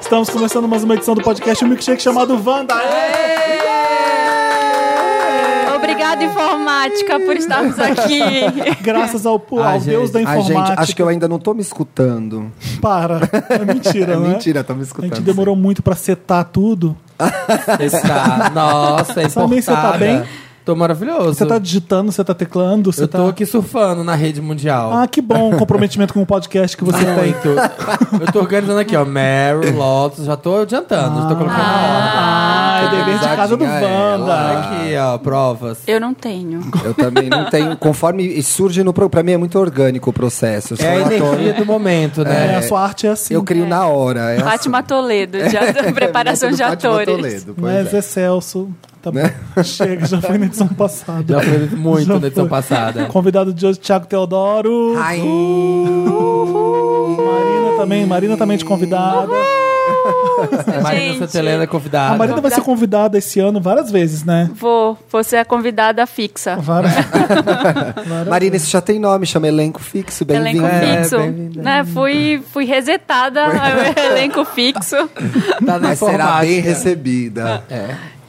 Estamos começando mais uma edição do podcast, um milkshake chamado Wanda. é Obrigada, informática, por estarmos aqui. Graças ao, ao Ai, Deus da gente, ai, gente, informática. acho que eu ainda não tô me escutando. Para. É mentira, É né? mentira, tô me A escutando. gente demorou muito pra setar tudo. Está. Nossa, é Também você tá importada. bem? Tô maravilhoso. Você tá digitando, você tá teclando, você Eu tá... tô aqui surfando na rede mundial. Ah, que bom o comprometimento com o podcast que você tem. Muito. Eu tô organizando aqui, ó. Mary, Lotus, já tô adiantando, já tô colocando Ah, é na ordem. dever de casa do Organizadinha Wanda. ela. Aqui, ó, provas. Eu não tenho. Eu também não tenho. Conforme e surge no. pro- Pra mim é muito orgânico o processo. Eu, sou É a uma energia tola- do momento, É, né? a sua arte é assim. eu crio na hora. É Fátima Toledo, de assim. preparação de Método Fátima atores. Toledo, Não pois é é. Né? Zé Celso. Tá bom. Chega, já foi na edição passada. Já foi muito Já na edição foi. passada. Convidado de hoje, Thiago Teodoro. né? Ai, Marina também, Marina também é de convidada. Marina Gente. Santelena é A convidada. Marina vai ser convidada esse ano várias vezes, né? Vou, você é a convidada fixa. Várias. Marina, isso já tem nome, chama elenco fixo, Elenco bem-vindo. fixo. né? fui, fui resetada ao elenco fixo. Tá na Mas será informática. bem recebida.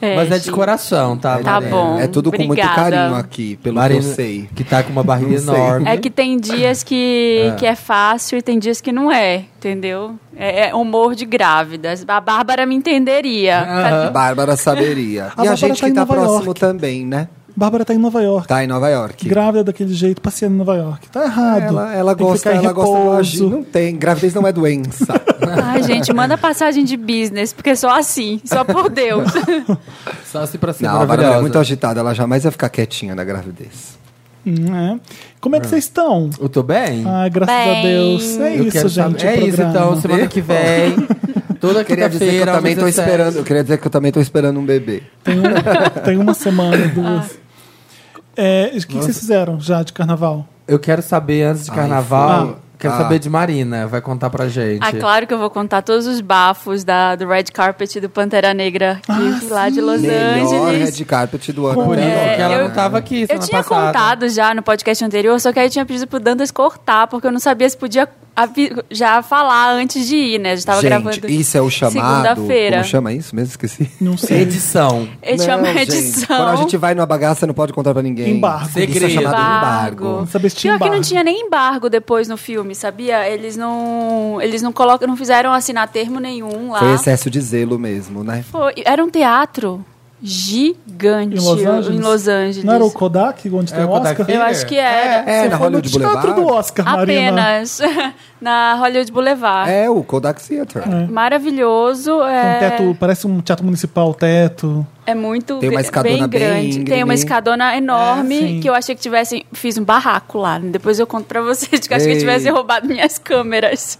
É, Mas é de gente. coração, tá? Tá Marina? bom. É tudo com muito Obrigada. carinho aqui, pelo Marina, que eu sei. que tá com uma barriga Não sei. enorme. É que tem dias que é. que é fácil e tem dias que não é, entendeu? É, é humor de grávidas. A Bárbara me entenderia. Aham. Bárbara saberia. e Bárbara a gente tá em que tá Nova próximo York. também, né? Bárbara tá em Nova York. Tá em Nova York. Grávida daquele jeito, passeando em Nova York. Tá errado. Ela, é. ela Tem que gosta, ficar em ela gosta do agir. repouso. Não tem, gravidez não é doença. Ai, gente, manda passagem de business, porque só assim, só por Deus. Só se pra ser não, a Bárbara é maravilhosa. muito agitada, ela jamais ia ficar quietinha na gravidez. Hum, é. Como é que vocês estão? Eu tô bem? Ah, graças a Bem. Deus. É Eu isso, quero saber- gente. o É isso, programa. então, semana que vem. Toda Queria dizer que eu quinta-feira. às também tô 17. esperando. Eu queria dizer que eu também tô esperando um bebê. Tem, um- tem uma Ah. semana, duas. É, o que, que vocês fizeram já de carnaval? Eu quero saber antes de Ai, carnaval. fala. Quero Ah. saber de Marina. Vai contar pra gente. Ah, claro que eu vou contar todos os bafos da, do Red Carpet do Pantera Negra que vi lá de Los Melhor Angeles. red carpet do ano. Por isso É, que ela eu- Ah, não tava aqui. Eu Semana tinha passada. contado já no podcast anterior, só que aí eu tinha pedido pro Dantas cortar, porque eu não sabia se podia avi- já falar antes de ir, né? A gente tava Gente, gravando. isso é o chamado. Segunda-feira. Como chama isso mesmo? Esqueci. Não sei. Edição. Ele Não, chama a gente, edição. Quando a gente vai numa bagaça, você não pode contar pra ninguém. Embargo. Isso é Segredo. chamado embargo. Embargo. Saber se tinha Pior que não embargo. tinha nem embargo depois no filme, sabia? Eles não. Eles não colocam, não fizeram assinar termo nenhum lá. Foi excesso de zelo mesmo, né? Foi- era um teatro gigante Em Los Angeles? em Los Angeles. Não era o Kodak, onde tem É o o Kodak Oscar? Theater? Eu acho que era. É, Você foi na no Hollywood teatro Boulevard. do Oscar, Marina. Apenas na Hollywood Boulevard. É o Kodak Theater. É. Maravilhoso. Tem um É, teto, parece um teatro municipal, teto. é muito Tem uma be- bem escadona bem grande. íngreme. Tem uma escadona É, enorme sim. que eu achei que tivessem. Fiz um barraco lá. Depois eu conto pra vocês que eu achei que Ei. tivessem roubado minhas câmeras.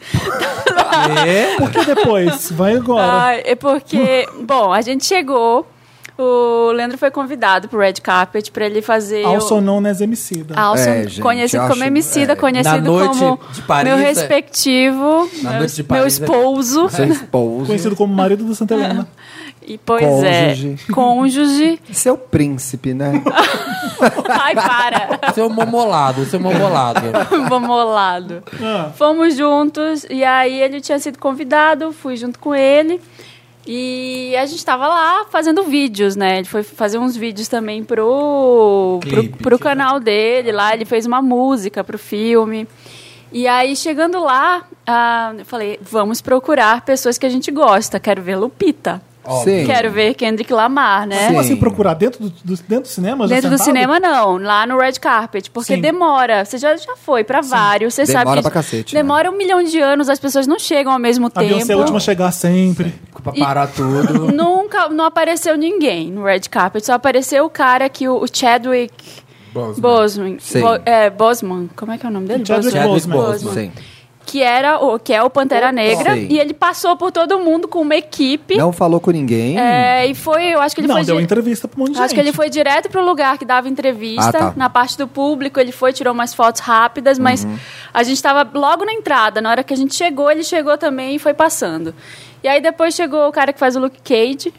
Por que depois? Vai agora. Ah, é porque, bom, a gente chegou. O Leandro foi convidado pro Red Carpet pra ele fazer. o- Also known as Emicida. Alson, É, gente, conhecido eu como acho- Emicida, é. conhecido Na noite como de Paris, meu é. respectivo, Na meu, noite de meu Paris, é. esposo. Seu esposo. Conhecido como marido da Santa Helena. E pois é, cônjuge. Seu príncipe, né? Ai, para. Seu momolado, seu momolado. Bomolado. Ah. Fomos juntos e aí ele tinha sido convidado, fui junto com ele. E a gente tava lá fazendo vídeos, né? Ele foi fazer uns vídeos também pro, pro, Clipe, pro tipo, que canal dele lá. Ele fez uma música pro filme. E aí, chegando lá, ah, eu falei: vamos procurar pessoas que a gente gosta. Quero ver Lupita. Sim. Quero ver Kendrick Lamar, né? Como Sim. assim procurar? Dentro do, do- dentro do cinema? já Dentro do sentado? cinema, não. Lá no red carpet. Porque Sim. demora. Você já, já foi pra vários. Você Demora sabe que pra cacete, né? demora um milhão de anos. As pessoas não chegam ao mesmo A Beyoncé é a tempo. última a chegar sempre. Pra parar tudo. Nunca, não apareceu ninguém no red carpet. Só apareceu o cara que o, o Chadwick Boseman. Boseman. Sim. Bo- é, Bosman. Como é que é o nome dele? Chadwick Boseman. Boseman. Boseman. Sim. Que era o que é o Pantera Negra. Sim. E ele passou por todo mundo com uma equipe. Não falou com ninguém. É, e foi, eu acho que ele Não, foi deu dire- entrevista pra um monte de Acho gente. que ele foi direto pro lugar que dava entrevista. Ah, tá. Na parte do público, ele foi, tirou umas fotos rápidas, mas a gente tava logo na entrada. Na hora que a gente chegou, ele chegou também e foi passando. E aí depois chegou o cara que faz o Luke Cage.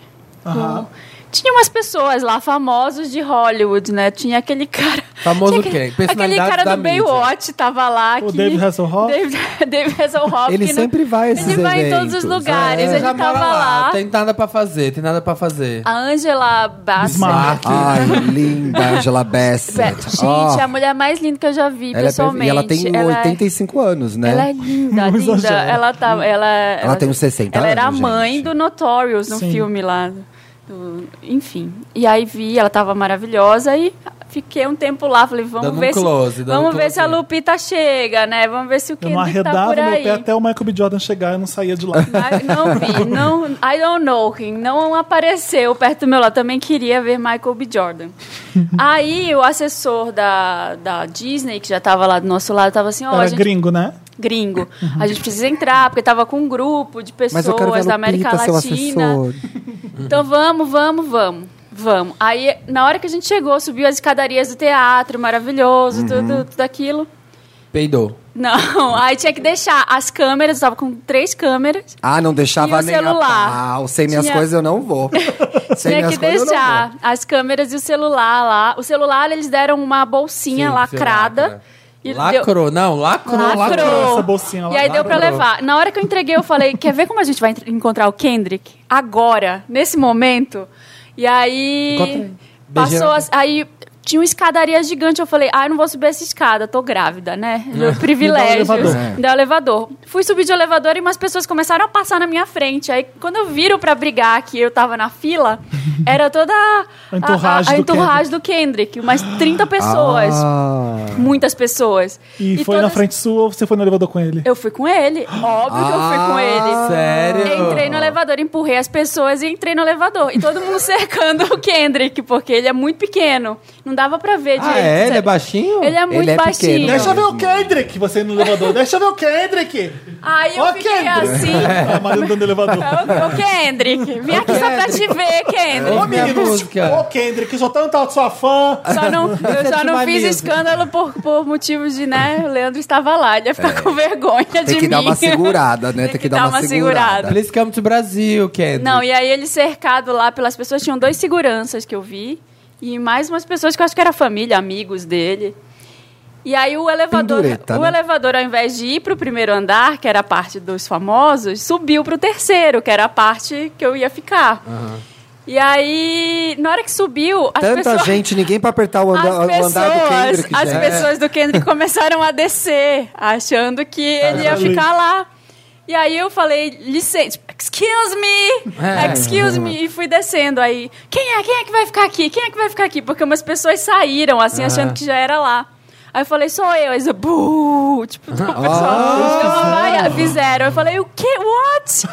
Aham. o Tinha umas pessoas lá, famosos de Hollywood, né? Tinha aquele cara. Famoso tinha aquele- quem? Personalidade Aquele cara da do mídia. Baywatch tava lá. O que- David Hasselhoff? David, David Hasselhoff. Ele que não- sempre vai a esses Ele vai em todos os eventos. lugares. É, Ele já tava mora lá. Tem nada pra fazer, tem nada pra fazer. A Angela Bassett. Bismarck. Ai, linda, Angela Bassett. Gente, Ó, é a mulher mais linda que eu já vi, ela é perfe- pessoalmente. E ela tem Ela é- 85 anos, né? Ela é linda, Não linda. exagera. Ela, tá, ela, ela, tem uns 60 Ela era a anos, mãe gente. do Notorious no Sim. filme lá. do- enfim. E aí vi, ela tava maravilhosa e fiquei um tempo lá. Falei, vamos Dando um ver close, se. dando Vamos um ver se a close. Lupita chega, né? Vamos ver se o Eu não Kendrick tá arredava por meu aí. pé até o Michael B. Jordan chegar, eu não saía de lá. Mas Não vi, não, I don't know him, não apareceu perto do meu lado. Também queria ver Michael B. Jordan. Aí o assessor da, da Disney, que já tava lá do nosso lado, tava assim, ó, a Era gente gringo, né? gringo. A gente precisa entrar, porque tava com um grupo de Mas eu quero ver a pessoas da América Lupita, seu Latina. assessor. Uhum. Então vamos, vamos, vamos. Vamos. Aí, na hora que a gente chegou, subiu as escadarias do teatro, maravilhoso, Uhum. tudo, tudo aquilo. Peidou. Não, aí tinha que deixar as câmeras, eu tava com três câmeras. Ah, não deixava E o nem a celular? pau. Sem minhas Tinha- coisas eu não vou. Sem Tinha minhas que coisas eu não deixar vou. as câmeras e o celular lá. O celular, eles deram uma bolsinha Sim, lacrada. lacra. é. Lacrou, não, lacrou. Lacrou. lacrou essa bolsinha, E aí deu lacrou. pra levar. Na hora que eu entreguei, eu falei: quer ver como a gente vai entre- encontrar o Kendrick? Agora, nesse momento. E aí. Encontrei. Passou. Beijei na as- aí tinha uma escadaria gigante. Eu falei: ai, não vou subir essa escada, tô grávida, né? Meu privilégio. elevador. É. Me dá o elevador. Fui subir de elevador e umas pessoas começaram a passar na minha frente. Aí quando eu viro pra brigar que eu tava na fila, era toda a, A entourage a- a do entourage do Kendrick. Umas 30 pessoas. Ah. Muitas pessoas. E, foi na todas- frente sua ou você foi no elevador com ele? eu fui com ele. Óbvio que eu fui Ah, com ele. Sério? Entrei no elevador, empurrei as pessoas e entrei no elevador. E todo mundo cercando o Kendrick, porque ele é muito pequeno. Não dava pra ver Ah, direito. é? Ele é sério. baixinho? Ele é muito é baixinho. pequeno. Deixa eu ver o Kendrick, você no elevador. Deixa eu ver o Kendrick. Aí eu Ó, fiquei Kendrick. assim. A Maria dando elevador. Ô, ô, Kendrick, vim aqui só pra te ver, Kendrick. Ô, minha assim. música. Kendrick, sou tanto sua fã. Só não, eu só não fiz Mesmo. escândalo por, por motivos de, né? O Leandro estava lá, ele ia ficar com vergonha de mim. É. Tem que dar uma segurada, né? Tem, que, dar uma segurada. Please come to Brasil, Kendrick. Não, e aí ele cercado lá pelas pessoas, tinham dois seguranças que eu vi e mais umas pessoas que eu acho que era família, amigos dele. E aí o elevador, Pendureta, o né? elevador ao invés de ir pro primeiro andar, que era a parte dos famosos, subiu pro terceiro, que era a parte que eu ia ficar. E aí, na hora que subiu, as Tanta pessoas gente, ninguém pra apertar o, as anda- o pessoas, andar do Kendrick. as gente. pessoas do Kendrick começaram a descer, achando que Ah, ele ia Caralho. ficar lá. E aí eu falei, licença, excuse me, É. excuse me, e fui descendo. Aí, quem é, quem é que vai ficar aqui, quem é que vai ficar aqui? Porque umas pessoas saíram, assim, Ah. achando que já era lá. Aí eu falei, sou eu. Eles, buh! Tipo, Ah, o pessoal, então, vai, fizeram. Eu falei, o quê? What?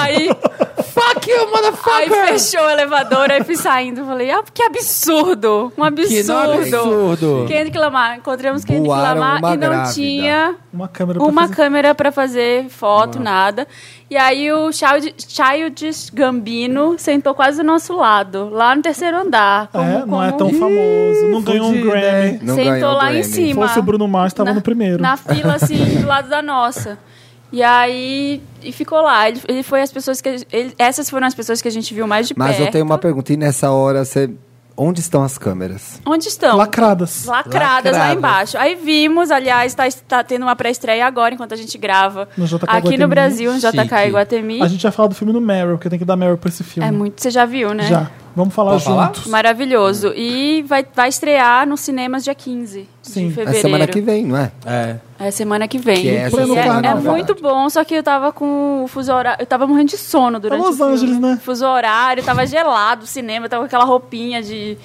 aí, Fuck you, Aí motherfucker! fechou o elevador, aí fui saindo. Falei, ah, que absurdo! Um Que não absurdo! absurdo. Kendrick Lamar, encontramos Kendrick Voaram Lamar uma e não grávida. tinha Uma câmera pra uma fazer- câmera pra fazer foto, nada. E aí o Child, Childish Gambino sentou quase do nosso lado, lá no terceiro andar. Como, É, não é como- é. tão famoso. Não ganhou um fudida, Grammy. hein? É. Não sentou ganhou lá Grammy. em Se cima. fosse o Bruno Mars, tava Na- no primeiro. Na fila, assim, do lado da nossa. E aí, e ficou lá. Ele, ele foi as pessoas que. ele- essas foram as pessoas que a gente viu mais de Mas perto. eu tenho uma pergunta. E nessa hora, você... Onde estão as câmeras? Onde estão? Lacradas. Lacradas lá Lacradas. embaixo. Aí vimos, aliás, tá, tá tendo uma pré-estreia agora, enquanto a gente grava. No JK aqui no Iguatemi. Brasil, no JK Chique. Iguatemi. A gente já falou do filme do Meryl, porque tem que dar Meryl pra esse filme. É muito, você já viu, né? Já. Vamos falar Pode falar? juntos. Maravilhoso. E vai, vai estrear nos cinemas dia 15 Sim. de É fevereiro. É semana que vem, não é? É. É semana que vem. Que é essa E semana, é, na é verdade. muito bom, só que eu tava com o fuso horário. Eu tava morrendo de sono durante Los o filme. Angeles, né? Fuso horário, tava gelado o cinema, eu tava com aquela roupinha de.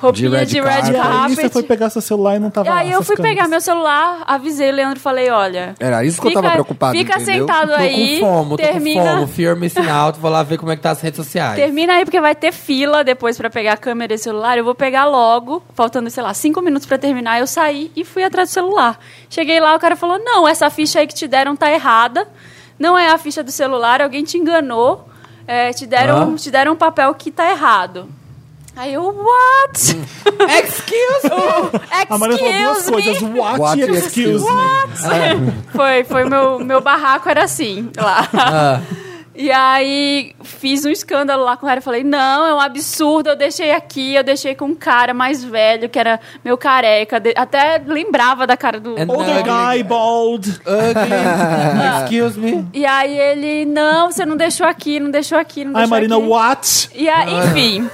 Roupinha red de red, carpet. E aí carpet. você foi pegar seu celular e não tava Ah, E lá. aí eu essas fui câmeras. pegar meu celular, avisei o Leandro e falei, olha... Era isso que eu tava preocupado, Fica entendeu? sentado Tô aí, com fomo, tô com termina, fomo. Fear missing out. Vou lá ver como é que tá as redes sociais. termina aí, porque vai ter fila depois pra pegar a câmera e celular. Eu vou pegar logo, faltando, sei lá, cinco minutos pra terminar. Eu saí e fui atrás do celular. Cheguei lá, o cara falou, não, essa ficha aí que te deram tá errada. Não é a ficha do celular, alguém te enganou. É, te, deram, Hã? te deram um papel que tá errado. Aí eu, what? Hum. Excuse A Maria falou duas Excuse me! coisas. What, What e excuse me. Foi, foi meu, meu barraco era assim lá. Ah. E aí fiz um escândalo lá com ela. Falei, não, é um absurdo, eu deixei aqui, eu deixei com um cara mais velho, que era meu careca. de- Até lembrava da cara do. É Older guy, bald. Ugly. Excuse me. E aí ele, não, você não deixou aqui, não deixou aqui, não Ai, deixou Marina, aqui. what? E aí, Ah. enfim,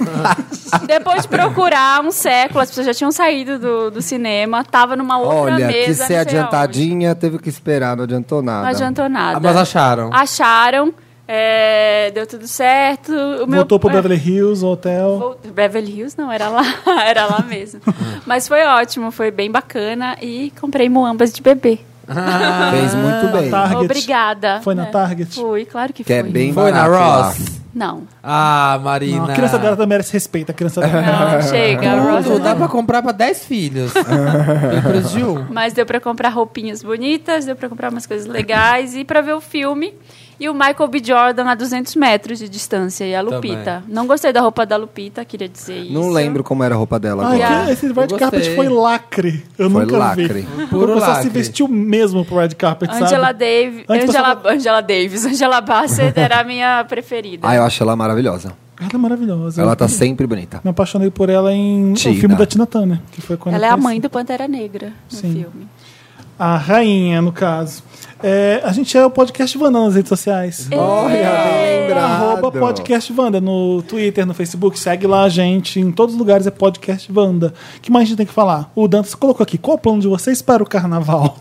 depois de procurar um século, as pessoas já tinham saído do, do cinema, tava numa outra Olha, mesa. quis não ser sei adiantadinha, teve que esperar, não adiantou nada. aonde. Não adiantou nada. Ah, mas acharam. Acharam, é, deu tudo certo. O meu- Voltou pro é, Beverly Hills, hotel. Vol- Beverly Hills não, era lá, era lá mesmo. Mas foi ótimo, foi bem bacana e comprei moambas de bebê. Ah. Fez muito bem. tá. Target. Obrigada. Foi na É. Target? Fui, claro que, Que é fui. bem Foi na barato lá. Ross. Não, Ah, Marina. Não, a criança dela tá também merece respeito, a criança dela. não, chega. Rosa, Tudo, não. dá pra comprar pra 10 filhos. Tem preço de um. Mas deu pra comprar roupinhas bonitas, deu pra comprar umas coisas legais e pra ver o filme. E o Michael B. Jordan a 200 metros de distância e a Lupita. Não gostei da roupa da Lupita, queria dizer isso. Não lembro como era a roupa dela Ai, agora. Yeah. que- esse Eu red carpet gostei. foi lacre. Eu Foi nunca lacre. vi. Puro o pessoal lacre. se vestiu mesmo pro red carpet, Angela sabe? Davis, Antes Angela, passava- Angela Davis, Angela Bassett era a minha preferida. Ah, eu acho ela maravilhosa. Ela é maravilhosa. Ela tá sempre bonita. Me apaixonei por ela em o Tina. filme da Tina Turner, que foi quando Ela é a conheci. mãe do Pantera Negra no Sim. filme. A rainha, no caso. É, a gente é o podcast Wanda nas redes sociais. Olha, bem lembrado. Arroba podcast Wanda no Twitter, no Facebook, segue lá a gente. Em todos os lugares é podcast Wanda. O que mais a gente tem que falar? O Dantas colocou aqui: qual o plano de vocês para o carnaval?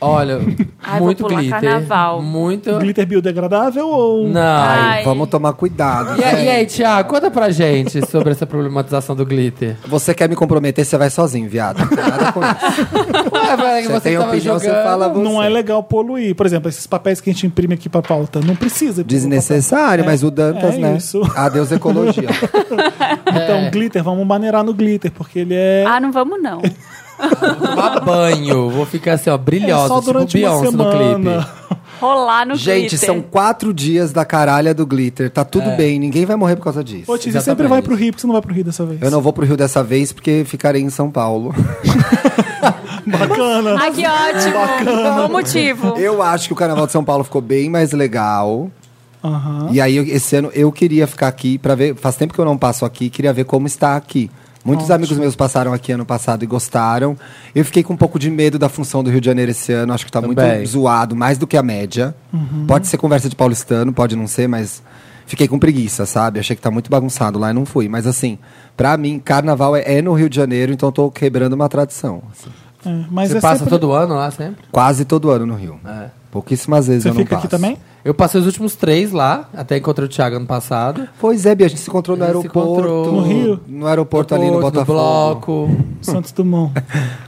Olha, Ai, vou muito pular glitter. carnaval. Muito. Glitter biodegradável ou. Não. Ai. Vamos tomar cuidado. né? E, aí- e gente. aí, Tiago, conta pra gente sobre essa problematização do glitter. Você quer me comprometer, você vai sozinho, viado. Não tem nada com isso. Ué, velho, Você tem É tava opinião, você jogando- fala você. Não é legal poluir. Por exemplo, esses papéis que a gente imprime aqui pra pauta. Não precisa. Desnecessário, É, mas o Dantas, é né? isso. Adeus ecologia. É. Então, glitter, vamos maneirar no glitter, porque ele é. Ah, não vamos não. Tomar banho. Vou ficar assim, ó, é brilhosa, só tipo durante uma Beyoncé no clipe. semana. Rolar no Gente, glitter. são quatro dias da caralha do glitter. Tá tudo bem, ninguém vai morrer por causa disso. Ô, Tizi, sempre Exatamente. vai pro Rio, porque você não vai pro Rio dessa vez. Eu não vou pro Rio dessa vez porque ficarei em São Paulo. Bacana. Ah, que ótimo. Bom motivo. Eu acho que o Carnaval de São Paulo ficou bem mais legal. Aham. E aí, eu- esse ano, eu queria ficar aqui pra ver. Faz tempo que eu não passo aqui, queria ver como está aqui. Muitos amigos meus passaram aqui ano passado e gostaram. Eu fiquei com um pouco de medo da função do Rio de Janeiro esse ano. Acho que tá Também. muito zoado, mais do que a média. Pode ser conversa de paulistano, pode não ser, mas fiquei com preguiça, sabe? Achei que tá muito bagunçado lá e não fui. Mas assim, pra mim, carnaval é, é no Rio de Janeiro, então eu tô quebrando uma tradição. assim. É, mas Você é passa sempre- todo ano lá sempre? Quase todo ano no Rio. É. Pouquíssimas vezes Você eu não fica passo. aqui também? Eu passei os últimos três lá, até encontrei o Thiago ano passado. Pois é, Bia, a gente se encontrou no A gente se aeroporto. encontrou. No Rio? No aeroporto ali no Porto, Botafogo. bloco. Santos Dumont.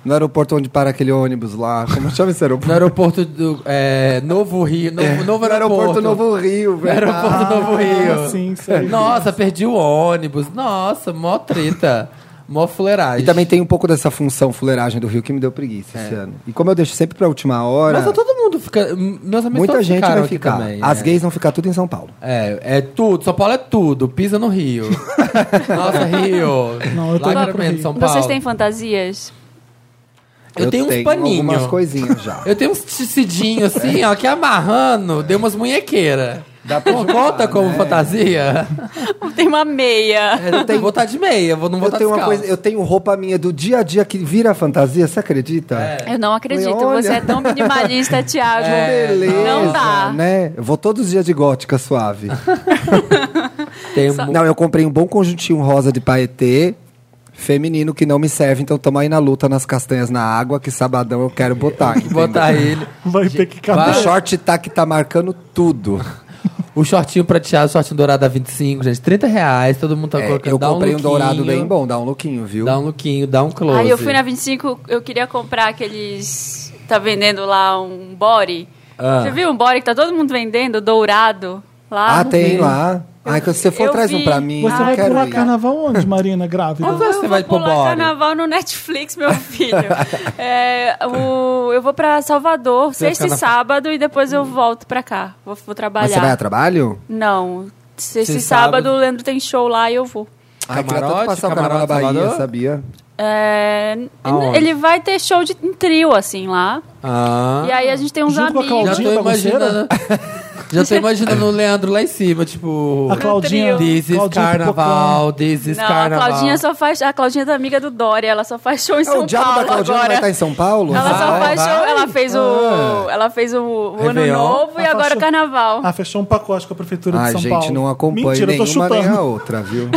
No aeroporto onde para aquele ônibus lá. Como chama esse aeroporto? No aeroporto do é, Novo Rio. Novo, novo aeroporto. No aeroporto Novo Ah, Rio, No velho. aeroporto Novo Rio. sim, sei. Nossa, perdi o ônibus. Nossa, mó treta. mó E fuleiragem. também tem um pouco dessa função fuleiragem do Rio que me deu preguiça esse ano. E como eu deixo sempre pra última hora, É. Mas tá todo mundo fica. Meus amigos muita todos gente ficaram vai aqui ficar. também, As né? gays vão ficar tudo em São Paulo. É, é tudo. São Paulo é tudo. Pisa no Rio. Nossa, Rio. Não, eu tô indo pro Lacramento, Rio. São Paulo. Vocês têm fantasias? Eu, tenho uns paninhos. algumas coisinhas já. Eu tenho uns ticidinhos assim, ó, que amarrando, deu umas munhequeiras. Dá pra conta como né? fantasia? Tem uma meia. É, não tem vou estar de meia, vou não vou Eu estar tenho, uma descalço. coisa, eu tenho roupa minha do dia a dia que vira fantasia, você acredita? É. Eu não acredito. Olha. Você é tão minimalista, Thiago. É, Beleza, não dá. né? Eu vou todos os dias de gótica suave. Tem mu- Não, eu comprei um bom conjuntinho rosa de paetê, feminino, que não me serve, então tamo aí na luta nas castanhas na água, que sabadão eu quero botar. entendeu? botar ele. Vai ter que O acabar. vai. short tá que tá marcando tudo. O shortinho prateado, o shortinho dourado a 25, gente, 30 reais, todo mundo tá É, colocando. eu dá um comprei um, lookinho, dourado bem bom, dá um lookinho, viu? Dá um lookinho, dá um close. Aí eu fui na 25, eu queria comprar aqueles. Tá vendendo lá um body. Ah. Você viu um body que tá todo mundo vendendo, dourado? Lá. Ah, tem lá. Ai, quando você for, eu traz um vi. pra mim. Você eu vai quero pular ir. carnaval onde, Marina? Grávida? Onde você Eu vai vou pro pular body? carnaval no Netflix, meu filho. É, o- eu vou pra Salvador sexta e ficar na- sábado e depois eu volto pra cá. Vou, vou trabalhar. Mas você vai a trabalho? Não. Sexta e Sexta e sábado sábado. o Leandro tem show lá e eu vou. Ai, queria tanto Camarote, passar o carnaval na camarote, Bahia, Salvador? sabia? É, Aonde? ele vai ter show de em trio, assim, lá. Ah, E aí a gente tem uns Junto com a amigos. Claudinha? já tô Claudinha imaginando. Já tô imaginando o Leandro lá em cima, tipo. um A Claudinha. This is Claudinha carnaval, this is Não, carnaval. a Claudinha só faz. A Claudinha é da amiga do Dori, ela só faz show em Ah, São o diabo Paulo da Claudinha agora. vai estar em São Paulo? Ela só Vai, faz vai. show, ela fez o. Ela fez o, o ano Réveillon. novo e Ah, agora fechou- o carnaval. Ah, fechou um pacote com a prefeitura Ai, de São gente, Paulo. não acompanho Mentira, eu tô nenhuma nem a chutando. outra, viu?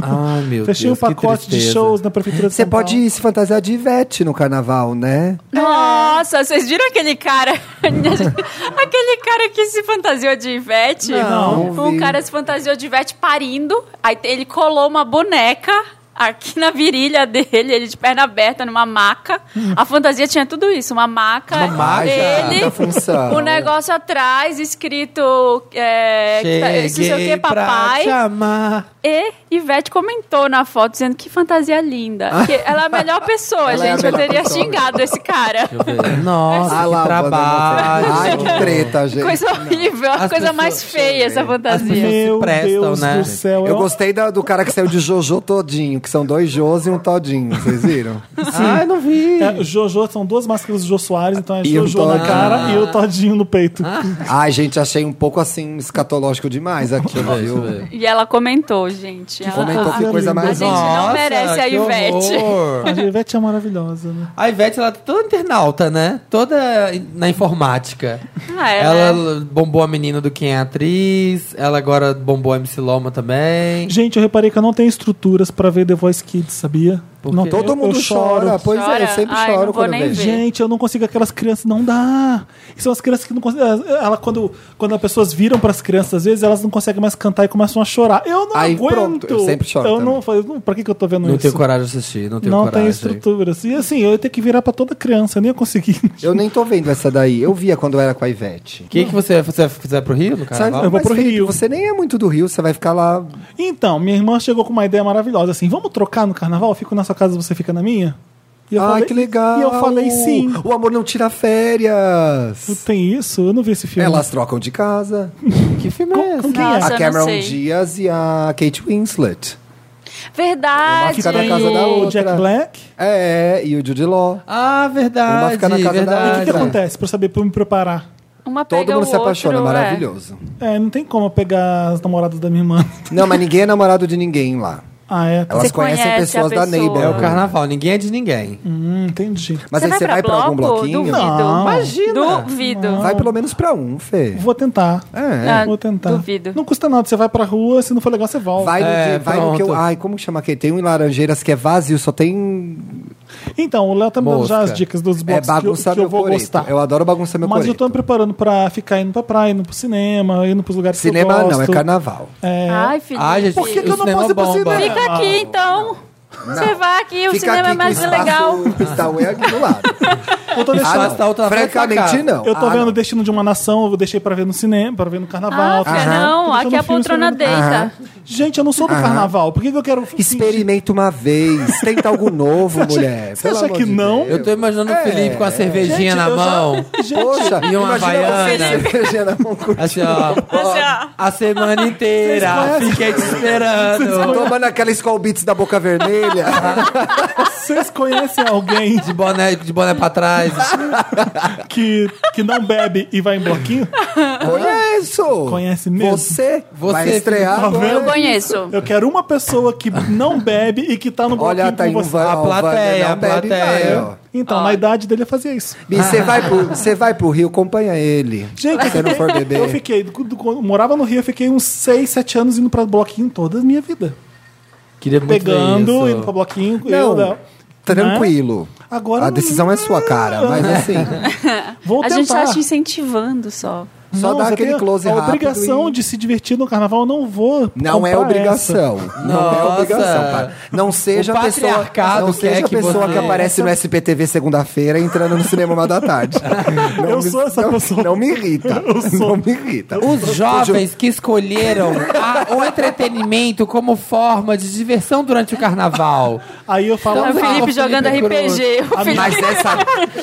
Ai, meu Fechei um Deus. que pacote de tristeza. shows na prefeitura de Você São Paulo. pode se fantasiar de Ivete no carnaval, né? Nossa, vocês viram aquele cara? aquele cara que se fantasiou de Ivete? Não, não Um vi. cara se fantasiou de Ivete parindo, aí te- ele colou uma boneca aqui na virilha dele, ele de perna aberta numa maca. A fantasia tinha tudo isso, uma maca Uma maca dele, Hum. da função. o negócio atrás escrito é, que tá- não sei o Cheguei que, papai. pra te amar. E Ivete comentou na foto dizendo que fantasia linda. Que ela é a melhor pessoa, Ela é a gente. Eu melhor teria pessoa. xingado esse cara. Nossa, Ah que lá, o Wanda trabalho. Monteiro. Ai, que treta, gente. Coisa horrível, a As coisa pessoas- mais feia essa fantasia. pessoas- Meu Se prestam, Deus né? do céu. Eu é um- gostei da- do cara que saiu de Jojo Todinho, que são dois Jôs e um Todinho, vocês viram? Ai, não vi. É, Jojo, são duas máscaras do Jô Soares, então é E o Jojo na Todinho. Ah. cara e o Todinho no peito. Ai, gente, achei um pouco assim escatológico demais aquilo, viu? E ela comentou, gente. Ela, Comentou a, que coisa mais a gente linda. não merece a que Ivete. horror. A Ivete é maravilhosa, né? A Ivete, ela é toda internauta, né? Toda na informática. Ah, ela- Ela bombou a menina do Quem é Atriz, ela agora bombou a MC Loma também. Gente, eu reparei que eu não tenho estruturas pra ver The Voice Kids, sabia? Por Não, quê? eu- Todo eu mundo choro. chora, pois é, eu Chora? sempre Ai, choro não vou quando nem eu vejo. ver. Gente, eu não consigo aquelas crianças, não dá. E são as crianças que não conseguem. Ela, quando, quando as pessoas viram pras crianças, às vezes elas não conseguem mais cantar e começam a chorar. Eu não Aí, aguento. pronto, eu sempre choro Eu não, eu não- pra que, que eu tô vendo Não isso? tenho coragem de assistir, não tenho não tem coragem. estruturas. E assim, eu ia ter que virar pra toda criança, eu nem ia conseguir. Eu nem tô vendo essa daí, eu via quando eu era com a Ivete. O que, que você, você, você vai pro Rio no carnaval? eu vou Mas, pro Felipe, Rio. Você nem é muito do Rio, você vai ficar lá. Então, minha irmã chegou com uma ideia maravilhosa, assim, vamos trocar no carnaval? Eu fico na sua casa, você fica na minha? E eu Ai, falei- que legal! E eu falei sim. O amor não tira férias. Tem isso? Eu não vi esse filme. Elas trocam de casa. Que filme é esse? Com quem é? Nossa, a eu não Cameron sei. Diaz e a Kate Winslet. Uma Verdade. fica na casa da o outra. Jack Black. É, e o Jude Law. Ah, verdade. Uma fica na casa E o da Ah, verdade. que, que é. acontece? Pra eu saber, pra eu me preparar. Uma pega Todo mundo o se apaixona, outro, é. maravilhoso. É, não tem como eu pegar as namoradas da minha irmã. Não, mas ninguém é namorado de ninguém lá. Ah, é? Elas Você conhecem conhece a pessoas da pessoa. neighbor. É o carnaval, ninguém é de ninguém. Hum, entendi. Mas aí você vai pra algum bloquinho? Duvido. Não. Imagina. Duvido. Vai pelo menos pra um, Fê. Vou tentar. É. Ah, Vou tentar. duvido. Não custa nada, você vai pra rua, se não for legal, você volta. Vai, no, É, dia- vai no que eu. pronto. Ai, como chama aquele? Tem um em Laranjeiras que é vazio, só tem. Então, o Léo tá me dando já Mosca. as dicas dos É blocos que, eu, bagunça que eu meu vou coreto. gostar. Eu adoro bagunça meu Mas eu coreto. tô me preparando pra ficar indo pra praia, indo pro cinema, indo pros lugares que Cinema eu gosto. não, é carnaval. É. Ai, filho. Ah, gente, Por que, que o eu não cinema posso ir pro bomba. cinema? Fica aqui, então. Você vai aqui, o cinema é mais legal. Está o aqui do lado. Eu tô deixando. Ah, tá outra na frente da Francamente, casa. não. Eu tô Ah, vendo não. o Destino de uma Nação, eu deixei pra ver no cinema, pra ver no Ah, carnaval. filha, Tô não. deixando Aqui é a filmes pra ver poltrona no- deita. Gente, eu não sou do carnaval. Por que, que eu quero. Experimenta uma vez. Tenta algo novo, mulher. você Pelo acha amor que de não? Deus. Eu tô imaginando É. o Felipe com a cervejinha Gente, na eu já- mão. Poxa, E uma imagina Havaiana. você cerveja na mão curtindo. Assim, ó. ó. A semana inteira. Fiquei te esperando. Tomando aquela Skull Beats da boca vermelha. Vocês conhecem alguém De boné, de boné pra trás. que, que não bebe e vai em bloquinho? Conheço. Conhece mesmo? Você, Você, vai estrear tá agora. vendo? Eu conheço. Eu quero uma pessoa que não bebe e que tá no bloquinho Olha, tá com indo você. A é plateia, a plateia. Então, na idade dele eu fazia isso. E você vai, pro, você vai pro Rio, acompanha ele. Gente, Se você não for beber. eu fiquei, quando quando eu morava no Rio, eu fiquei uns 6, 7 anos indo pra bloquinho toda a minha vida. Queria muito Pegando, ver indo pra isso. bloquinho, eu, Né? Não, Léo. tranquilo. Agora a decisão é sua, cara. Mas assim, Vou A tentar. gente tá te incentivando só. só Não, dá você aquele tem close a rápido. obrigação e- de se divertir no carnaval, eu não vou. Não é comprar obrigação. Não é Nossa. obrigação, cara. Não seja O a pessoa, patriarcado não quer seja a que pessoa você- que aparece no SPTV segunda-feira entrando no cinema uma da tarde. Não Eu sou essa não- pessoa. Não me irrita. Não me irrita. Os jovens que escolheram a- o entretenimento como forma de diversão durante o carnaval. essa. Aí eu falo. Então, Fala, O Tá Felipe Felipe jogando RPG. Cruz. O Felipe Mas essa,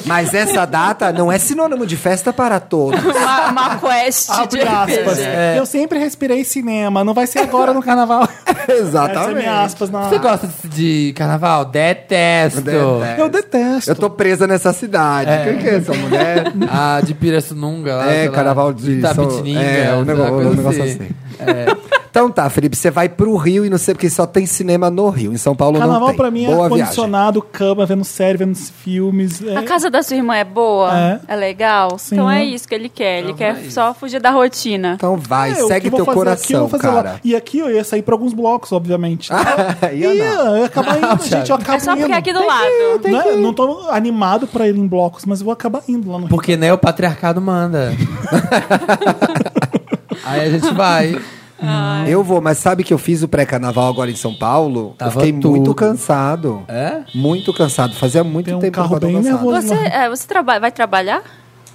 mas essa data não é sinônimo de festa para todos. uma, uma quest Abre de aspas. RPG. É. Eu sempre respirei cinema, não vai ser agora no carnaval. Essa é Exatamente. minha aspas na. Você gosta de- de carnaval? Detesto. Detesto. Eu detesto. Eu tô presa nessa cidade. O que, que é essa mulher? Ah, de Pirassununga lá. sei É, lá, carnaval de São- Itapetininga, sei É, um lá, negócio, coisa um negócio assim. Então tá, Felipe, você vai pro Rio e não sei porque só tem cinema no Rio. Em São Paulo não Carnaval tem. pra mim Boa é viagem. condicionado, cama, vendo série, vendo filmes. É... A casa da sua irmã é boa? É. É, legal? Sim. Então é isso que ele quer. Ele Então quer é isso. só fugir da rotina. Então vai, É, o que segue eu vou teu fazer aqui, eu coração, vou fazer lá. cara. Ah, E aqui eu ia sair pra alguns blocos, obviamente. Ia não. eu ia acabar indo, gente. Eu acabo É só indo. porque é aqui do lado. Né? Não tô animado pra ir em blocos, mas eu vou acabar indo lá no Rio. Porque, né, o patriarcado manda. Aí a gente vai. Eu vou, mas sabe que eu fiz o pré-carnaval agora em São Paulo? Tava eu fiquei muito tudo. cansado. É? Muito cansado. Fazia muito Tem um tempo que eu carro tava bem cansado. nervoso. Você, é, você traba- vai trabalhar?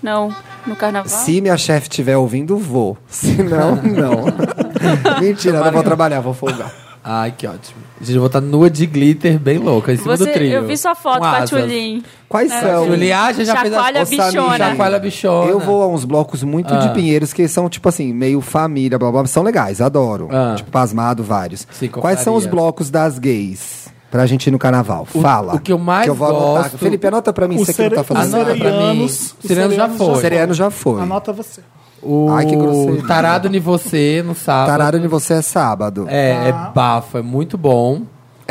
Não, no carnaval? Se minha chefe estiver ouvindo, vou. Se não, não. Mentira, não vou trabalhar, vou folgar. Ai, que ótimo. Gente, eu vou estar nua de glitter, bem louca, em cima do Você- trilho. eu vi sua foto Com com a asas. Tulin. Quais são? Tulin, ah, já, já fez a... Chacoalha Ô, Samir, bichona. Chacoalha bichona. Eu vou a uns blocos muito de Ah. Pinheiros que são, tipo assim, meio família, blá blá, blá. são legais, adoro. Ah. Tipo, pasmado, vários. Sim, Quais são os confraria. blocos das gays? Pra gente ir no carnaval. Fala. o que eu mais vou anotar. gosto- Felipe, anota pra mim, Os você que não tá cere- os fazendo Anota nada. pra mim. serianos. os Serianos já foi. O Seriano já foi. Anota você. O Ai, que grosseria. Tarado em Você, no sábado. Tarado de você é sábado. É. É, é bafo, é muito bom.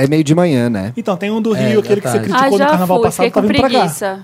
meio de manhã, né? Então, tem um do É, Rio, aquele que você verdade. Ah, criticou no já carnaval fui, passado, tá fiquei com vindo pra cá. preguiça.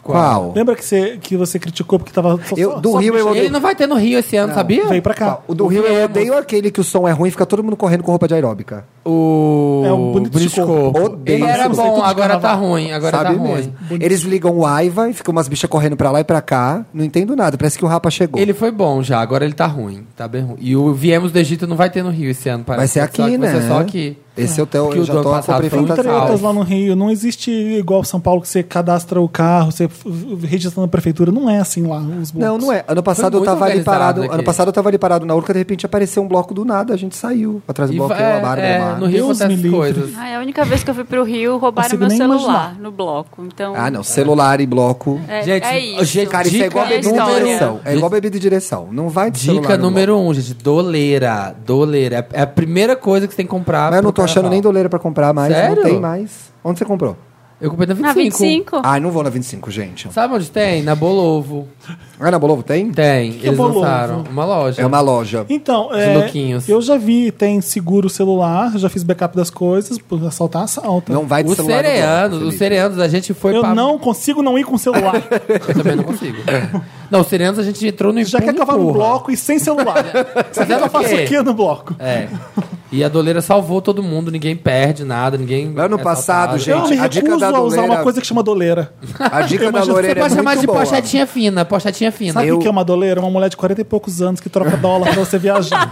Qual? Lembra que você, que você criticou porque tava. só- Eu, só- do só- Rio eu Ele odeio. não vai ter no Rio esse ano, sabia? Veio pra cá. Qual? O do Rio eu odeio aquele que o som é ruim e fica todo mundo correndo com roupa de aeróbica. O... É um bonito de corpo. Odeio Ele esse era conceito bom, de agora tá carnaval. ruim. Agora Sabe tá ruim. mesmo. Eles ligam o Aiva e ficam umas bichas correndo pra lá e pra cá. Não entendo nada. Parece que o Rapa chegou. Ele foi bom já, agora ele tá ruim. Tá bem ruim. E o Viemos do Egito não vai ter no Rio esse ano, parece. Vai ser Só que aqui, vai né? ser só aqui. Esse é o teu. Que Eu o já do tô ano passado comprei foi Tem muito fantasia. legal. tretas lá no Rio. Não existe igual São Paulo que você cadastra o carro, você f- f- registra na prefeitura. Não é assim lá os blocos. Não, não é. Ano passado eu muito tava ali organizado parado. aqui. Ano passado eu tava ali parado na Urca, de repente apareceu um bloco do nada, a gente saiu. Atrás do E bloco, vai- eu, a Bárbara, a é, Bárbara. no Rio Deus me acontecem livre. coisas. Ah, é a única vez que eu fui pro Rio, roubaram Consigo meu nem celular imaginar. no bloco. Então, Ah, não. Celular e bloco. É, Gente, é isso. gente, Cara, isso é Dica igual é bebida e história. direção. É igual bebida e direção. Não vai de celular Dica no número um, gente. Doleira. Doleira. É a primeira coisa que você tem que comprar. bloco. Mas eu não pro tô achando carnaval. nem doleira pra comprar mais. Não Sério? tem mais. Onde você comprou? Eu comprei na 25. Na 25. Ah, não vou na 25, gente. Sabe onde tem? Na Bolovo. Ah, na Bolovo tem? Tem. que é Eles Bolovo? lançaram. Uma loja. É uma loja. Então, Os é, louquinhos. eu já vi, tem seguro celular, já fiz backup das coisas, por assaltar, assalta. Não vai de Os celular. no bloco, cereanos, os Felipe. cereanos, a gente foi eu pra... não consigo não ir com celular. Eu também não consigo. não, os cereanos a gente entrou no já empurra, quer que eu vá no empurra. bloco e sem celular. Você quer que eu o faça quê? o quê no bloco? É. E a doleira salvou todo mundo, ninguém perde nada, ninguém. Ano é passado, assaltado. eu gente, me a dica recuso da a usar uma doleira- coisa que chama doleira. A dica Eu imagino que da Você Loreira é pode chamar muito de boa. pochetinha fina, pochetinha fina. Sabe o Eu- que é uma doleira? Uma mulher de 40 e poucos anos que troca dólar pra você viajar.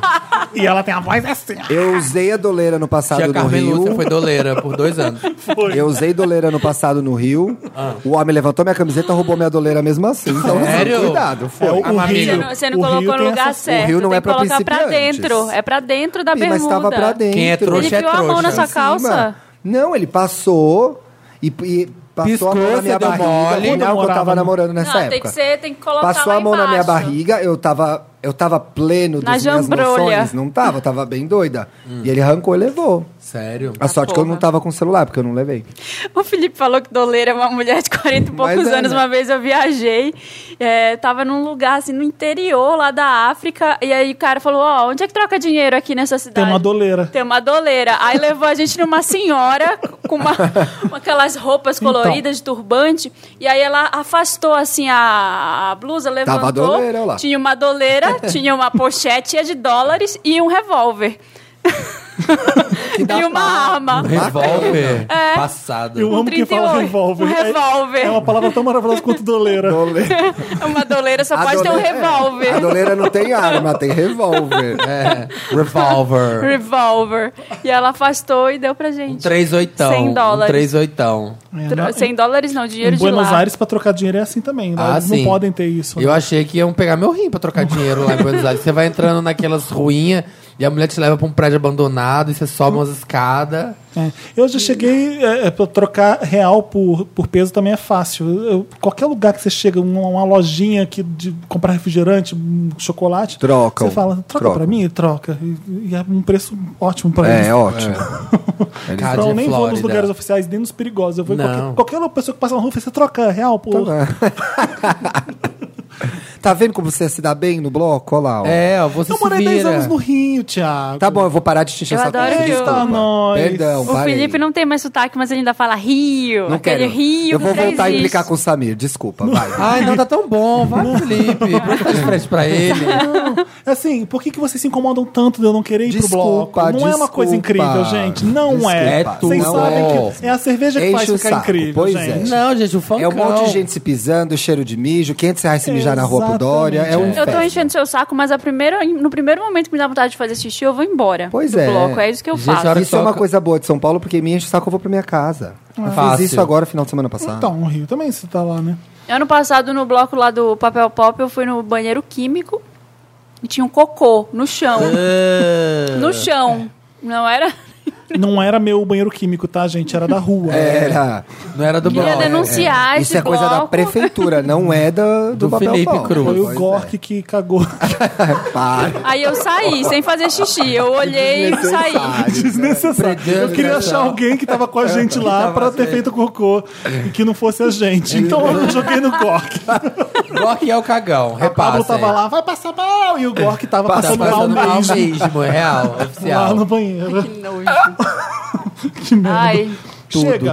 e ela tem a voz assim. ó. Eu usei a doleira no Tia passado no Carmen Rio. Lúcia foi doleira por dois anos. Foi. Eu usei doleira no passado no Rio. Ah. O homem levantou minha camiseta, roubou minha doleira mesmo assim. Então, assim, Sério? cuidado. Foi. É, o, o Uma amiga. Rio, Você não, você não o Rio colocou tem no lugar essas- certo. o Rio não tem é que pra colocar pra principiantes. dentro. É pra dentro da bermuda. Ah, Mas estava pra dentro. Ele Quem é trouxa é enfiou a mão trouxa. na sua Em cima. calça? Não, ele passou e, e passou Piscou, a mão na minha você deu barriga. mole. Não, que eu Namorava, tava né? namorando nessa Não, época. tem que ser, tem que colocar Passou lá a mão na minha embaixo. barriga, eu tava, eu tava pleno Na das minhas jambrolha. noções. Não tava, tava bem doida. Hum. E ele arrancou e levou. Sério? A sorte que eu porra. não tava com o celular, porque eu não levei. O Felipe falou que doleira é uma mulher de 40 e Mas poucos é, anos. né? Uma vez eu viajei, é, tava num lugar assim, no interior lá da África. E aí o cara falou: Ó, onde é que troca dinheiro aqui nessa cidade? Tem uma doleira. Tem uma doleira. Aí levou a gente numa senhora com uma, com aquelas roupas Então. coloridas de turbante. E aí ela afastou assim a, a blusa, levantou. Tava a doleira, olha lá. Tinha uma doleira, tinha uma pochete de dólares e um revólver. e uma arma. Revólver. É. Passado. Eu amo quem fala 38, revólver. um É- revólver. É, uma palavra tão maravilhosa quanto doleira. Uma doleira só pode ter um doleira- é, A revólver. doleira não tem arma, tem revólver. É. Revolver. Revólver. E ela afastou e deu pra Um gente. 3 oitão. 100 dólares. Um 3 oitão. É, Tro- na- 100 dólares não, dinheiro Em de Buenos lá. Aires, pra trocar dinheiro é assim também. né? Ah, Eles sim. não podem ter isso. né? Eu achei que iam pegar meu rim pra trocar dinheiro lá em Buenos Aires. Você vai entrando naquelas ruinhas, E a mulher te leva pra um prédio abandonado e você sobe umas escadas. É. Eu já cheguei. É, é, pra trocar real por, por peso também é fácil. Eu- qualquer lugar que você chega, uma, uma lojinha que de comprar refrigerante, um chocolate. Trocam. Você fala, troca Trocam. pra mim? E Troca. E, e é um preço ótimo pra É, eles. ótimo. Eles- Cara, Então, de eu nem vou nos Flórida. lugares oficiais, nem nos perigosos. Eu vou em Não. Então, qualquer, qualquer pessoa que passa na rua, você troca real por. Tá vendo como você se dá bem no bloco? Olha lá, ó. É, ó, você Então, Eu se morei 10 vira. anos no Rio, Thiago. Tá bom, eu vou parar de te encher Eu essa adoro que eu- Tá Eita, nós. Perdão, O parei. Felipe não tem mais sotaque, mas ele ainda fala Rio. Não aquele quero. Rio eu vou que já voltar a existe. implicar com o Samir, desculpa, vai. Ai, não, tá tão bom. Vai, Felipe. Por que tá de frente pra ele? Assim, por que, que vocês se incomodam tanto de eu não querer ir pro bloco? Desculpa, Não é uma desculpa. coisa incrível, gente. Não é. Desculpa. Vocês É tu, não sabem é. que é a cerveja que Enche faz o ficar saco, incrível, pois gente. é. Não, gente, o fã É um monte de gente se pisando, cheiro de mijo, 500 reais se mijar na rua pro Exatamente. Dória. É um Eu Eu tô inferno. enchendo seu saco, mas a primeira, no primeiro momento que me dá vontade de fazer xixi, eu vou embora. Pois do é. bloco. É isso que eu Gente, faço. a hora Isso é uma Toca. coisa boa de São Paulo, porque me enche o saco, eu vou pra minha casa. Eu Fácil. fiz isso agora, final de semana passada. Então, o Rio também você tá lá, né? Ano passado, no bloco lá do Papel Pop, eu fui no banheiro químico e tinha um cocô no chão. É. Ah. no chão. Não era? Não era meu banheiro químico, tá, gente? Era da rua. Era. Não era do Queria bloco. denunciar Ah, esse Isso é coisa bloco. da prefeitura, não é da, do, Do papel Felipe pau. Cruz. Foi o Pois Gork que cagou. é. Para. Aí eu saí, sem fazer xixi. Eu olhei e saí. Desnecessário. Eu queria achar alguém que tava É, com a gente lá pra assim. ter feito cocô e que não fosse a gente. Então eu não joguei no Gork. Bloco é o cagão. O Repassem. Pablo é. tava lá, vai passar mal. E o Gork tava Tá passando mal passando mal mesmo. mesmo, é real, Lá no oficial. banheiro. Que nojo. Ai. Chega.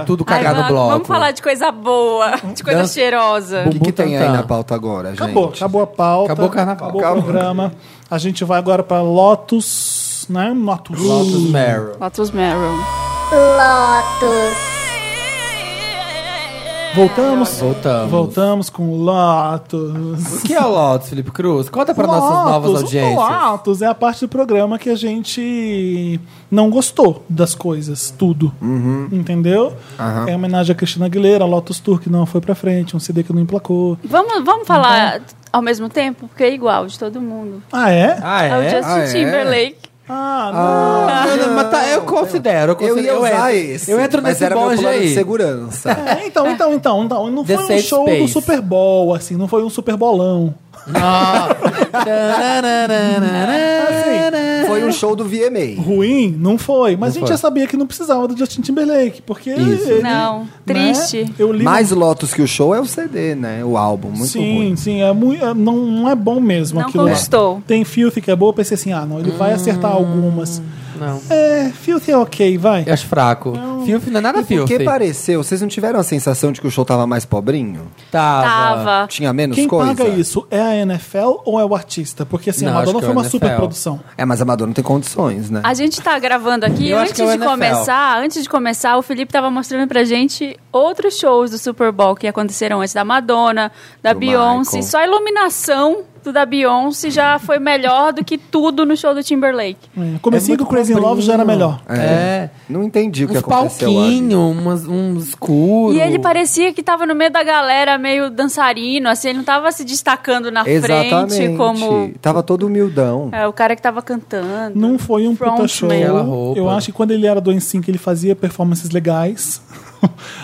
Ah, Tudo, tudo cagado Ai, vamos- bloco. Vamos falar de coisa boa, de coisa Dança- cheirosa. né? O que, que tem aí Butantan. na pauta agora, gente? Acabou, acabou a pauta. Acabou o carnaval. Acabou, Acabou. o programa. A gente vai agora pra Lotus, né? Lotus. Lotus Meryl. Lotus Meryl. Lotus, Voltamos. Voltamos. Voltamos com Lotus. O que é o Lotus, Felipe Cruz? Conta pra nossas novas Lotus, o audiências. Lotus é a parte do programa que a gente não gostou das coisas, tudo. Uhum. Entendeu? É em homenagem a Cristina Aguilera, Lotus Tour que não foi pra frente, um CD que não emplacou. Vamos, vamos falar ao mesmo tempo? Porque é igual de todo mundo. Ah, é? Ah, É, o é? Justin Ah, é? Timberlake. Ah, não. Ah, não, mas tá, eu considero, eu Eu considero. ia usar entro, esse. eu entro mas nesse era meu bonde plano de aí. segurança. É, então, então, então, então. Não The foi um Safe show do Space. Super Bowl, assim, não foi um Super Bolão. Assim, Foi um show do VMA. Ruim? Não foi. Mas a gente foi. já sabia que não precisava do Justin Timberlake, porque Isso. ele. Não, né, triste. eu li. Mais Lotus que o show é o CD, né? O álbum, muito sim, ruim. sim, é muito, não, não é bom mesmo Não aquilo lá. constou. Tem Filthy que é boa, eu pensei assim, ah, não, ele vai acertar Hum. algumas. Não. É, Filthy é ok, vai. Eu acho fraco. Filfe não é nada filfe. Porque pareceu, vocês não tiveram a sensação de que o show tava mais pobrinho? Tava. Tava. Tinha menos Quem coisa? paga isso? É a NFL ou é o artista? Porque assim, Não, a acho Madonna que foi é o uma NFL. super produção. É, mas a Madonna tem condições, né? A gente tá gravando aqui. Eu acho antes que é o de NFL. começar, antes de começar, o Felipe tava mostrando pra gente outros shows do Super Bowl que aconteceram antes da Madonna, da Do Beyoncé. Michael. Só a iluminação do da Beyoncé já foi melhor do que tudo no show do Timberlake. É, Comecinho É muito do Crazy in Love já era melhor. É. Não entendi o que Uns aconteceu ali. palquinhos, umas- uns escuros. E ele parecia que tava no meio da galera, meio dançarino, assim, ele não tava se destacando na Exatamente. frente como Tava todo humildão. é, o cara que tava cantando. Não foi um puta Frontman. show. Aquela roupa. Eu acho que quando ele era do NSYNC, ele fazia performances legais.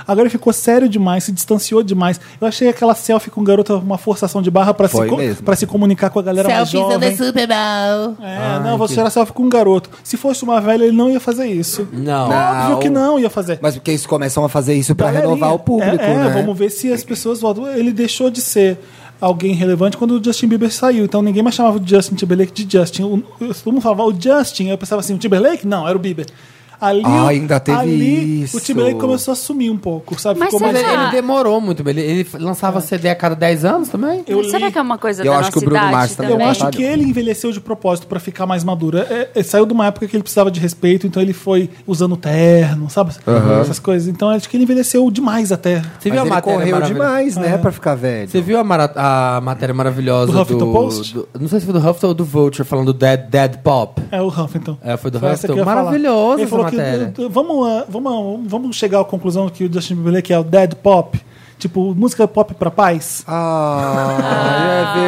Agora ele ficou sério demais, se distanciou demais. Eu achei aquela selfie com o garoto uma forçação de barra pra se, Foi co- mesmo. pra se comunicar com a É galera mais jovem. Super Bowl. É, não, vou tirar selfie com um garoto. Se fosse uma velha, ele não ia fazer isso. Não. Óbvio que não ia fazer. Mas porque eles começam a fazer isso pra Galerinha. renovar o público, é, é, né? vamos ver se as pessoas voltam. Ele deixou de ser alguém relevante quando o Justin Bieber saiu. Então ninguém mais chamava o Justin Timberlake de Justin. O- o- Todo mundo falava o Justin. Eu pensava assim, o Timberlake? Não, era o Bieber. Ali, Ah, o- ainda teve ali, isso. O Timberlake começou a sumir um pouco, sabe? Mas Ficou será mais... Mas ele, é. Ah. ele demorou muito. Ele, ele lançava CD a cada 10 anos também? Eu li- Será que é uma coisa Eu da acho que nossa o Bruno idade Mars também Eu também? Né? acho que ele envelheceu de propósito pra ficar mais maduro. É, é, saiu de uma época que ele precisava de respeito, então ele foi usando terno, sabe? Essas coisas. Então acho que ele envelheceu demais até. Você Mas viu a ele matéria correu maravilhosa? demais, É. né? Pra ficar velho. Você viu a, mara- a matéria maravilhosa Do do, Huffington Post? do- Não sei se foi do Huffington ou do Vulture falando do Dead, dead Pop. É o Huffington. É, foi do essa que eu ia Huffington. falar. Maravilhosa Ele essa falou que, matéria. eh, vamos, ah, vamos, vamos chegar à conclusão que o Justin Timberlake é o dead pop. Tipo, música pop pra paz. Ah, é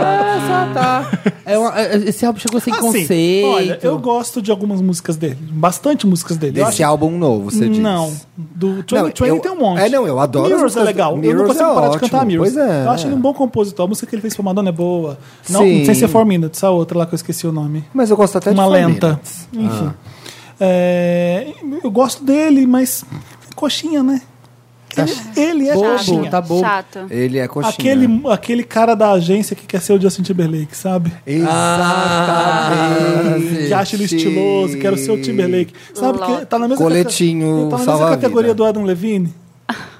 verdade. Ah, tá. É uma- é- esse álbum chegou sem Assim, conceito. Olha, eu gosto de algumas músicas dele. Bastante músicas dele. Eu Desse álbum novo, você diz. Não, do Não, 2020 eu- tem um monte. é, não, eu adoro as Mirrors é músicas- legal. eu não Mirrors consigo é parar de ótimo, cantar Mirrors. pois é, eu acho ele um é. bom compositor. A música que ele fez pra Madonna é boa. Não, Sim. sem ser Four Minutes, a outra lá que eu esqueci o nome. Mas eu gosto até Uma de Four lenta. Minutes. Enfim. É, eu gosto dele, mas é coxinha, né? Tá Ele, ele é Bobo, coxinha. tá bom. Chato. Ele é coxinha. Aquele, aquele cara da agência que quer ser o Justin Timberlake, sabe? Exatamente. que acha ele estiloso, quero ser o Timberlake. Sabe Lorde. que tá na mesma Coletinho cate- tá na mesma salva a categoria vida. do Adam Levine?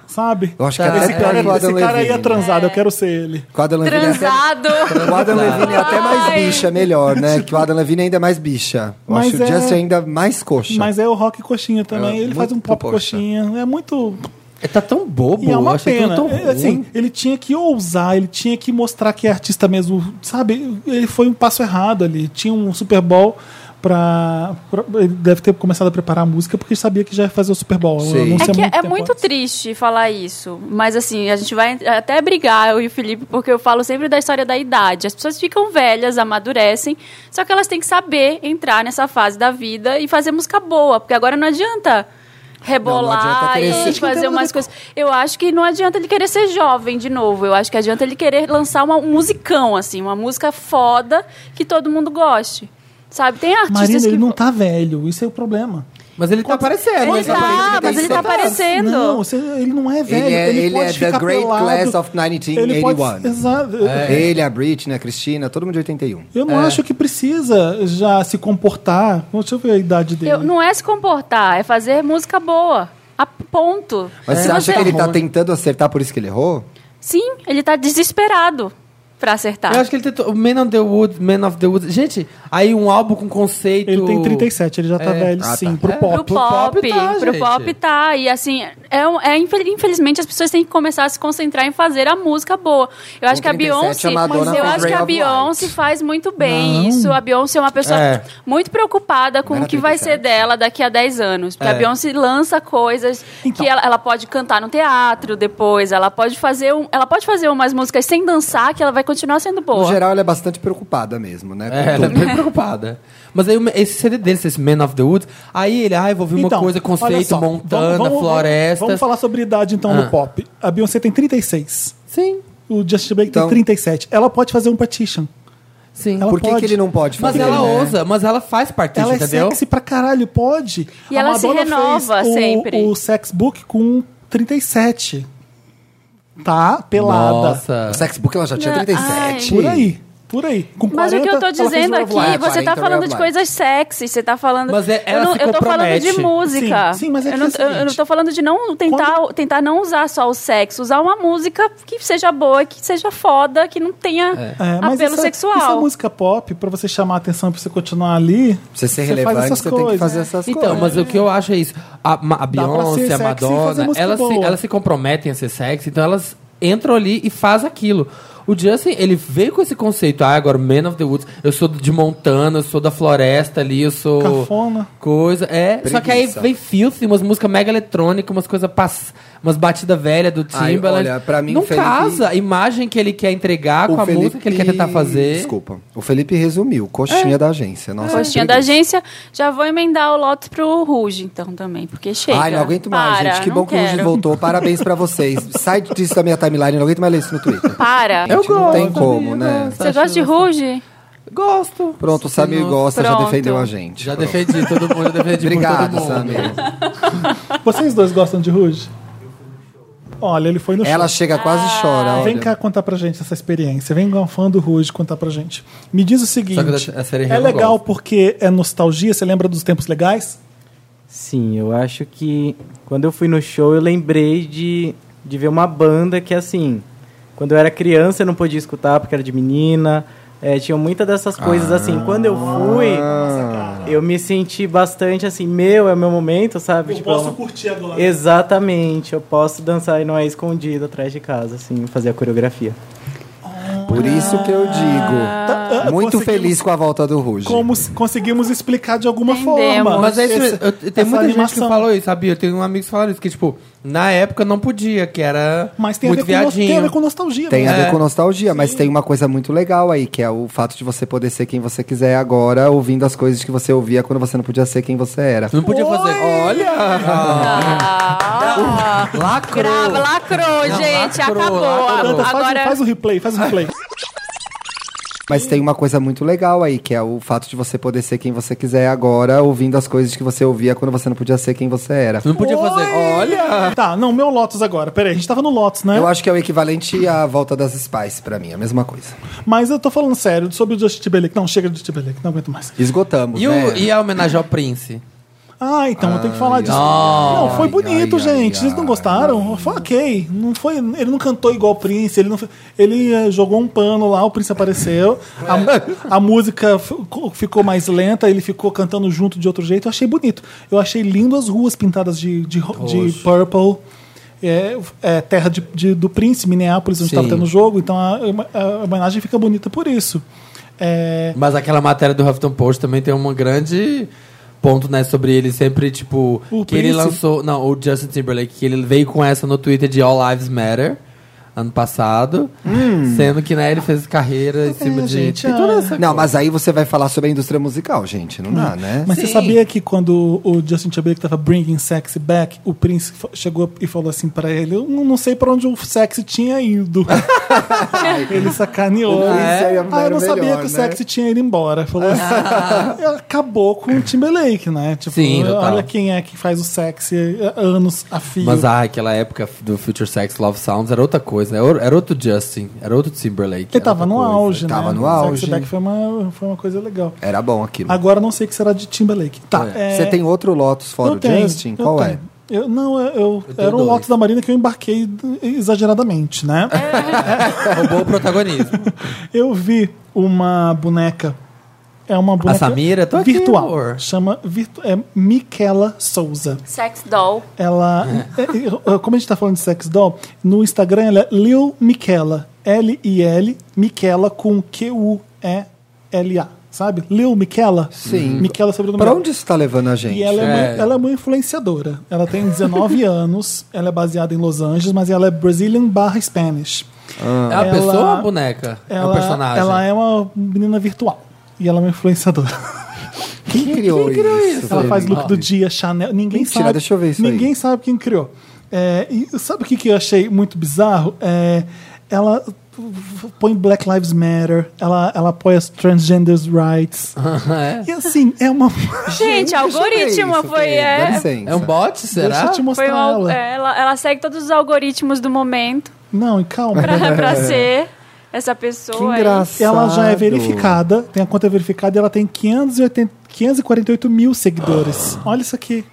Sabe? Eu acho que Tá. até Esse pior cara, que o esse Adam cara aí é Levine. transado, eu quero ser ele. Com o Adam Levine é até- Transado. O Adam Levine é até mais Ai. bicha, melhor, né? Que o Adam Levine ainda é mais bicha. Eu Mas acho é- o Justin ainda mais coxa. Mas é o rock coxinha também. É, ele faz um muito pop poxa. coxinha. É muito. É, Tá tão bobo, E é eu uma achei tudo pena. tão É, ruim. assim, ele tinha que ousar, ele tinha que mostrar que é artista mesmo. Sabe? Ele foi um passo errado ali. Tinha um Super Bowl. Pra, pra- ele deve ter começado a preparar a música porque sabia que já ia fazer o Super Bowl. Sim. Não É sei muito que é tempo muito antes. triste falar isso, mas assim, a gente vai até brigar, eu e o Felipe, porque eu falo sempre da história da idade. As pessoas ficam velhas, amadurecem, só que elas têm que saber entrar nessa fase da vida e fazer música boa, porque agora não adianta rebolar Não, não adianta querer e ser- fazer umas coisas. Eu acho que não adianta ele querer ser jovem de novo, eu acho que adianta ele querer lançar uma, um musicão, assim, uma música foda que todo mundo goste. Sabe, tem artistas Marina, que... ele não tá velho, isso é o problema. Mas ele tá aparecendo. É, Ele né? tá, ele mas ele tem tá 70 anos. aparecendo. Não, você- ele não é velho. Ele é, ele pode é ficar The Great pelado. Class of É. 1981. Ele pode, exato. É. Ele, a Britney, a Cristina, todo mundo de 81. Eu não acho que precisa já se comportar. Deixa eu ver a idade dele. Eu- não é se comportar, é fazer música boa. A ponto. Mas É. Se você acha que ele tá Arruma. tentando acertar por isso que ele errou? Sim, ele tá desesperado pra tá. acertar. Eu acho que ele tentou. Man of the Woods, Man of the Woods. Gente, aí um álbum com conceito. Ele tem 37, ele já tá É. velho, Ah, sim, tá. pro Pro pop. pop, pop tá, pro gente. pop tá. E assim, é, um- é infel- infelizmente as pessoas têm que começar a se concentrar em fazer a música boa. Eu acho que a 37, Beyoncé. a Madonna é eu fez acho que a Ray of Beyoncé Light. faz muito bem Não. isso. A Beyoncé é uma pessoa É. muito preocupada com Não o era que vai ser 37. dela daqui a 10 anos. Porque a Beyoncé lança coisas Então. que ela, ela pode cantar no teatro depois. Ela pode fazer um, ela pode fazer umas músicas sem dançar que ela vai continuar sendo boa. No geral, ela é bastante preocupada mesmo, né? É, ela é bem preocupada. Mas aí o- esse CD dele, esse Man of the Woods, aí ele, ah, eu vou ouvir uma coisa, Então, olha conceito, só, montana, floresta. Vamos falar sobre idade então Ah. no pop. A Beyoncé tem 36. Sim, O Justin Timberlake Então- tem 37. Ela pode fazer um partition. sim. Ela Por que, pode. que ele não pode Mas fazer, ela né? ousa, mas ela faz parte, Ela é entendeu? sexy pra caralho, pode. E ela se Madonna renova fez o- sempre. O sex book com 37. Tá pelada. Nossa. O Sexbook ela já tinha Não, 37. Por aí, por aí. Com Mas o que eu tô 40, ela fez dizendo Love aqui, Live. Live, você tá 40 falando Love de Live. coisas sexy, você tá falando. Mas é- ela eu não, se eu tô falando de compromete. música. Sim, sim, mas é eu, que não, é o eu- eu seguinte, não tô falando de não tentar, tentar não usar só o sexo, usar uma música que seja boa, que seja foda, que não tenha É, mas apelo isso é- sexual. Isso é música pop, pra você chamar a atenção, pra você continuar ali. Pra você ser faz relevante, essas você tem que coisas. fazer essas Então, coisas. mas o que eu acho é isso. A, Ma- a né? pra ser Beyoncé, a sexy e fazer Madonna, música elas se, boa. elas se comprometem a ser sexy, então elas entram ali e fazem aquilo. O Justin, ele veio com esse conceito, ah, agora Man of the Woods, eu sou de Montana, eu sou da floresta ali, eu sou... Cafona. Coisa, é. Só que aí Preguiça. vem filthy, umas músicas mega eletrônicas, umas coisas, pass... umas batidas velhas do Ai, Timbaland. olha, pra mim, Não o Felipe- casa a imagem que ele quer entregar tá com a música que ele quer tentar fazer. Desculpa. O Felipe resumiu. Coxinha da agência. Nossa, Coxinha que da preguiça. agência, já vou emendar o lote pro Ruge, então, também, porque chega. Ai, não aguento mais, Para, gente. Que não bom que o Ruge quero. voltou. Parabéns pra vocês. Sai disso da minha timeline. Não aguento mais ler isso no Twitter. Para. Gente, Não gosto, tem como, eu né? gosto. Você gosta de Ruge? Gosto. Pronto, o Samir Nossa. gosta, já Pronto. defendeu a gente. Já Pronto. defendi todo mundo, eu defendi por Obrigado, todo mundo. Samir. Vocês dois gostam de Ruge? Olha, ele foi no Ela show. chega quase e chora. olha. Vem cá contar pra gente essa experiência. Vem um fã do Ruge contar pra gente. Me diz o seguinte: Só que a série é Real eu legal gosto. porque é nostalgia? Você lembra dos tempos legais? Sim, eu acho que quando eu fui no show eu lembrei de, de ver uma banda que assim, quando eu era criança eu não podia escutar porque era de menina. É, tinha muita dessas coisas assim. Quando eu fui, eu me senti bastante assim, meu, é meu momento, sabe? Tipo, curtir agora. Exatamente, eu posso dançar e não é escondido atrás de casa, assim, fazer a coreografia. Por isso que eu digo. Tá, ah, Muito conseguimos- feliz com a volta do Ruge. Como s- conseguimos explicar de alguma Entendemos. forma. Mas é isso mesmo. Então, esse- Eu- Tem essa muita gente que animação. falou isso, sabia? Eu tenho um amigo que falou isso, que, tipo, na época não podia, que era Mas tem a, muito ver com, nos- tem a viadinho. ver com nostalgia. Tem né? a ver É. com nostalgia, mas tem uma coisa muito legal aí, que é o fato de você poder ser quem você quiser agora, ouvindo as coisas que você ouvia quando você não podia ser quem você era. Não podia fazer. Olha! Ah, Lacro! grava, lacrou, Não, gente, lacrou, acabou. lacrou. Tanta, faz, um- Agora, faz o replay, faz o replay. Mas tem uma coisa muito legal aí, que é o fato de você poder ser quem você quiser agora, ouvindo as coisas que você ouvia quando você não podia ser quem você era. Não podia fazer. Olha! tá, não, meu Lotus agora. Peraí, a gente tava no Lotus, né? Eu acho que é o equivalente à volta das Spice pra mim, a mesma coisa. Mas eu tô falando sério sobre o Justin Timberlake. Não, chega do Justin Timberlake, não aguento mais. Esgotamos, E, o- né? e a homenagem ao Prince? Ah, então eu tenho que falar disso. não, foi ai, bonito, ai, gente. ai, Vocês não gostaram? Foi ok. Não foi, ele não cantou igual o Prince. Ele, não foi- ele eh, jogou um pano lá, o Prince apareceu. A, a música ficou- ficou mais lenta, ele ficou cantando junto de outro jeito. Eu achei bonito. Eu achei lindo as ruas pintadas de, de, ro- de purple. É, é, terra de- de- do Prince, Minneapolis, onde Sim. estava tendo o jogo. Então a, a homenagem fica bonita por isso. É, Mas aquela matéria do Huffington Post também tem um grande ponto, né, sobre ele sempre, tipo, O que ele Prince. lançou, não, o Justin Timberlake, que ele veio com essa no Twitter de All Lives Matter ano passado, sendo que, né, ele fez carreira em cima de... Hum. Tá gente, tem toda ah. essa Não, mas aí você vai falar sobre a indústria musical, gente. Não Hum. dá, né? Mas você Sim. sabia que quando o Justin Timberlake tava bringing sexy back, o Prince fa- chegou e falou assim pra ele: Eu não sei pra onde o sexy tinha ido. ele sacaneou. O Prince é Ah, eu um mero não sabia melhor, que o né? sexy tinha ido embora. Falou assim. Acabou com o Timberlake, né? Tipo, Sim, total. olha quem é que faz o sexy há anos a fio. Mas ah, aquela época do Future Sex Love Sounds era outra coisa, né? Era- era outro Justin, era outro Timberlake. ele era tava outra no coisa. auge, né? Tava no O auge. Sexy back foi uma, foi uma coisa legal. Era bom aquilo. Agora eu não sei o que será de Timberlake. Tá. é- Você tem outro Lotus fora eu o tenho, Justin? eu Qual é? tenho. Eu, não, eu, eu- tenho era um dois. lote da Marina que eu embarquei d- exageradamente, né? É. Roubou o É um protagonismo. Eu vi uma boneca. É uma boneca Samira? Tô aqui, virtual. amor. chama virtu é Miquela Souza. sex doll. Ela. é, é, como a gente tá falando de sex doll, no Instagram ela é Lil Miquela. L-I-L, Miquela com Q-U-E-L-A. Sabe? Lil Miquela? Sim. Miquela sobre o nome Pra dela. onde isso tá levando a gente? E ela é, uma, É. ela é uma influenciadora. Ela tem 19 anos, ela é baseada em Los Angeles, mas ela é Brazilian barra Spanish. É uma Ah. Ela- pessoa ou uma boneca? é um Ela, personagem? ela é uma menina virtual. E ela é uma influenciadora. Quem criou, isso? ela faz look Felipe? do dia, Chanel. Ninguém Mentira, sabe. deixa eu ver isso aí. Ninguém sabe quem criou. É, e sabe o que, que eu achei muito bizarro? É, ela põe Black Lives Matter, ela, ela apoia os transgenders rights. é. E assim, é uma. Gente, Deixa eu ver algoritmo isso, foi. Felipe, dá É, licença. É um bot, Deixa será? eu te mostrar foi uma- ela. é, ela, ela segue todos os algoritmos do momento Não, e calma. pra, pra ser essa Que pessoa. aí. engraçado. Ela já é verificada, tem a conta verificada e ela tem 580, 548 mil seguidores. Olha isso aqui.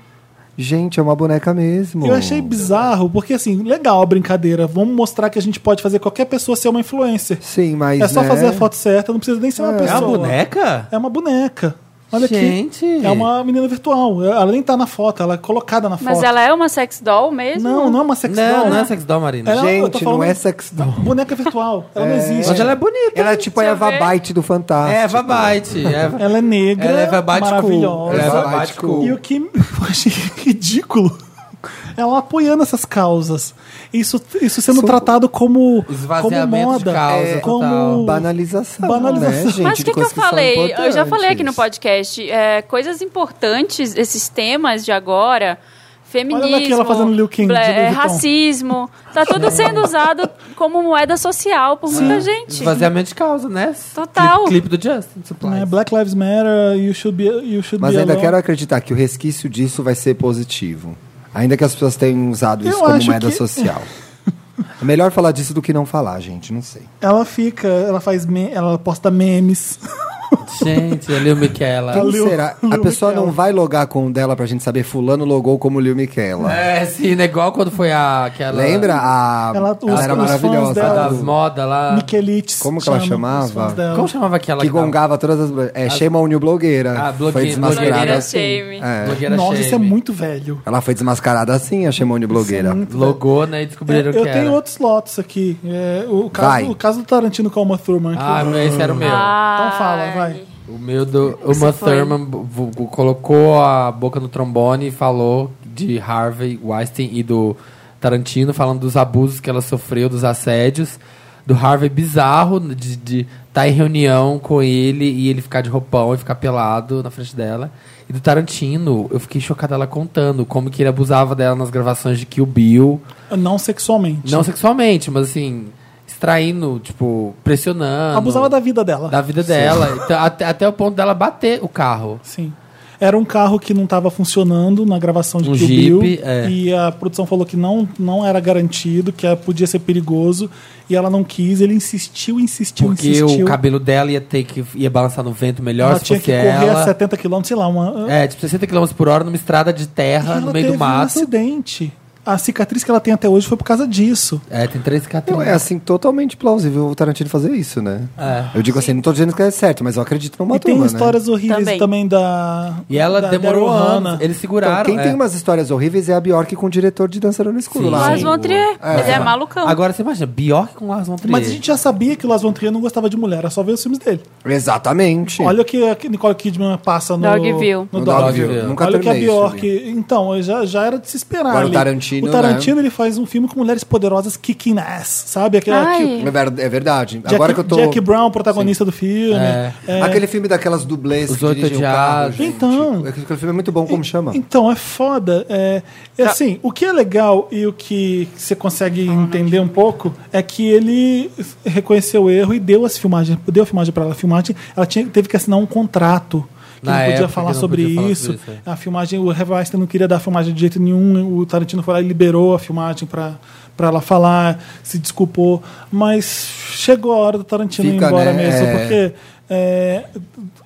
Gente, é uma boneca mesmo. Eu achei bizarro, porque assim, legal a brincadeira. Vamos mostrar que a gente pode fazer qualquer pessoa ser uma influencer. Sim, mas. é só né? fazer a foto certa, não precisa nem ser uma É pessoa. uma boneca? É uma boneca. Olha Gente. aqui. É uma menina virtual. Ela nem tá na foto, ela é colocada na Mas foto. ela é uma sex doll mesmo? Não, não é uma sex Não, doll. não é sex doll, Marina. Ela- eu tô Gente, falando- não é sex doll. Boneca virtual. Ela não existe. Mas ela é bonita. Ela é tipo a Deixa eu Eva ver. Byte do Fantástico. É, Eva Byte. Eva- Ela é negra, Ela é Eva Byte cool. maravilhosa. Ela é Eva Eva Byte Byte cool. E o que eu achei ridículo. é Ela apoiando essas causas. Isso, isso sendo Isso- tratado como, como Esvaziamento moda. de causa, é, total. como Banalização. Banalização. Né, gente, Mas de o que, que eu coisas são falei? Eu já falei aqui no importantes. podcast. é, coisas importantes, esses temas de agora. Feminismo, Olha lá que ela fazendo Liu Kang de bla- Louis é, Vuitton. racismo. Tá tudo sendo usado como moeda social por muita gente. Esvaziamento de causa, né? Total. Clipe, clipe do Justin Supplies. né, Black Lives Matter, you should be, you should Mas be ainda alone. quero acreditar que o resquício disso vai ser positivo. Ainda que as pessoas tenham usado isso Eu como acho moeda que- social. É Melhor falar disso do que não falar, gente. Não sei. Ela fica, ela faz, me- ela posta memes. Gente, ali o Miquela. Quem Lil- será? Lil a pessoa Miquela. não vai logar com o dela pra gente saber. Fulano logou como Lil Miquela. É, sim, né? Igual quando foi a, aquela... Lembra? A... Ela- Ela, os- os era fãs maravilhosa. A dela. a das do- modas lá. Miquelites. Como que ela chama os chamava? fãs dela. Ah, Como chamava aquela Que dava- gongava todas as. blo- É, Shame on You blogueira. Ah, blogueira- Foi blogueira desmascarada. shame. É. Blogueira Nossa, Shame. isso assim. é muito velho. Ela foi desmascarada assim, a Shame é on You blogueira. Logou, né? E descobriram eu que tenho era. outros lotes aqui. É, o, Vai. caso, o caso do Tarantino com a Uma Thurman. que Ah, eu- meu, esse era o meu. Então fala, vai. O meu do Uma foi? Thurman bu- bu- colocou a boca no trombone e falou de Harvey Weinstein e do Tarantino, falando dos abusos que ela sofreu, dos assédios. Do Harvey bizarro, de estar tá em reunião com ele e ele ficar de roupão e ficar pelado na frente dela. E do Tarantino, eu fiquei chocada ela contando como que ele abusava dela nas gravações de Kill Bill. Não sexualmente. Não sexualmente, mas assim, extraindo, tipo, pressionando. Abusava da vida dela. Da vida dela. Então, até, até o ponto dela bater o carro. Sim. Era um carro que não estava funcionando na gravação de Um Kill Jeep, Bill, é. e a produção falou que não, não era garantido, que eh, podia ser perigoso, e ela não quis, ele insistiu, insistiu, Porque insistiu. o cabelo dela ia ter que ia balançar no vento melhor ela se tinha fosse que correr ela. a 70 km, sei lá, uma É, tipo 60 km por hora numa estrada de terra ela no meio teve do um mato. acidente. A cicatriz que ela tem até hoje foi por causa disso. É, tem três Então, Não, cicatrizes. é assim, totalmente plausível o Tarantino fazer isso, né? É. Eu digo assim, não tô dizendo que é certo, mas eu acredito numa e tem turma, né? histórias horríveis também. Também. da E ela da demorou Daryl Hannah. anos. Eles Então, seguraram. quem é. tem umas histórias horríveis é a Bjork com o diretor de Dançando no Escuro Sim. lá. Lars von Trier, É. ele é malucão. Agora você imagina, Bjork com Lars von Trier. Mas a gente já sabia que o Lars von Trier não gostava de mulher, era só ver os filmes dele. Exatamente. Olha o que a Nicole Kidman passa no Dogville. No no Dogville. Dogville. Dogville. Nunca Olha o que a terminei isso, Bjork. né? Então, já, já era de se esperar. Agora o ali. Tarantino, né? O Tarantino ele faz um filme com mulheres poderosas kicking ass, sabe? Aquela Ai. que- É ver- É verdade. Jack, Agora que eu tô. Jack Brown, protagonista do filme. É. É. Aquele filme daquelas dublês Os que dirigem o carro. Oito Odiados. gente. Então. Aquele filme é muito bom, como chama? Então, é foda. É, é Tá. assim, o que é legal e o que você consegue entender um pouco é que ele reconheceu o erro e deu as filmagens, deu a filmagem para ela. A filmagem, ela tinha, teve que assinar um contrato. Que Na não podia época, falar que não sobre podia falar isso. sobre isso, é. A filmagem, o Harvey Weinstein não queria dar a filmagem de jeito nenhum. O Tarantino foi lá e liberou a filmagem para para ela falar, se desculpou. Mas chegou a hora do Tarantino ir Fica, embora né? mesmo, É. porque é,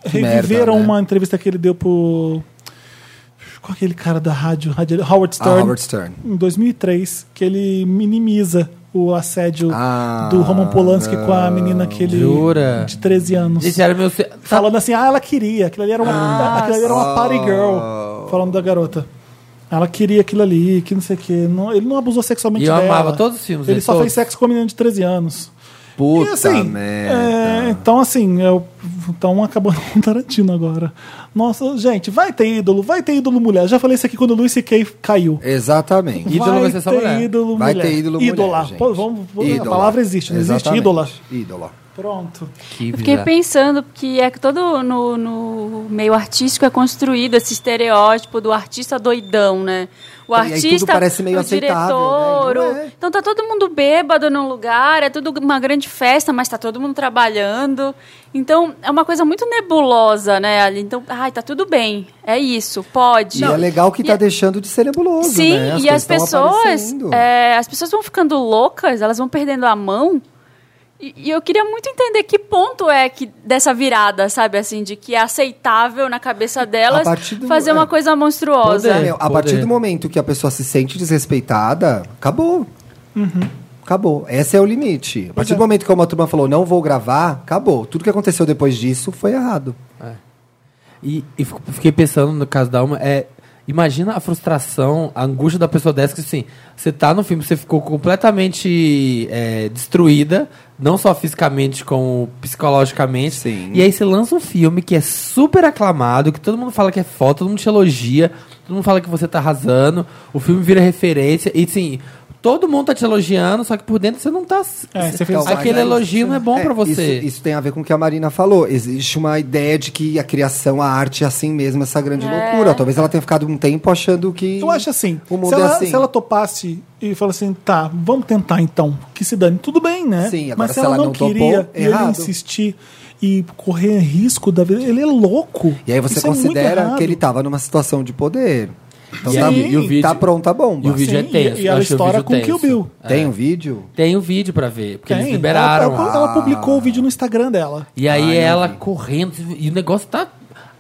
reviveram merda, né? uma entrevista que ele deu pro com aquele cara da rádio, rádio- Howard Ah, Stern, Howard Stern. em 2003, que ele minimiza o assédio Ah, do Roman Polanski com a menina que ele Jura? é- de 13 anos. Gente, era meu... se- Tá Falando assim, ah, ela queria, aquilo ali era uma, Ah, aquilo ali era uma party girl, falando da garota. Ela queria aquilo ali, que não sei o que. ele não abusou sexualmente E eu dela. amava todos os filmes, Ele gente, só todos. fez sexo com a menina de 13 anos. Puta E assim, merda. é, então assim, eu, então acabou no Tarantino agora. Nossa, gente, vai ter ídolo, vai ter ídolo mulher. Já falei isso aqui quando o Luis C.K. caiu. Exatamente. Ídolo vai vai ser só ter mulher. ídolo Vai mulher. ter ídolo ídola. mulher, gente. Pô, vamos, vamos- Ídola. A palavra existe, não existe Exatamente. ídola. Ídola. Pronto. Que Eu fiquei bizarro. pensando que é que todo no, no meio artístico é construído esse estereótipo do artista doidão, né? O E aí artista, tudo parece meio o aceitável, diretor, né? E não o- é. então tá todo mundo bêbado num lugar, é tudo uma grande festa, mas tá todo mundo trabalhando. Então é uma coisa muito nebulosa, né? Ali, então, ai, tá tudo bem, é isso, pode. E é legal que E tá é- deixando de ser nebuloso, Sim, né? e as coisas tão pessoas, aparecendo. é, as pessoas vão ficando loucas, elas vão perdendo a mão. E, e eu queria muito entender que ponto é que dessa virada, sabe, assim, de que é aceitável na cabeça delas A partir do- fazer é. uma coisa monstruosa. Poder. Meu, a partir Poder. do momento que a pessoa se sente desrespeitada, acabou. Uhum. Acabou. Esse é o limite. A partir do momento que uma turma falou, não vou gravar, acabou. Tudo que aconteceu depois disso foi errado. E, e fico- fiquei pensando no caso da Alma, é. Imagina a frustração, a angústia da pessoa dessa que assim, você tá no filme, você ficou completamente é, destruída, não só fisicamente como psicologicamente. Sim. E aí você lança um filme que é super aclamado, que todo mundo fala que é foda, todo mundo te elogia, todo mundo fala que você tá arrasando, o filme vira referência, e assim, todo mundo tá te elogiando, só que por dentro você não tá. É, você fez Então, aquele mas aí- elogio não é bom É, pra você. Isso, isso tem a ver com o que a Marina falou. Existe uma ideia de que a criação, a arte é assim mesmo, essa grande É. loucura. Talvez ela tenha ficado um tempo achando que. Eu acho assim, O mundo se é ela, assim. se ela topasse e falasse assim, tá, vamos tentar então, que se dane, tudo bem, né? Sim, agora Mas se se ela, ela não, não topou, queria e ele errado. insistir e correr risco da vida, ele é louco. E aí você Isso é muito considera errado. que ele tava numa situação de poder. Então E tá, aí- e o vídeo- tá pronta a bomba. e o vídeo é tenso, E, e eu ela achei o estoura vídeo com o Kill tenso. Bill. Tem um vídeo? Tem o vídeo pra ver, porque eles Tem. Tá, liberaram. Ela, ela- ela publicou o vídeo no Instagram dela. E aí Ai, ela não vi. correndo, e o negócio tá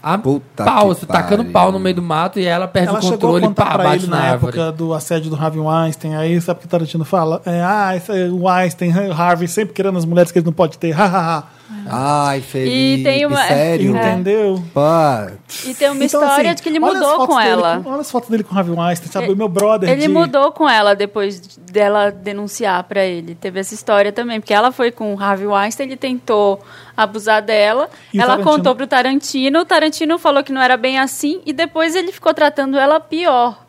a Puta pau, que assim, tacando pariu. pau no meio do mato e ela perde Ela o chegou a controle e contar pá, pra bate ele na na árvore. época do assédio do Harvey Weinstein. Aí sabe o que o Tarantino fala? É, ah, esse é o Weinstein, o Harvey sempre querendo as mulheres que ele não pode ter. Ha, ha, ha. Ai, Felipe, E tem uma- sério? Entendeu? Putz. E tem É. uma Então, história assim, de que ele olha as mudou fotos com dele ela. olha as fotos dele com o Harvey Weinstein, sabe? Ele- o meu brother. Ele de- mudou com ela depois dela denunciar pra ele. Teve essa história também, porque ela foi com o Harvey Weinstein, ele tentou abusar dela. E o ela Tarantino? contou pro Tarantino, o Tarantino falou que não era bem assim e depois ele ficou tratando ela pior.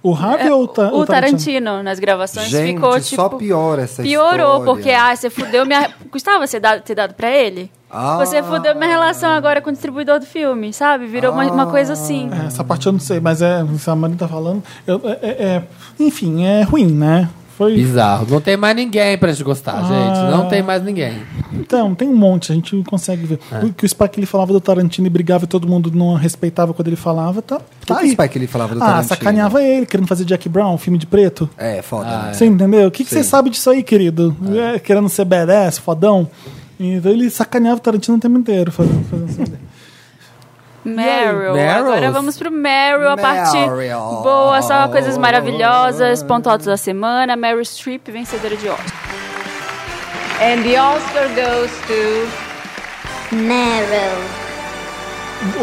O Harvey ou o, Ta- É, o Tarantino nas gravações Gente, ficou tipo só piora essa Piorou, história. porque, ah, você fudeu minha. Custava você dar- ter dado pra ele? Ah. Você fudeu minha relação agora com o distribuidor do filme, sabe? Virou uma, uma coisa assim. É, essa parte eu não sei, mas é. Se a Mari tá falando. eu- é- é- é- enfim, é ruim, né? Foi. Bizarro. Não tem mais ninguém pra gente Ah. gostar, gente. Não tem mais ninguém. Então, tem um monte, a gente não consegue ver. É. O que o Spike ele falava do Tarantino e brigava e todo mundo não respeitava quando ele falava, tá. que tá que aí. o Spike ele falava do Ah, Tarantino? sacaneava ele, querendo fazer Jack Brown, filme de preto. É, foda. Ah, né? Você entendeu? O que, que Sim. você sabe disso aí, querido? É, querendo ser badass, fodão? Então ele sacaneava o Tarantino o tempo inteiro. Fazendo, fazendo assim. Meryl. Meryl? Agora vamos pro Meryl, a parte Meryl. boa, só coisas maravilhosas, ponto alto da semana. Meryl Streep, vencedora de Oscar. And the Oscar goes to. Meryl.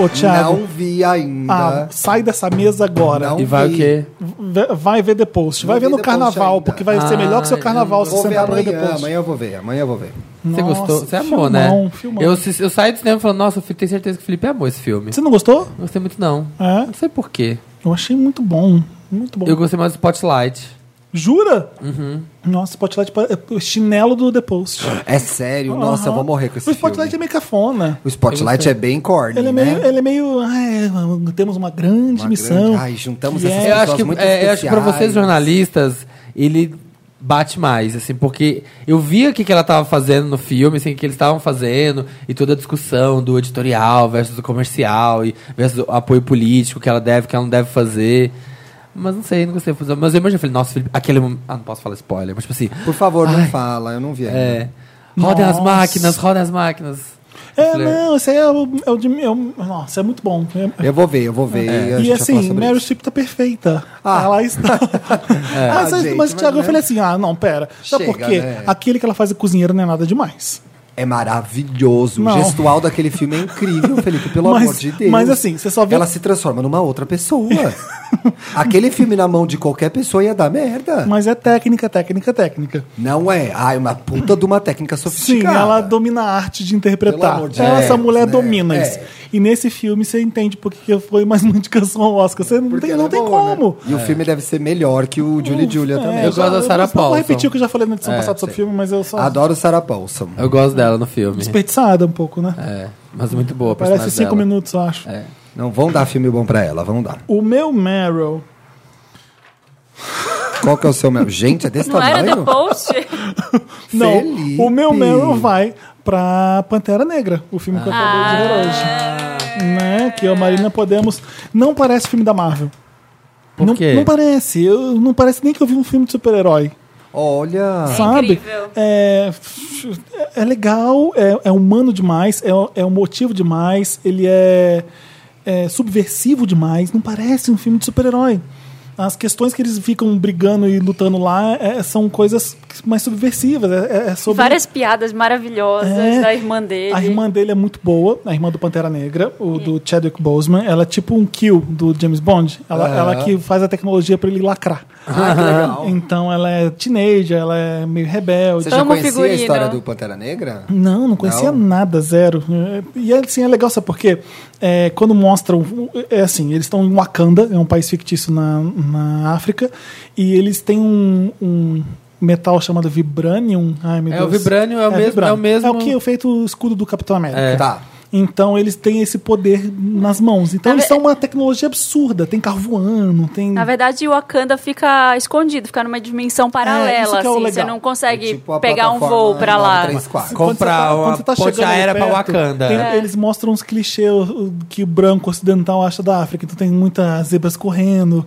Ô, Thiago, Não vi ainda. ah, sai dessa mesa agora. Não E vai o vi. quê? V- Vai ver The Post. Vai Vou ver ver no The Post carnaval, ainda. porque vai ser melhor que seu Ah, carnaval se Vou você ver entrar pra ver The amanhã, Post. amanhã eu vou ver, amanhã eu vou ver. Você Nossa, gostou? Você amou, filmão, né? filmão. Eu, se- eu saí do cinema falando, nossa, eu fi- tenho certeza que o Felipe amou esse filme. Você não gostou? Não gostei muito, não. É? Não sei porquê. Eu achei muito bom. Muito bom. Eu gostei mais do Spotlight. Jura? Uhum. Nossa, Spotlight pa- é o chinelo do The Post. É sério? Nossa, eu vou morrer com esse Ah. O Spotlight filme. é meio cafona. O Spotlight é bem corny, Ele é né? meio. Ele é meio ah, é, temos uma grande Uma missão. grande- Ai, juntamos E é- essas eu acho pessoas que, muito é, eu acho que pra vocês especiais. jornalistas, ele bate mais, assim, porque eu via o que, que ela tava fazendo no filme, assim, o que eles estavam fazendo, e toda a discussão do editorial versus o comercial, e versus o apoio político, que ela deve, que ela não deve fazer. Mas não sei, não gostei. Mas eu imagino, eu falei, nossa, Felipe, aquele momento... Ah, não posso falar spoiler, mas tipo assim... Por favor, não fala, eu não vi ainda. É, rodem as Nossa. máquinas, rodem as máquinas. Eu É, falei, não, esse aí é o. é o de- é o- nossa, é muito bom. É- Eu vou ver, eu vou ver. É. a gente E vai falar assim, sobre Meryl isso. Streep tá perfeita. Ah. Ela está. mas, Ah, gente, mas, mas, Thiago, né? eu falei assim: ah, não, pera. Só Chega, porque né? aquele que ela faz a cozinheira não é nada demais. É maravilhoso. Não. O gestual daquele filme é incrível, Felipe, pelo Mas- amor de Deus. mas assim, você só vê- Ela se transforma numa outra pessoa. Aquele filme na mão de qualquer pessoa ia dar merda. Mas é técnica, técnica, técnica. Não é. Ai, uma puta de uma técnica Sim, sofisticada. ela domina a arte de interpretar. Pelo amor de Ela, essa Deus, mulher né? domina É. isso. E nesse filme você entende por que que foi mais uma indicação ao Oscar. Você não Porque tem, ela não é tem boa, né? como. é. E o filme deve ser melhor que o Julie Julia também. Eu gosto da Sarah eu Vou Paulson. repetir o que eu já falei na edição passada sobre o filme, mas eu só. É, Adoro Sarah Paulson. Eu gosto dela no filme. Desperdiçada um pouco, né? É, mas muito boa a Parece personagem cinco dela. minutos, eu acho. É. Não vão dar filme bom pra ela, vão dar. O meu Meryl Qual que é o seu meu? Gente, é desse tá Não era The tamanho? Post? Não, Felipe. o meu Meryl vai pra Pantera Negra, o filme que eu acabei de Ah. ver hoje. Né? Que eu, Marina Podemos. Não parece filme da Marvel. Por não, quê? não parece. Eu, não parece nem que eu vi um filme de super-herói. Olha. sabe? incrível. É, é legal, é, é humano demais, é, é emotivo demais, ele é, é subversivo demais. Não parece um filme de super-herói. As questões que eles ficam brigando e lutando lá é, são coisas mais subversivas. É, é- é sobre Várias piadas maravilhosas É. da irmã dele. a irmã dele é muito boa, a irmã do Pantera Negra, o do Chadwick Boseman. Ela é tipo um kill do James Bond. Ela, ela que faz a tecnologia pra ele lacrar. Ah, que legal. Então ela é teenager, ela é meio rebelde. Você já Amo conhecia a figurino. história do Pantera Negra? Não, não conhecia Não? nada, zero. É, E assim, é legal, sabe por quê? É, quando mostram. É assim, eles estão em Wakanda, é um país fictício na, na África, e eles têm um. um metal chamado vibranium. Ai, meu É, Deus. o vibranium é o mesmo- é o mesmo- É o que é feito o escudo do Capitão América. É. Tá. Então eles têm esse poder nas mãos. Então Na eles ve- são uma tecnologia absurda. Tem carro voando, tem. Na verdade, o Wakanda fica escondido, fica numa dimensão paralela, isso que é o assim, você legal. não consegue É tipo a pegar um plataforma voo pra lá. 934. Quando você Comprar quando uma você tá ponte chegando aérea ali pra perto, Wakanda. tem- É. Eles mostram uns clichês uh, que o branco ocidental acha da África. Então tem muitas zebras correndo.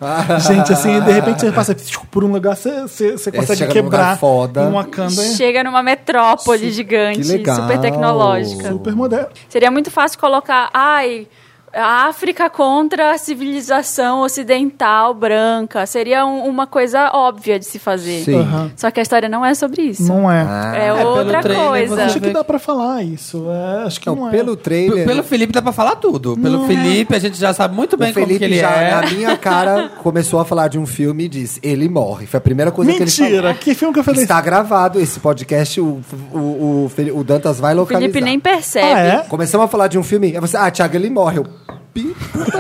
gente, assim, de repente você passa por um lugar, você, você- você consegue chega num lugar quebrar foda. em Wakanda. é Chega numa metrópole gigante, que legal. super tecnológica. Super moderno. Seria muito fácil colocar, ai, a África contra a civilização ocidental branca. Seria um- uma coisa óbvia de se fazer. Sim. Aham. Só que a história não é sobre isso. Não é. É pelo outra trailer coisa. você Acho que dá pra falar isso. é, acho que não, Não, é. pelo P- trailer. Pelo Felipe dá pra falar tudo. Pelo Felipe, a gente já sabe muito bem é. o como que Felipe ele já, é. na minha cara, começou a falar de um filme e disse: ele morre. Foi a primeira coisa que ele Mentira! falou. Que filme que eu falei? Está gravado esse podcast, o, o, o, Fel- o Dantas vai O localizar. Felipe nem Ah, percebe. é? Começamos a falar de um filme, aí você, ah, Thiago, ele morre. Eu, pi, puta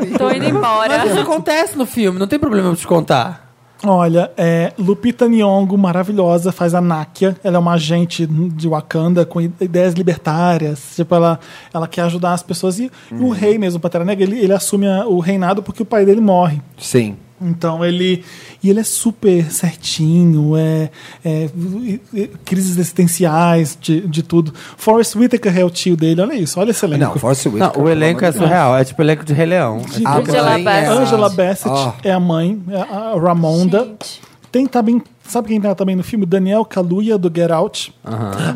que Tô pariu. indo embora. Mas isso acontece no filme, não tem problema eu te contar. Olha, é, Lupita Nyong'o, maravilhosa, faz a Nakia. Ela é uma agente de Wakanda com i- ideias libertárias. Tipo, ela, ela quer ajudar as pessoas. E o rei mesmo, Pantera Negra, ele, ele assume a- o reinado porque o pai dele morre. Sim. Então ele. E ele é super certinho, é, é, e- e- crises existenciais de, de tudo. Forrest Whitaker é o tio dele, olha isso, olha esse elenco. Não, Force Whitaker. Não, o pelo elenco é amor de Deus. surreal. É tipo o elenco de Rei Leão. Sim. A Angela mãe é Bassett. a- Angela Bassett Ó, é a mãe, é a a Ramonda. Gente. Tem também. Sabe quem tá também no filme? Daniel Kaluuya, do Get Out.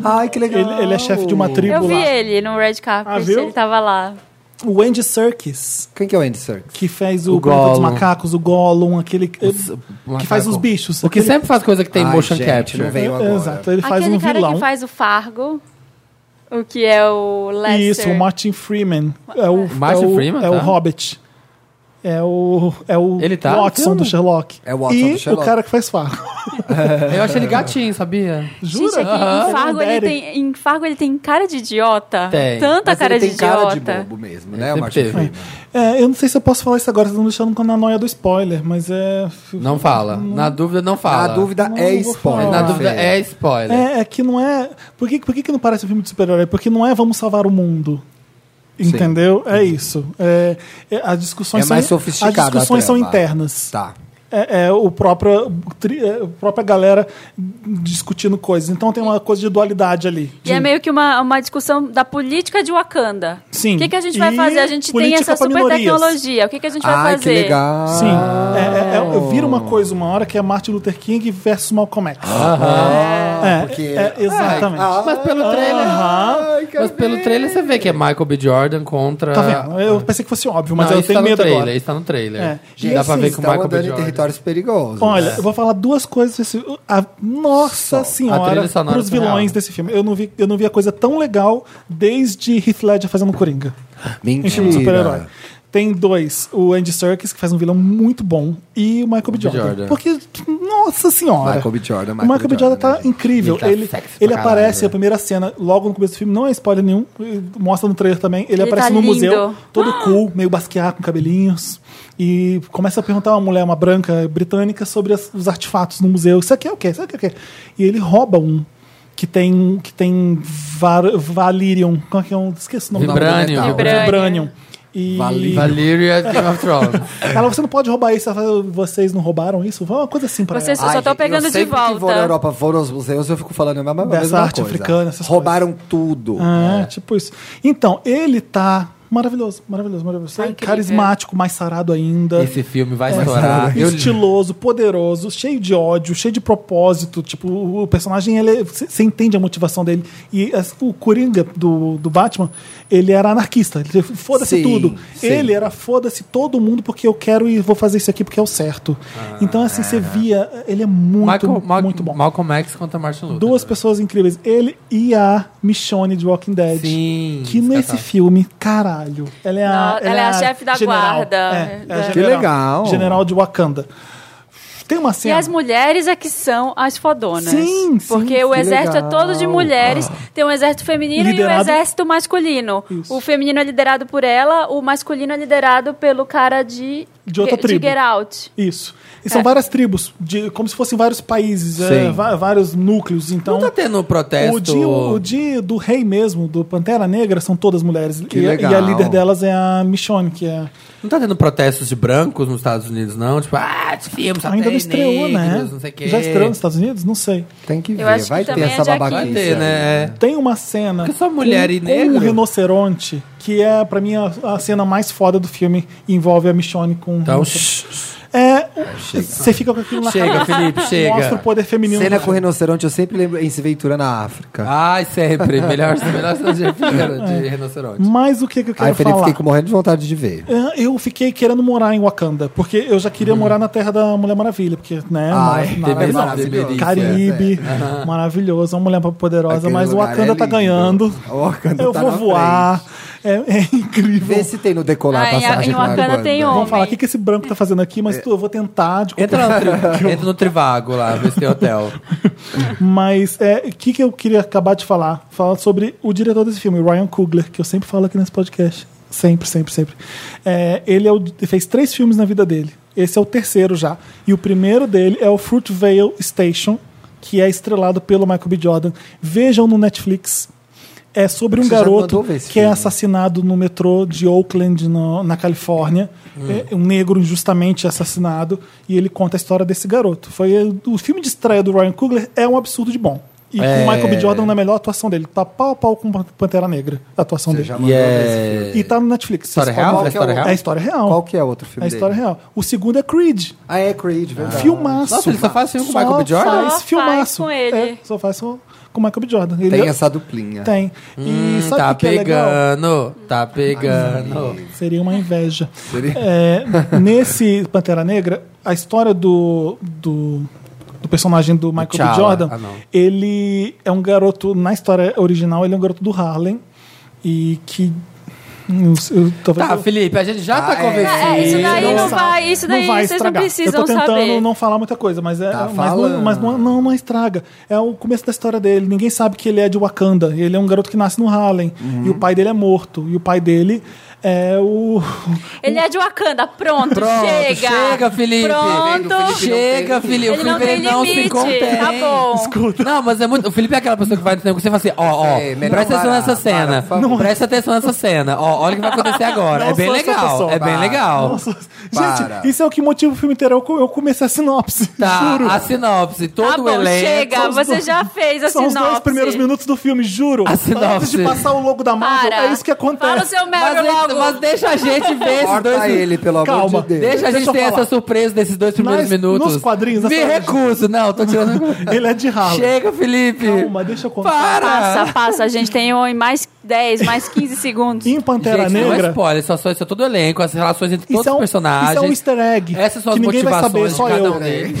Ai, que legal. Ele, ele é chefe de uma tribo Eu vi lá. ele no Red Carpet, Ah, viu? ele tava lá. O Andy Serkis, Quem que é o Andy Serkis? que fez o, O Planeta dos Gollum. Macacos, o Gollum, aquele. que macaco. faz os bichos. O que aquele- sempre faz coisa que tem Ai, motion gente, capture. né? não veio agora. Exato, ele faz Aquele um cara vilão. que faz o Fargo, o que é o Lester. Isso, o Martin Freeman. É o, Martin é o, Freeman, é tá? o Hobbit. É o, é o Ele tá no Watson filme? do Sherlock. É o Watson e do Sherlock. o cara que faz Fargo. Eu achei ele gatinho, sabia? Jura? Gente, é que em, Fargo ele tem, em Fargo ele tem cara de idiota. Tem. Tanta Mas cara, ele de tem cara de idiota. bobo mesmo, né, Sempre o Martin teve. Freeman? É, eu não sei se eu posso falar isso agora, vocês estão deixando com a noia do spoiler, mas é. Não fala. Na dúvida, não Na fala. dúvida Não, é não vou spoiler. falar. Na dúvida Fê. é spoiler. É, é que não é. Por que, por que, que não parece um filme de super-herói? Porque não é vamos salvar o mundo. Entendeu? É isso. É, é, as discussões Uhum. É mais são, sofisticada As discussões a são trama. internas. Tá. É, é o próprio, tri- é, a própria galera discutindo coisas. Então tem uma coisa de um dualidade ali. E é meio que uma, uma discussão da política de Wakanda. Sim. O que, que a gente vai E fazer? A gente tem política essa pra super minorias. tecnologia. O que, que a gente vai Ai, fazer? que legal. Sim. É, é, é- vira uma coisa uma hora que é Martin Luther King versus Malcolm X. É, Ah, porque- ah, é, exatamente. Mas pelo trailer. Ai, quero Mas pelo ver. trailer você vê que é Michael B. Jordan contra. Tá vendo? Eu pensei que fosse óbvio, mas Ah. Não, eu isso tá tenho no medo trailer, agora. Isso tá no trailer. É. Gente, Dá pra ver vocês com o Michael B. estão andando tá em Jordan. territórios perigosos. Olha, É. eu vou falar duas coisas. Desse, a- nossa Só. senhora, A trilha sonora tá pros vilões surreal. desse filme. Eu não, vi, eu não vi a coisa tão legal desde Heath Ledger fazendo Coringa. Em filme de Um super-herói. Mentira. Tem dois, o Andy Serkis, que faz um vilão muito bom, e o Michael B. Jordan. Jordan. Porque, nossa senhora. Michael B. Jordan, O Michael Michael B. Jordan tá né, gente? incrível. Ele tá Ele, sexy pra ele caralho, aparece, né? a primeira cena, logo no começo do filme, não é spoiler nenhum, mostra no trailer também. Ele, Ele aparece tá no lindo. museu, todo cool, meio basquear com cabelinhos. E começa a perguntar a uma mulher, uma branca britânica, sobre as- os artefatos no museu. Isso aqui é o quê? Isso aqui é o quê? E ele rouba um que tem que tem var, Valyrium. Como é que é? um- Esqueci o nome do Vibranium. Vibranium. metal. Vibranium. Vibranium. E Valyrium. Valyria Game of Thrones. ela, você não pode roubar isso. Ela fala, vocês não roubaram isso? Foi uma coisa assim pra Vocês- ela. Eu só tô gente, pegando eu de sempre que vou volta. na Europa, vou nos museus, eu fico falando a mesma, a Dessa mesma arte coisa. africana, essas Roubaram tudo. Ah, tipo isso. Então, ele tá maravilhoso, maravilhoso, maravilhoso. Tá incrível. Carismático, mais sarado ainda. Esse filme vai um estourar. Eu- Ah, Estiloso, poderoso, cheio de ódio, cheio de propósito. Tipo, o personagem, ele você entende a motivação dele. E as- o Coringa do, do Batman, ele era anarquista. Ele foda-se Sim, tudo. sim. Ele era foda-se todo mundo porque eu quero e vou fazer isso aqui porque é o certo. então, assim, você via, ele é muito, Ah. Michael, Ma- muito bom. Malcolm X contra Martin Luther. Duas pessoas incríveis. Ele e a Michonne de Walking Dead. Sim. Hum, Que nesse filme, caralho. Ela é a, Não, ela é a chefe da general. guarda. É, é a Que general. legal. General de Wakanda. Tem uma E cena. as mulheres é que são as fodonas. Sim, sim, Porque o que exército é legal. todo de mulheres. Tem um exército feminino e um Liderado- exército masculino. Isso. O feminino é liderado por ela, o masculino é liderado pelo cara de de outra de tribo. Get Out. Isso. E são É. várias tribos, de, como se fossem vários países, é, Sim. é va- vários núcleos. Então, Não tá tendo protesto. o dia, o dia do rei mesmo, do Pantera Negra, são todas mulheres. Que e, a- legal. e a líder delas é a Michonne, que é. Não tá tendo protestos de brancos nos Estados Unidos, não? Tipo, ah, esse filme só ainda tem não estreou, né? negros, Não sei o quê. Já estreou nos Estados Unidos? Não sei. Tem que ver, Eu acho que vai ter também é essa de aqui. babaquice. Vai ter, aí, né? Tem uma cena Porque só mulher com, e com negro? um rinoceronte, que é, pra mim, a, a cena mais foda do filme, envolve a Michonne com. Tá, Então, um shh, shh. É, você fica com aquilo na Chega, cabeça. Felipe, chega. Mostra o poder feminino. Cena do- com o rinoceronte, eu sempre lembro em Se Ventura na África. Ah, ai, sempre. Melhor, melhor cirurgia É. de rinoceronte. Mas o que, que eu quero Aí, Felipe, falar? fiquei com- morrendo de vontade de ver. É, Eu fiquei querendo morar em Wakanda, porque eu já queria morar na terra da Mulher Maravilha, porque, né? Uhum. Ai, mara- deve maravilhoso. ser maravilhoso. Caribe, maravilhoso, uma mulher poderosa, é, Aquele mas o lugar Wakanda é tá lindo. ganhando. O Wakanda eu tá vou na voar. É, é incrível. Vê se tem no decolar Ah, a em- passagem. em pra Wakanda Wakanda. tem um- Vão falar, o que, que esse branco tá fazendo aqui? É. Mas tu, eu vou tentar de Entra, lá no tri- entra no Trivago lá, ver se tem hotel. Mas é, o que, que eu queria acabar de falar? Falar sobre o diretor desse filme, Ryan Coogler, que eu sempre falo aqui nesse podcast. Sempre, sempre, sempre. É, ele é o- ele fez três filmes na vida dele. Esse é o terceiro já. E o primeiro dele é o Fruitvale Station, que é estrelado pelo Michael B. Jordan. Vejam no Netflix. É sobre um Você já garoto mandou ver esse que é filme. assassinado no metrô de Oakland, no- na Califórnia. É, um negro injustamente assassinado. E ele conta a história desse garoto. Foi é, O filme de estreia do Ryan Coogler é um absurdo de bom. E com É. o Michael B. Jordan na melhor atuação dele. Tá pau a pau com Pantera Negra, a atuação Você dele. já E mandou ver esse é... filme. E tá no Netflix. História Vocês real? podem- É história real? É história real. Qual que é outro filme É história dele? real. O segundo é Creed. Ah, é Creed, verdade. Filmaço. Nossa, ele só faz filme com o Michael B. Jordan? Faz Só faz filmaço. com ele. É, só faz com com o Michael B. Jordan. Ele Tem é- essa duplinha. Tem. e Hum, sabe tá o que, que é legal? pegando, tá pegando. Seria uma inveja. Seria- É, nesse Pantera Negra, a história do, do, do personagem do Michael B. T'Challa. Jordan, Ah, não. ele é um garoto, na história original, ele é um garoto do Harlem e que. Eu, eu, talvez Tá, eu- Felipe, a gente já Ah, tá é. convencido. É, isso daí não sa- vai, isso daí vai vocês não estragar. precisam Eu tô tentando saber. não falar muita coisa, mas é, Tá mas, não, falando. mas não, não, não estraga. É o começo da história dele. Ninguém sabe que ele é de Wakanda. Ele é um garoto que nasce no Harlem Uhum. e o pai dele é morto e o pai dele é o Ele é de Wakanda, pronto, Pronto, chega. chega, Felipe. Pronto. Chega, Felipe. O Ele não Felipe tem ele não se limite. contém. Tá bom. Não, mas é muito. O Felipe é aquela pessoa que vai no cinema com você e fala assim: ó, ó, É, melhor presta atenção parar, nessa cena. para, por favor. Não. Presta atenção nessa cena. Ó, olha o que vai acontecer agora. Não é bem sou essa legal. pessoa. É bem Para. legal. Nossa, Para. gente, isso é o que motiva o filme inteiro. Eu co- Eu comecei a sinopse. Tá, juro. a sinopse, todo Tá o bom, elenco. chega, São os você dois- já fez a São os dois sinopse. primeiros minutos do filme, juro. A sinopse. Antes de passar o logo da Marvel, Para. é isso que acontece. Fala o seu Mas, Meryl ele- logo. mas deixa a gente ver esses dois. Corta ele, pelo Calma. amor de Deus. Deixa a Deixa gente eu ter falar. essa surpresa desses dois primeiros Nas- minutos. nos quadrinhos, Me essa- recuso, não, tô tirando. Ele é de Harlem. Chega, Felipe. Calma, deixa eu contar. Para. Passa, passa, gente tem um em mais 10, mais 15 segundos. Em Pantera Gente, não é Negra. spoiler, só, só, isso é todo o elenco, as relações entre todos Isso é um- os personagens. isso é um easter egg Essas são que as ninguém vai motivações saber, de só cada eu. um deles.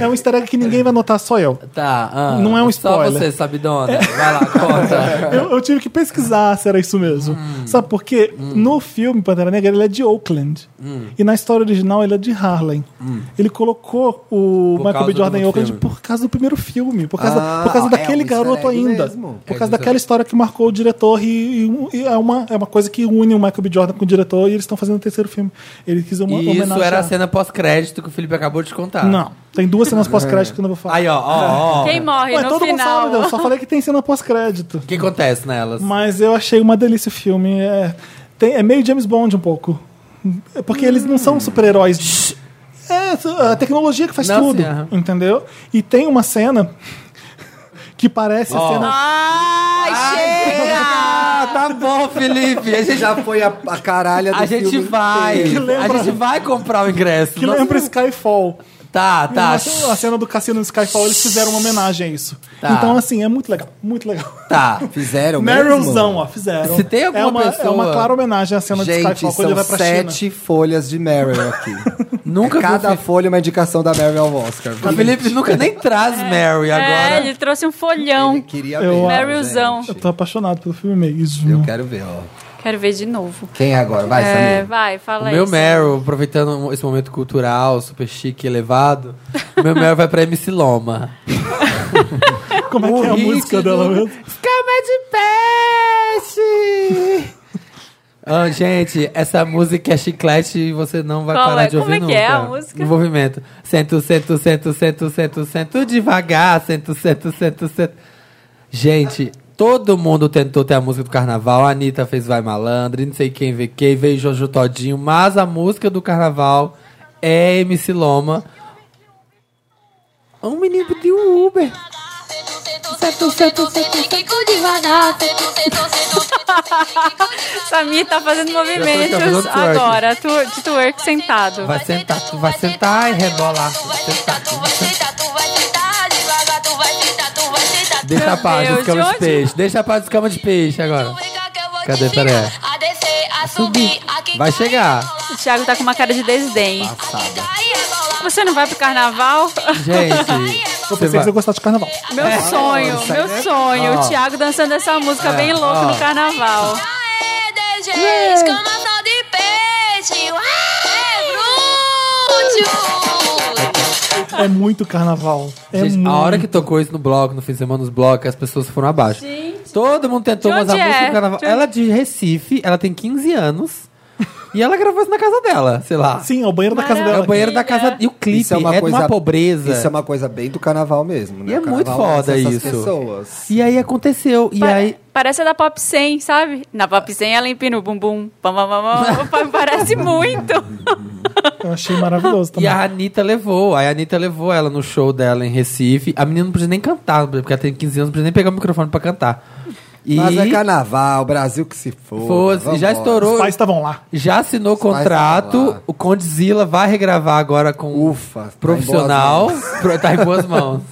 É um easter egg que ninguém vai notar, só eu. Tá, ah, Não é um Só spoiler. É. você, sabidona. Vai lá, conta. Eu, eu tive que pesquisar se era isso mesmo. Hum. Sabe por quê? No filme Pantera Negra, ele é de Oakland. Hum. E na história original, ele é de Harlem. Ele colocou o Por Michael causa B. do Jordan em outro Oakland filme. por causa do primeiro filme. Por causa, Ah, por causa é daquele um garoto easter egg ainda. mesmo. Por É causa um easter daquela história que marcou o diretor e, e- e é, uma, é uma coisa que une o Michael B. Jordan com o diretor e eles estão fazendo o terceiro filme. Ele quis uma E homenagem. isso era a cena pós-crédito que o Felipe acabou de contar. Não. Tem duas cenas pós-crédito que eu não vou falar. Aí, ó, ó, ó. Quem morre Ué, no todo final? mundo sabe, eu só falei que tem cena pós-crédito. O que acontece nelas? Mas eu achei uma delícia o filme. É, tem- é meio James Bond um pouco. É Porque eles não Hum. são super-heróis. É a tecnologia que faz Não, tudo. sim, aham. Entendeu? E tem uma cena que parece a Ó. cena. Ai, chega! Ah, tá bom, Felipe. A gente, Já foi a, a caralha do a gente filme vai. inteiro. A gente vai comprar o ingresso. Que Nossa, lembra Skyfall. Tá, tá. A cena- A cena do cassino no Skyfall, eles fizeram uma homenagem a isso. Tá. Então, assim, é muito legal. Muito legal. Tá. Fizeram Merylzão, mesmo? ó, fizeram. Se tem alguma é uma, É pessoa- uma clara homenagem à cena do Gente, Skyfall quando ele são vai pra China. um sete folhas de Meryl aqui. Nunca vi Cada o Felipe. folha é uma indicação da Meryl ao Oscar. O Felipe nunca nem traz Mary É, agora. ele trouxe um folhão. Queria Eu- ver. Merylzão. Eu tô apaixonado pelo filme mesmo. Eu quero ver, ó. Quero ver de Tá novo. Quem é agora? Vai, É, Samir. vai, O fala aí. meu Meryl, aproveitando esse momento cultural, super chique e elevado, o meu Meryl vai pra MC Loma. Como é que é a música dela mesmo? Escama de peixe! Ah, gente, essa música é chiclete e você não vai Qual parar é? de ouvir Como nunca. é que é a música? No movimento. Sento, sento, sento, sento, sento, sento devagar, sento, sento, sento, sento. Gente, todo mundo tentou ter a música do carnaval. A Anitta fez Vai Malandro, e não sei quem vê quem, veio Jojo Todinho, mas a música do carnaval é MC Loma. Um menino de Uber. Samir tá fazendo Já tô movimentos fazendo twerk. agora, tu, de twerk sentado. Vai sentar, tu vai sentar e rebolar. Tu vai sentar, tu vai sentar. Deixa a Meu paz, Deus, escama de de, onde? peixe. Deixa a paz, escama de peixe agora. Cadê? Pera aí. A descer, a subir, aqui Vai chegar. O Thiago tá com uma cara de desdém. Passada. Você não vai pro carnaval? Gente, Eu você pensei que vai... você gostava de carnaval. Meu É. sonho, meu né? sonho. O Thiago dançando essa música bem louco no carnaval. é DG, escama sal de peixe, ué, é glúteo. É muito carnaval. É Gente, muito. a hora que tocou isso no bloco, no fim de semana, nos blocos, as pessoas foram abaixo. Todo mundo tentou, De mas a onde música é? do carnaval. De onde- Ela é de Recife, ela tem 15 anos. e ela gravou isso na casa dela, sei lá. Sim, é o banheiro da casa É dela. o banheiro da casa. E o clipe é, de uma pobreza. Isso é uma coisa bem do carnaval mesmo, né? E é O carnaval muito foda lança isso. Essas pessoas. E aí aconteceu. E Pa- aí. Parece a da Pop 100, sabe? Na Pop 100 ela empina o bumbum. Pam, pam, pam, pam. Parece muito. Eu achei maravilhoso E também. a Anitta levou. Aí a Anitta levou ela no show dela em Recife. A menina não podia nem cantar, porque ela tem 15 anos, não podia nem pegar o microfone pra cantar. E Mas é carnaval, Brasil que se for. fosse, já estourou. Os pais estavam lá. Já assinou o pais vão contrato. lá. O Condzilla vai regravar agora com Ufa, tá em profissional. boas Pro- Tá em boas mãos.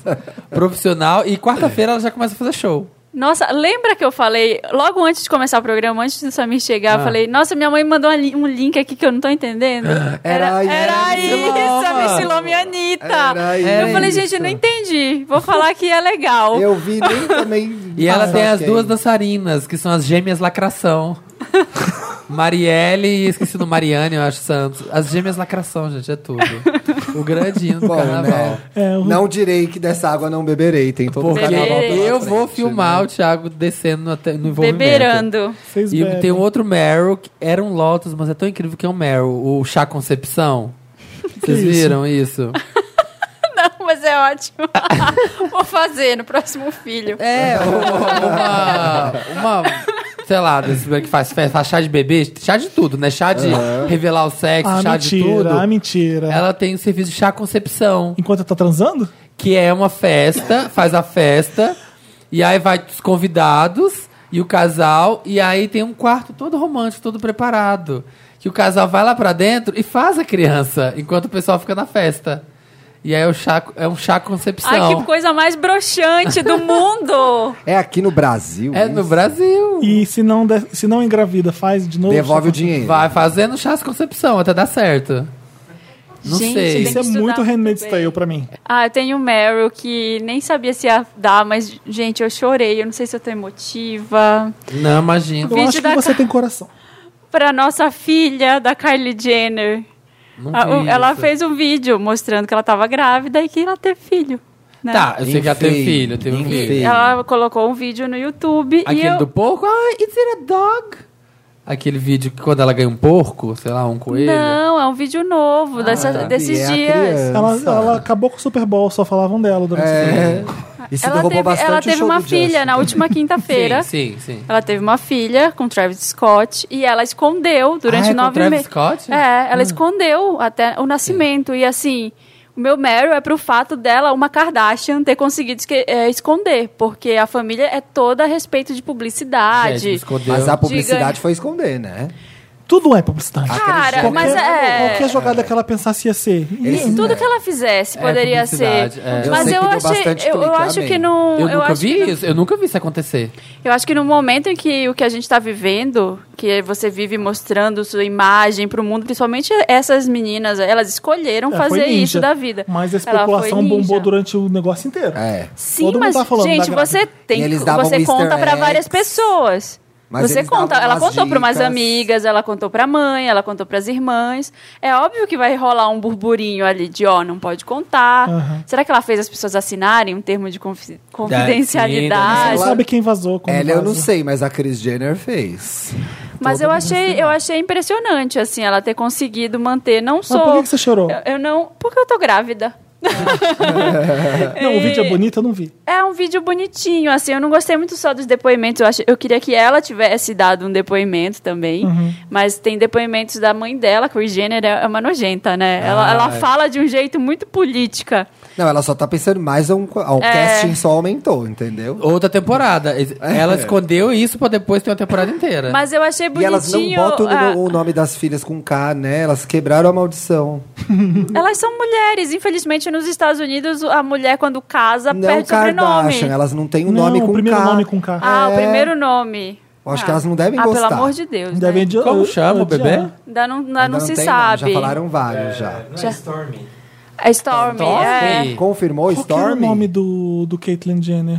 profissional. E quarta-feira ela já começa a fazer show. Nossa, lembra que eu falei, logo antes de começar o programa, antes do Samir Ah. chegar, eu falei, nossa, minha mãe mandou uma li- um link aqui que eu não tô entendendo. Ah, Era- né? era, era isso, Siloma. a Miss Siloma e a Anitta. Era Tá. é eu isso. falei, gente, eu não entendi. Vou falar que é legal. Eu vi nem também. E ela Ah, tem as ok. duas dançarinas, que são as gêmeas Lacração. Marielle e esqueci do Mariane, eu acho, Santos. As gêmeas Lacração, gente, é tudo. O grande hino do Bom, carnaval. É, né? Não direi que dessa água não beberei. Tem todo Porque o carnaval pela eu frente, vou filmar o Né? Thiago descendo no, ate- no envolvimento. Beberando. Vocês E bebem. tem um outro Meryl, que era um Lotus, mas é tão incrível que é um Meryl, o Chá Concepção. Vocês isso? viram isso? Não, mas é ótimo. Vou fazer no próximo filho. É, uma, uma. Sei lá, desse que faz, fe- faz chá de bebê, chá de tudo, né? Chá de revelar o sexo, Ah, chá de tudo. mentira. Ah, mentira. Ela tem o serviço de chá concepção, Enquanto tá transando? que é uma festa, faz a festa, e aí vai os convidados e o casal, e aí tem um quarto todo romântico, todo preparado. Que o casal vai lá pra dentro e faz a criança, enquanto o pessoal fica na festa. E aí é, o chá, é um chá concepção. Ai, que coisa mais broxante do mundo. É aqui no Brasil. É no Brasil. E se não, der- se não engravida, faz de novo? é Devolve o dinheiro. Vai fazendo chás concepção até dar certo. Não Gente, sei. tem Isso é que estudar muito muito Handmaid's bem. Tale pra mim. Ah, eu tenho um Meryl que nem sabia se ia dar, mas, gente, eu chorei. Eu não sei se eu tô emotiva. Não, imagina. Eu Vídeo acho da que você tem coração. Pra nossa filha, da Kylie Jenner. Não Ah, o- vi ela isso. fez um vídeo mostrando que ela tava grávida e que ela teve filho. né? Tá, eu sei que ela teve Enfim, filho, teve um enfim. filho. Ela colocou um vídeo no YouTube e Aquele eu... do porco? Ah, it's it a dog? Aquele vídeo que quando ela ganha um porco, sei lá, um coelho. Ah, tá. Não, é um vídeo novo dessa- E desses é a dias. criança. Ela, ela acabou com o Super Bowl, só falavam dela durante o Super É. Bowl. Isso Ela derrubou teve, bastante ela o teve show uma do filha Justin. na última quinta-feira. Sim, sim, sim. Ela teve uma filha com Travis Scott e ela escondeu durante Ah, é com nove Travis meses. Scott? É, ela escondeu até o nascimento. E assim, o meu Meryl é pro fato dela, uma Kardashian, ter conseguido esque- eh, esconder. Porque a família é toda a respeito de publicidade. Gente, escondeu. Mas a Diga- publicidade foi esconder, né? Tudo é publicidade. Cara, mas é. Qualquer jogada que ela pensasse ia ser. É, Eles- Tudo que ela fizesse É poderia ser. publicidade, é. Eu Mas sei eu, que deu achei. bastante Eu, eu clique, acho amém. que não. Eu, nunca acho vi que não- isso, eu nunca vi isso acontecer. Eu acho que no momento em que o que a gente está vivendo, que você vive mostrando sua imagem para o mundo, principalmente essas meninas, elas escolheram Ela foi fazer ninja, isso da vida. Mas a Ela foi especulação bombou ninja. durante o negócio inteiro. É. Sim, Todo mundo mas tá falando gente, da você E tem, eles davam você Mr. conta para X, várias pessoas. mas Você eles conta, davam ela umas contou para umas dicas. amigas, ela contou para a mãe, ela contou para as irmãs. É óbvio que vai rolar um burburinho ali de, ó, não pode contar. Aham. Será que ela fez as pessoas assinarem um termo de confi- confidencialidade? Você Ela- sabe quem vazou. como Ela eu não vaza. sei, mas a Kris Jenner fez. Mas eu achei, eu achei impressionante, assim, ela ter conseguido manter. Não assim. Mas sou. por que, que você chorou? eu, eu não. Porque eu tô grávida. Não, o vídeo é bonito, eu não vi. É um vídeo bonitinho, assim. Eu não gostei muito só dos depoimentos. Eu, acho, eu queria que ela tivesse dado um depoimento também. Uhum. Mas tem depoimentos da mãe dela, que o Jenner é é uma nojenta, né? ela Ah, ela é. fala de um jeito muito política. Não, ela só tá pensando mais, a um, a É. um casting só aumentou, entendeu? Outra temporada. Ex- Ela escondeu isso pra depois ter uma temporada inteira. Mas eu achei E bonitinho. elas não botam ah, o nome das filhas com K, né? Elas quebraram a maldição. Elas são mulheres. Infelizmente, nos Estados Unidos, a mulher, quando casa, Não perde o Tá sobrenome. Kardashian, elas não têm o Não, um nome o com primeiro K. nome com K. Ah, o É. primeiro nome. Eu acho Ah. que elas não devem ah, gostar. pelo amor de Deus. né? Devem adi- Como chama o adiar. bebê? Ainda não, ainda Ainda não se tem nome, sabe. Já falaram vários, já. Já- É Stormy. Stormy. É. Confirmou Qual que era o Storm? nome do, do Caitlyn Jenner?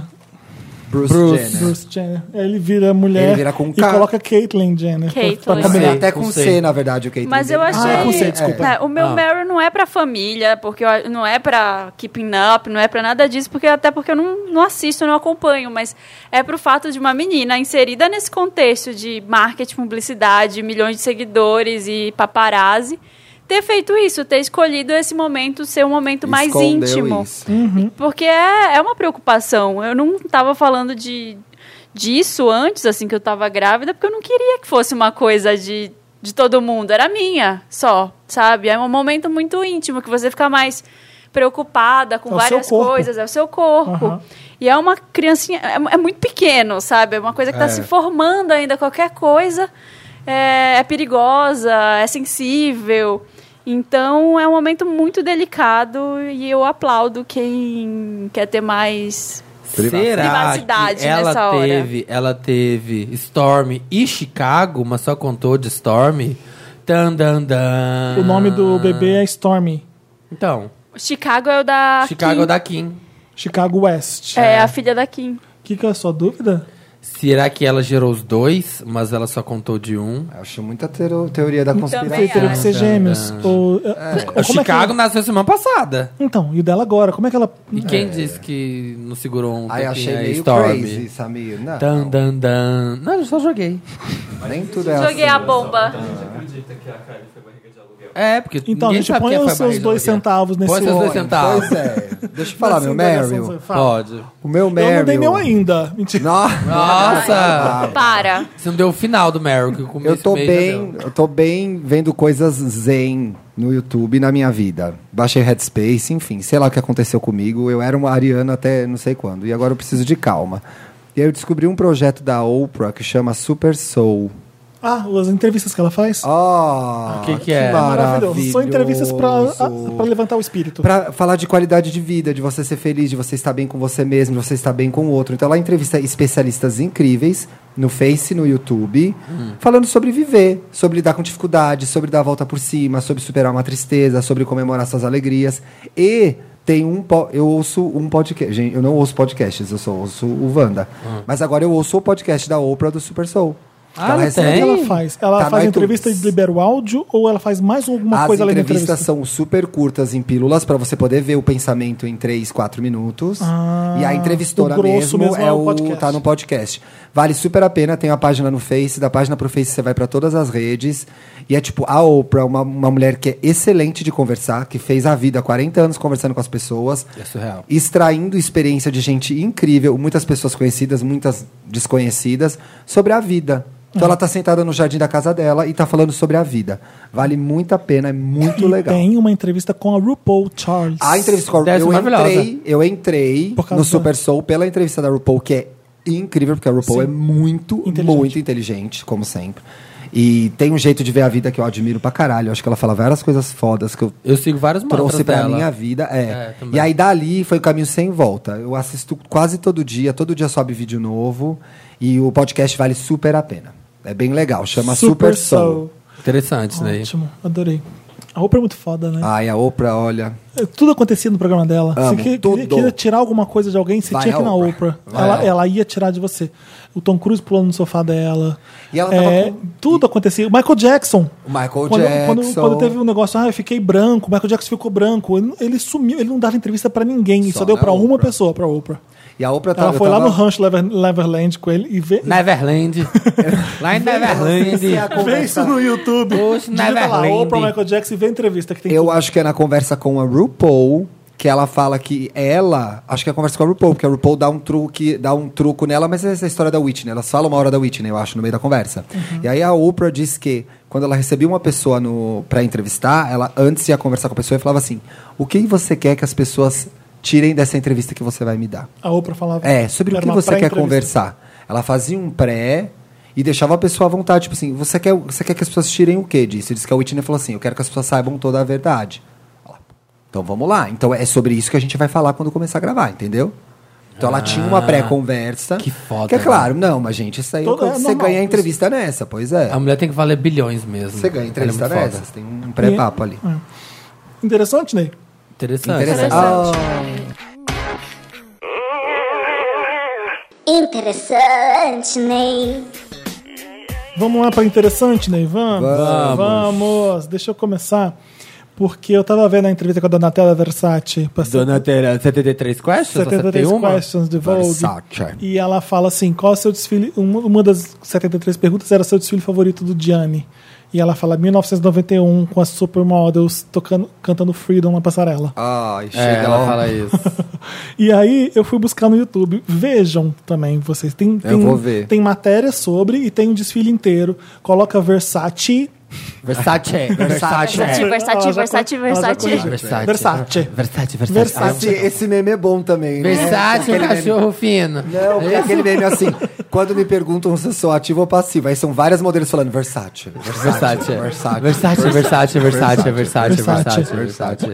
Bruce, Bruce. Jenner. Bruce Jenner. Ele vira mulher É, né? Ele vira com e K. coloca Caitlyn Jenner. pra- Caitlyn. pra Com combinar. Combina C, até com com C. C, na verdade, o Caitlyn. Mas eu dele. achei. Ah, com C, desculpa. É, o meu Ah. Meryl não é pra família, porque eu- não é pra keeping up, não é pra nada disso, porque até porque eu não, não assisto, não acompanho, mas é pro fato de uma menina inserida nesse contexto de marketing, publicidade, milhões de seguidores e paparazzi. Ter feito isso, ter escolhido esse momento ser um momento mais Escondeu íntimo. isso. Porque é, é uma preocupação. Eu não estava falando de disso antes, assim, que eu estava grávida, porque eu não queria que fosse uma coisa de, de todo mundo. Era minha só, sabe? É um momento muito íntimo que você fica mais preocupada É o com seu várias corpo. coisas, é o seu corpo. Aham. E é uma criancinha, é, é muito pequeno, sabe? É uma coisa que está se formando ainda, qualquer coisa é, é perigosa, é sensível. Então é um momento muito delicado e eu aplaudo quem quer ter mais. Será Privacidade que ela nessa hora. teve, ela teve Storm e Chicago, mas só contou de Storm? Tan, dan, dan. Ah. O nome do bebê é Stormy. Então, Chicago é o da. Chicago Kim. é da Kim. Chicago West. O É, a filha da Kim. que, que é a sua dúvida? Será que ela gerou os dois, mas ela só contou de um? Eu Acho muita tero- teoria da Ele teria conspiração. que ser gêmeos. né? Ou, O ou como é que- Chicago nasceu semana passada. Então, e o dela agora? Como é que ela. E quem disse que não segurou um Hum. Aí pouquinho achei a meio Storm? crazy, Samir. Não, Dan, dan, dan. Não, eu só joguei. nem tudo é Joguei a assim. bomba. É, porque Então, ninguém gente, sabe põe quem é os Fábio seus Barriga dois Aluguel. centavos nesse Põe seus dois óleo. centavos. Pois é. Deixa eu falar, meu Meryl. Fala. Pode. O meu Eu Meryl. não dei meu ainda. Mentira. Nossa. Nossa! Para. É, Você não deu o final do Meryl, que o começo Eu tô e meio já bem, deu. eu tô bem vendo coisas zen no YouTube na minha vida. Baixei Headspace, enfim, sei lá o que aconteceu comigo. Eu era uma ariana até não sei quando e agora eu preciso de calma. E aí eu descobri um projeto da Oprah que chama Super Soul. Ah, as entrevistas que ela faz? Oh, Que que é? Maravilhoso. São entrevistas pra, maravilhoso. a- pra levantar o espírito. Pra falar de qualidade de vida, de você ser feliz, de você estar bem com você mesmo, de você estar bem com o outro. Então ela entrevista especialistas incríveis no Face, no YouTube, Hum. falando sobre viver, sobre lidar com dificuldades, sobre dar a volta por cima, sobre superar uma tristeza, sobre comemorar suas alegrias. E tem um po- eu ouço um podcast, gente, eu não ouço podcasts, eu só ouço o Wanda. Hum. Mas agora eu ouço o podcast da Oprah do Super Soul. Ah, Ela tem? O que recebe- ela faz? Ela Tá no faz iTunes. entrevista e libera o áudio ou ela faz mais alguma As coisa além da entrevista? entrevistas são super curtas em pílulas pra você poder ver o pensamento em 3, 4 minutos. Ah, e a entrevistora o grosso mesmo, mesmo é é o o podcast. tá no podcast. Vale super a pena, tem uma página no Face, da página pro Face você vai pra todas as redes. E é tipo a Oprah, uma, uma mulher que é excelente de conversar, que fez a vida há 40 anos conversando com as pessoas. É surreal. Extraindo experiência de gente incrível, muitas pessoas conhecidas, muitas desconhecidas, sobre a vida. Então ela Uhum. tá sentada no jardim da casa dela e tá falando sobre a vida. Vale muito a pena, é muito E legal. tem uma entrevista com a RuPaul Charles. A entrevista com a Deve ser eu maravilhosa. entrei, eu entrei Por causa no da- Super Soul pela entrevista da RuPaul, que é incrível, porque a RuPaul Sim. é muito, Inteligente. muito inteligente, como sempre. E tem um jeito de ver a vida que eu admiro pra caralho. Eu Acho que ela fala várias coisas fodas que eu Eu sigo vários mantras trouxe pra dela. minha vida. É, É. também. e aí dali foi o caminho sem volta. Eu assisto quase todo dia, todo dia sobe vídeo novo. E o podcast vale super a pena. É bem legal, chama Super, Soul. Interessante, né? Ótimo, adorei. A Oprah é muito foda, né? Ai, a Oprah, olha. É, Tudo acontecia no programa dela. Ah. Amo, você que- tudo. queria, queria tirar alguma coisa de alguém, você Vai tinha que ir a na Oprah. Oprah. Vai Ela, a ela ia tirar de você. O Tom Cruise pulando no sofá dela. E ela tava é, com- Tudo acontecia. O Michael Jackson. O Michael Quando, Jackson. quando, quando teve um negócio, ah, eu fiquei branco, o Michael Jackson ficou branco. Ele, ele sumiu, ele não dava entrevista pra ninguém. Ele Só só deu na pra uma Oprah. pessoa, pra Oprah. E a Oprah Ela eu foi lá tava- no rancho Lever- Leverland com ele e vê. Neverland. lá em Comecei a Neverland. Vê isso conversar. no YouTube. Hoje, Digita lá, Neverland. Oprah Michael Jackson e vê a entrevista que tem Eu tudo. acho que é na conversa com a RuPaul que ela fala que ela. Acho que é a conversa com a RuPaul, porque a RuPaul dá um truque, dá um truco nela, mas é essa história da Whitney. Elas falam uma hora da Whitney, eu acho, no meio da conversa. Uhum. E aí a Oprah diz que quando ela recebia uma pessoa no, pra entrevistar, ela antes ia conversar com a pessoa e falava assim: o que você quer que as pessoas tirem dessa entrevista que você vai me dar? A Oprah falava. É, sobre o Era que uma você quer pré-entrevista. conversar. Ela fazia um pré e deixava a pessoa à vontade. Tipo assim, você quer, você quer que as pessoas tirem o quê disso? E Diz que a Whitney falou assim, eu quero que as pessoas saibam toda a verdade. Ela, Então vamos lá. Então é sobre isso que a gente vai falar quando começar a gravar, entendeu? Então ela tinha uma pré-conversa. Ah, que foda, Que é né? claro, não, mas gente, isso aí Todo- é você normal, ganha isso. entrevista nessa, pois é. A mulher tem que valer bilhões mesmo. Você ganha entrevista Ela é muito nessa, foda. você tem um pré-papo ali. Interessante, Ney? Interessante. Interessante. Ah, Interessante, Ney. Vamos lá para interessante, Ney? Vamos, Vamos. Vamos. Deixa eu começar. Porque eu tava vendo a entrevista com a Donatella Versace. pra Dona Tera, 73 questions? 73 71? Questions de Vogue. Versace. E ela fala assim: qual é o seu desfile? Uma uma das 73 perguntas era seu desfile favorito do Gianni. E ela fala 1991 com as supermodels tocando, cantando Freedom na passarela. Ai, chega É, ela lá. fala isso. E aí eu fui buscar no YouTube. Vejam também vocês. Tem, tem, vou ver. tem matéria sobre e tem um desfile inteiro. Coloca Versace. Versace. Versace. Versace, Ela já Versace, co- Versace, ela já Versace. corrigiu. Versace. Versace. Versace. Versace. Versace. Esse, esse meme é bom também. né? Versace, Aquele um meme- cachorro fino. Não, porque é aquele meme assim, quando me perguntam se eu sou ativo ou passivo, aí são várias modelos falando Versace. Versace. Versace. Versace, Versace, Versace, Versace, Versace. Versace, Versace.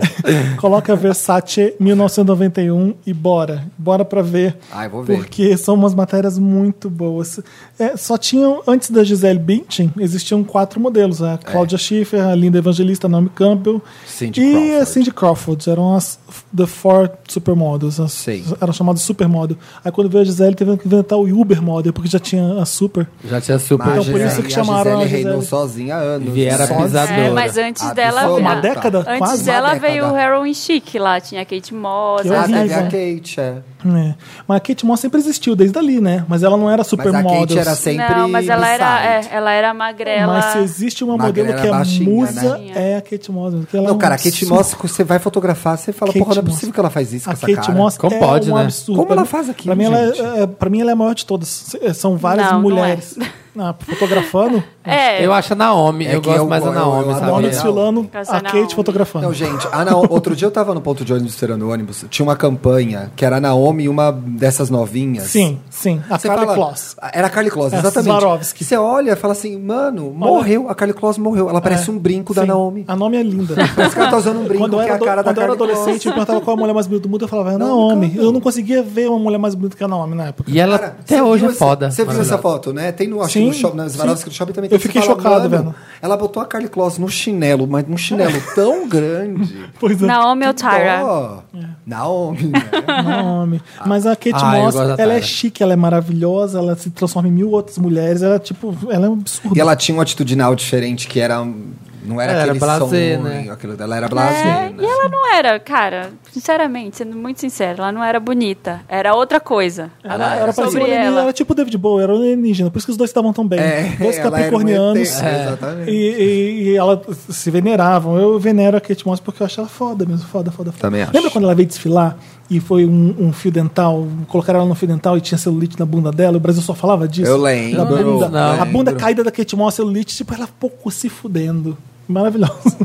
Coloca Versace 1991 e bora. Bora pra ver. Ai, vou ver. Porque são umas matérias muito boas. É, só tinham, antes da Gisele Bündchen, existiam quatro modelos. A Cláudia Schiffer, a Linda Evangelista, a Naomi Campbell É. Cindy e a Crawford. Cindy Crawford. Eram as The Four Supermodels. As, Sei. Eram chamadas Supermodel. Aí quando veio a Gisele, teve que inventar o Ubermodel, porque já tinha a Super. Já tinha super. Mas Então, por a isso Gisele- que a chamaram a Gisele Gisele. reinou sozinha há anos. Viera Sozinha. Ah, pisadora. É, mas antes dela. Absoluta. Uma década? Antes Quase uma dela década. veio o Heroin Chic lá, tinha a Kate Moss. Que a- Ah, horrível. teve a a- Kate, é. É. Mas a Kate Moss sempre existiu, desde ali, né? Mas ela não era Mas a Supermodel. Kate era sempre Não, mas ela era, é, beside. ela era magrela. Mas se existe uma Magrela modelo que é baixinha, musa, né? é a Kate Moss. porque ela é Não, um cara, a Kate absurdo. Moss, você vai fotografar, você fala, Kate porra, não é Moss. possível que ela faz isso com A essa Kate cara. Moss Como é pode, um né? absurdo. Como ela Pra mim- faz Pra aquilo, mim, gente? Ela é, é, pra mim ela é a maior de todas. S- São várias Não, é. não mulheres. Ah, fotografando. É, Eu acho a Naomi, É eu que gosto eu- mais da eu- eu Naomi, adoro A Naomi Naomi. sabe? desfilando, Essa a Naomi. Kate fotografando. é. Não, gente, a Nao- outro dia eu tava no ponto de ônibus esperando o ônibus, tinha uma campanha que era a Naomi e uma dessas novinhas. sim, sim. A Você Carla fala- Kloss. Era a Carly Kloss, É, exatamente. Swarovski. Você olha e fala assim, mano, morreu. A Carly Kloss morreu. Ela parece um brinco da É, Sim. Naomi. A Naomi é linda. Parece que ela tá usando um brinco Quando eu que é era, a ado- cara da quando eu era Carly adolescente, tipo, eu Kloss. perguntava qual a mulher mais bonita do mundo, eu falava, é a Naomi. Eu não conseguia ver uma mulher mais bonita que a Naomi na época. E ela Cara, até você hoje viu é essa- foda. Você viu essa foto, né? Tem no, acho que Sim, no shopping, na sim. Swarovski do shopping também. Eu tem. Você fiquei fala, chocado, mano, velho. Ela botou a Carly Kloss no chinelo, mas num chinelo tão grande. Pois é. Naomi Otara. Ó, Naomi, né? Naomi. Mas a Kate Ah, eu Moss, gosto da ela é Tara. chique, ela é maravilhosa, ela se transforma em mil outras mulheres, ela é tipo, ela é um absurdo. E ela tinha um atitudinal diferente que era... um- Não era Ela era aquele som. blasé, né? aquilo- Ela era É, blasé. né? e ela não era, cara, sinceramente, sendo muito sincera, ela não era bonita. Era outra coisa. Ela era sobre parecida com alienígena, ela. era tipo o David Bowie, era um alienígena, por isso que os dois estavam tão bem. dois ela era um capricornianos. ET, Exatamente. E, e, e ela se veneravam. Eu venero a Kate Moss porque eu acho ela foda mesmo, foda, foda, foda. Também acho. Lembra quando ela veio desfilar e foi um, um fio dental, colocaram ela no fio dental e tinha celulite na bunda dela? O Brasil só falava disso. Eu lembro, Da bunda, não, a bunda lembro. caída da Kate Moss, celulite, tipo, ela pouco se fudendo. Maravilhoso.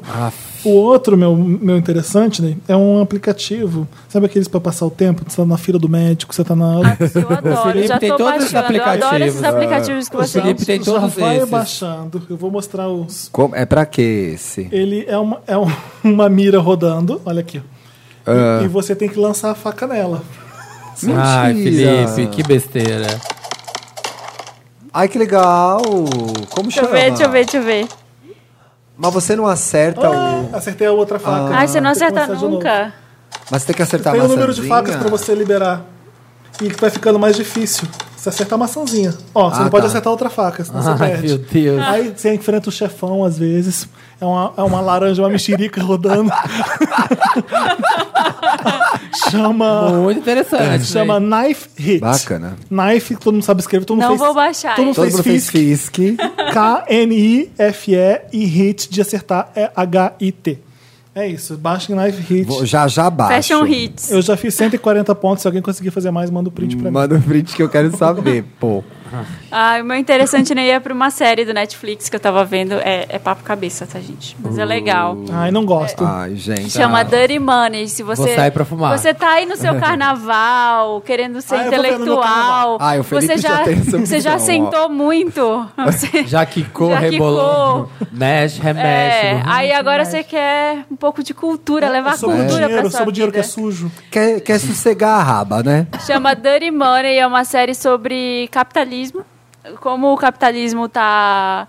O outro, meu, meu interessante, né, é um aplicativo. Sabe aqueles pra passar o tempo? Você tá na fila do médico, você tá na. Eu adoro, Felipe já tem tô todos esses baixando. Eu adoro esses aplicativos. aplicativos que O você Felipe tem Já todos vai esses. baixando. Eu vou mostrar os. Como- é pra que esse? Ele é uma, é um- uma mira rodando, olha aqui. E- Ah. E, você tem que lançar a faca nela. Ai, Mentira. Felipe, que besteira. Ai, que legal! Como Deixa eu chama? ver, deixa eu ver, deixa eu ver. Mas você não acerta o... Ah. Acertei a outra faca. Ah. Ai, você não Tem que acerta começar Ah, de novo. nunca. Mas você tem que acertar Tem a um número de maçãzinha? facas pra você liberar. E que vai ficando mais difícil. Você Você acerta a maçãzinha. Ó, você Ah, não pode tá. acertar outra faca, senão você Ai, perde. meu Deus. Aí você enfrenta o chefão, às vezes. É uma, é uma laranja, uma mexerica rodando. Chama. Muito É, interessante. É. Chama né? Knife Hit. Bacana. Knife, todo mundo sabe escrever. Todo mundo Não fez, vou baixar Todo mundo Todo fez mundo fez Fisk. Fisk. K-N-I-F-E e hit de acertar é H-I-T. É isso, baixa em Knife Hit. Vou- Já já baixo. Fashion hits. Eu já fiz 140 pontos, se alguém conseguir fazer mais, manda o print pra mim. Manda um print que eu quero saber, pô. Ah, o meu interessante nem é pra uma série do Netflix que eu tava vendo. É, é papo cabeça, tá, gente? Mas é legal. Ai, não gosto. Ai, gente. Ah. Chama Dirty Money. Se você, Vou sair pra fumar. você tá aí no seu carnaval, querendo ser Ah, eu vou ver no meu intelectual. carnaval. Ah, o Felipe você já tem essa você já opção, ó. sentou muito. Você- Já quicou, Já rebolou. Mexe, remexe. É, aí agora você quer um pouco de cultura, levar É, sobre o cultura dinheiro, pra sua sobre o dinheiro que é vida. sujo. Quer, quer sossegar a raba, né? Chama Dirty Money, é uma série sobre capitalismo. Como o capitalismo tá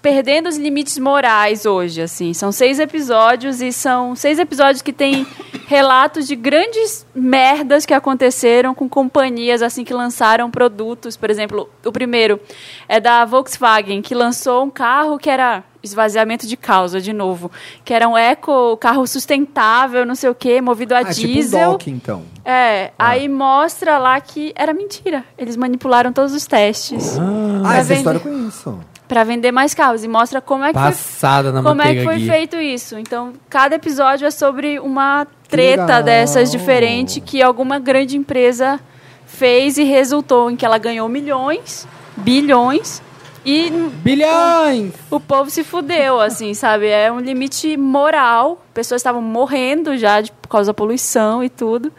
perdendo os limites morais hoje, assim. São seis episódios e são seis episódios que tem relatos de grandes merdas que aconteceram com companhias, assim, que lançaram produtos. Por exemplo, o primeiro é da Volkswagen, que lançou um carro que era esvaziamento de causa, de novo. Que era um eco, carro sustentável, não sei o quê, movido a Ah, tipo um diesel. dock, então. É, aí mostra lá que era mentira. Eles manipularam todos os testes Ah, essa vender. história eu conheço. pra vender mais carros e mostra como é que foi, Passada na como é manteiga que foi aqui. feito isso. Então, cada episódio é sobre uma treta legal. dessas diferente que alguma grande empresa fez e resultou em que ela ganhou milhões, bilhões e Bilhões! o povo se fudeu, assim, sabe? É um limite moral. Pessoas estavam morrendo já de, por causa da poluição e tudo.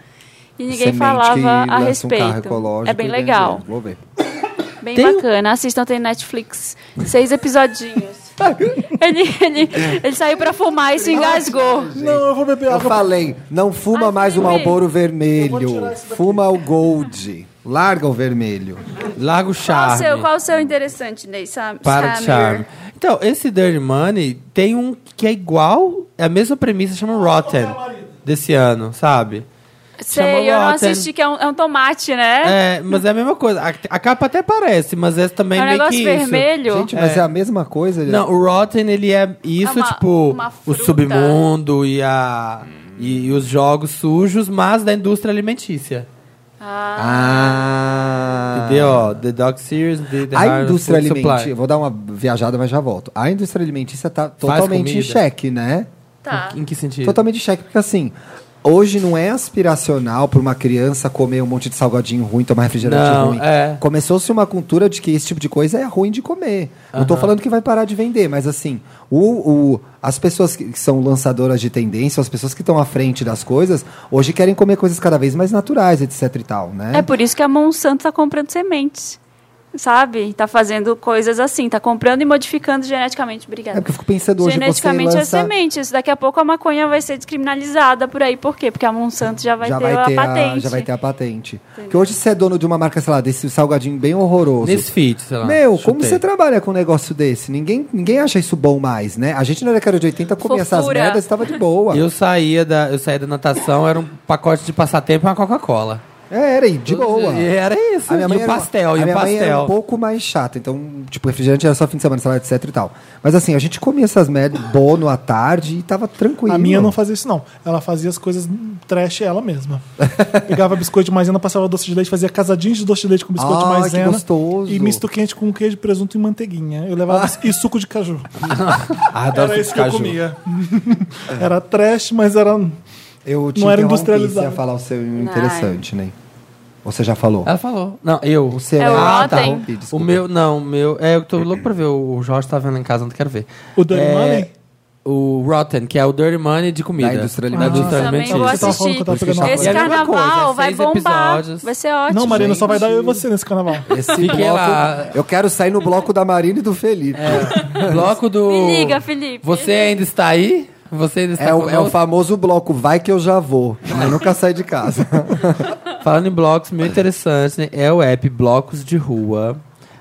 E ninguém Semente que falava a lança um carro respeito. ecológico é bem e legal. vende. Vou ver. Bem Tem um- bacana. Assistam, tem Netflix. Seis episodinhos. ele, ele, ele saiu pra fumar e se engasgou. Não, eu vou beber Eu água. falei, não fuma Ai, mais o Felipe. Malboro Eu vou tirar vermelho. isso daqui. Fuma o Gold. Larga o vermelho. Lago Qual o Charme. seu, qual o seu interessante, Ney? Sam, Para de Samir? charme. Então, esse Dirty Money tem um que é igual, é a mesma premissa, chama Rotten, desse ano, sabe? Chama Sei, eu não Rotten. assisti, que é um, é um tomate, né? É, mas é a mesma coisa. A, a capa até parece, mas esse também É um meio negócio que vermelho. Gente, mas é, a mesma coisa? isso. Não, o Rotten, ele é isso, É uma- tipo, uma o fruta. submundo e, a, e, e os jogos sujos, mas da indústria alimentícia. Ah. Entendeu? The Dog Series, The, the A Harvard indústria Food Supply. alimentícia, vou dar uma viajada, mas já volto. A indústria alimentícia tá totalmente em comida. xeque, né? Tá. Em que sentido? Totalmente em xeque, porque assim, hoje não é aspiracional pra uma criança comer um monte de salgadinho ruim, tomar refrigerante Não, ruim. é. Começou-se uma cultura de que esse tipo de coisa é ruim de comer. Não tô falando que vai parar de vender, mas assim, o, o- as pessoas que que são lançadoras de tendência, as pessoas que estão à frente das coisas, hoje querem comer coisas cada vez mais naturais, etc e tal, né? É por isso que a Monsanto tá comprando sementes. Sabe? Tá fazendo coisas assim, tá comprando e modificando geneticamente. É Obrigada. porque eu fico pensando hoje você Geneticamente lança... é semente. Isso daqui a pouco a maconha vai ser descriminalizada por aí. Por quê? Porque a Monsanto já vai, já, ter, vai ter a patente. já vai ter a patente. Porque hoje você é dono de uma marca, sei lá, desse salgadinho bem horroroso. Nesse feed, sei lá. Meu, como Ah, chutei. você trabalha com um negócio desse? Ninguém, ninguém acha isso bom mais, né? A gente na década de 80 comia essas Fofura. merdas e tava de boa. Eu saía da, eu saía da natação, era um pacote de passatempo e uma Coca-Cola. É, era, e de boa. E era isso. e o era- pastel, a e o minha mãe era pastel. um pouco mais chata. Então, tipo, refrigerante era só fim de semana, sei lá, etc e tal. Mas assim, a gente comia essas merdas bono à tarde e tava tranquilo. A minha não fazia isso, não. Ela fazia as coisas trash ela mesma. Pegava biscoito de maisena, passava doce de leite, fazia casadinhos de doce de leite com biscoito de Ah, que maisena. gostoso. E misto quente com queijo, presunto e manteiguinha. Eu levava e suco de caju. Ah, adoro suco Era isso de que eu caju. É. comia. era trash, mas era. Eu te não era interrompi, industrializado. Você ia falar o seu interessante, né? Ou você já falou? Ela falou. Não, eu. O seu É o ah, Rotten. tá. Interrompi, É O desculpa. meu, não, o meu. É, eu tô louco pra ver. O Jorge tá vendo lá em casa, não quero ver. O Dirty É, Money? O Rotten, que é o Dirty Money de comida. Da indústria Da alimentícia. indústria Também alimentícia. vou Você tava falando assistir. que eu tava pegando uma Esse É a mesma carnaval coisa, vai seis bombar. episódios. Vai ser ótimo. Não, Marina, só vai dar eu e você nesse carnaval. Esse Fiquei bloco, lá. eu quero sair no bloco da Marina e do Felipe. É, Bloco do. Me liga, Felipe. Você é ainda está aí? Você tá ainda está o, é o conosco? famoso bloco, vai que eu já vou. Eu nunca saio de casa. Falando em blocos, meio interessante, né? É o app Blocos de Rua.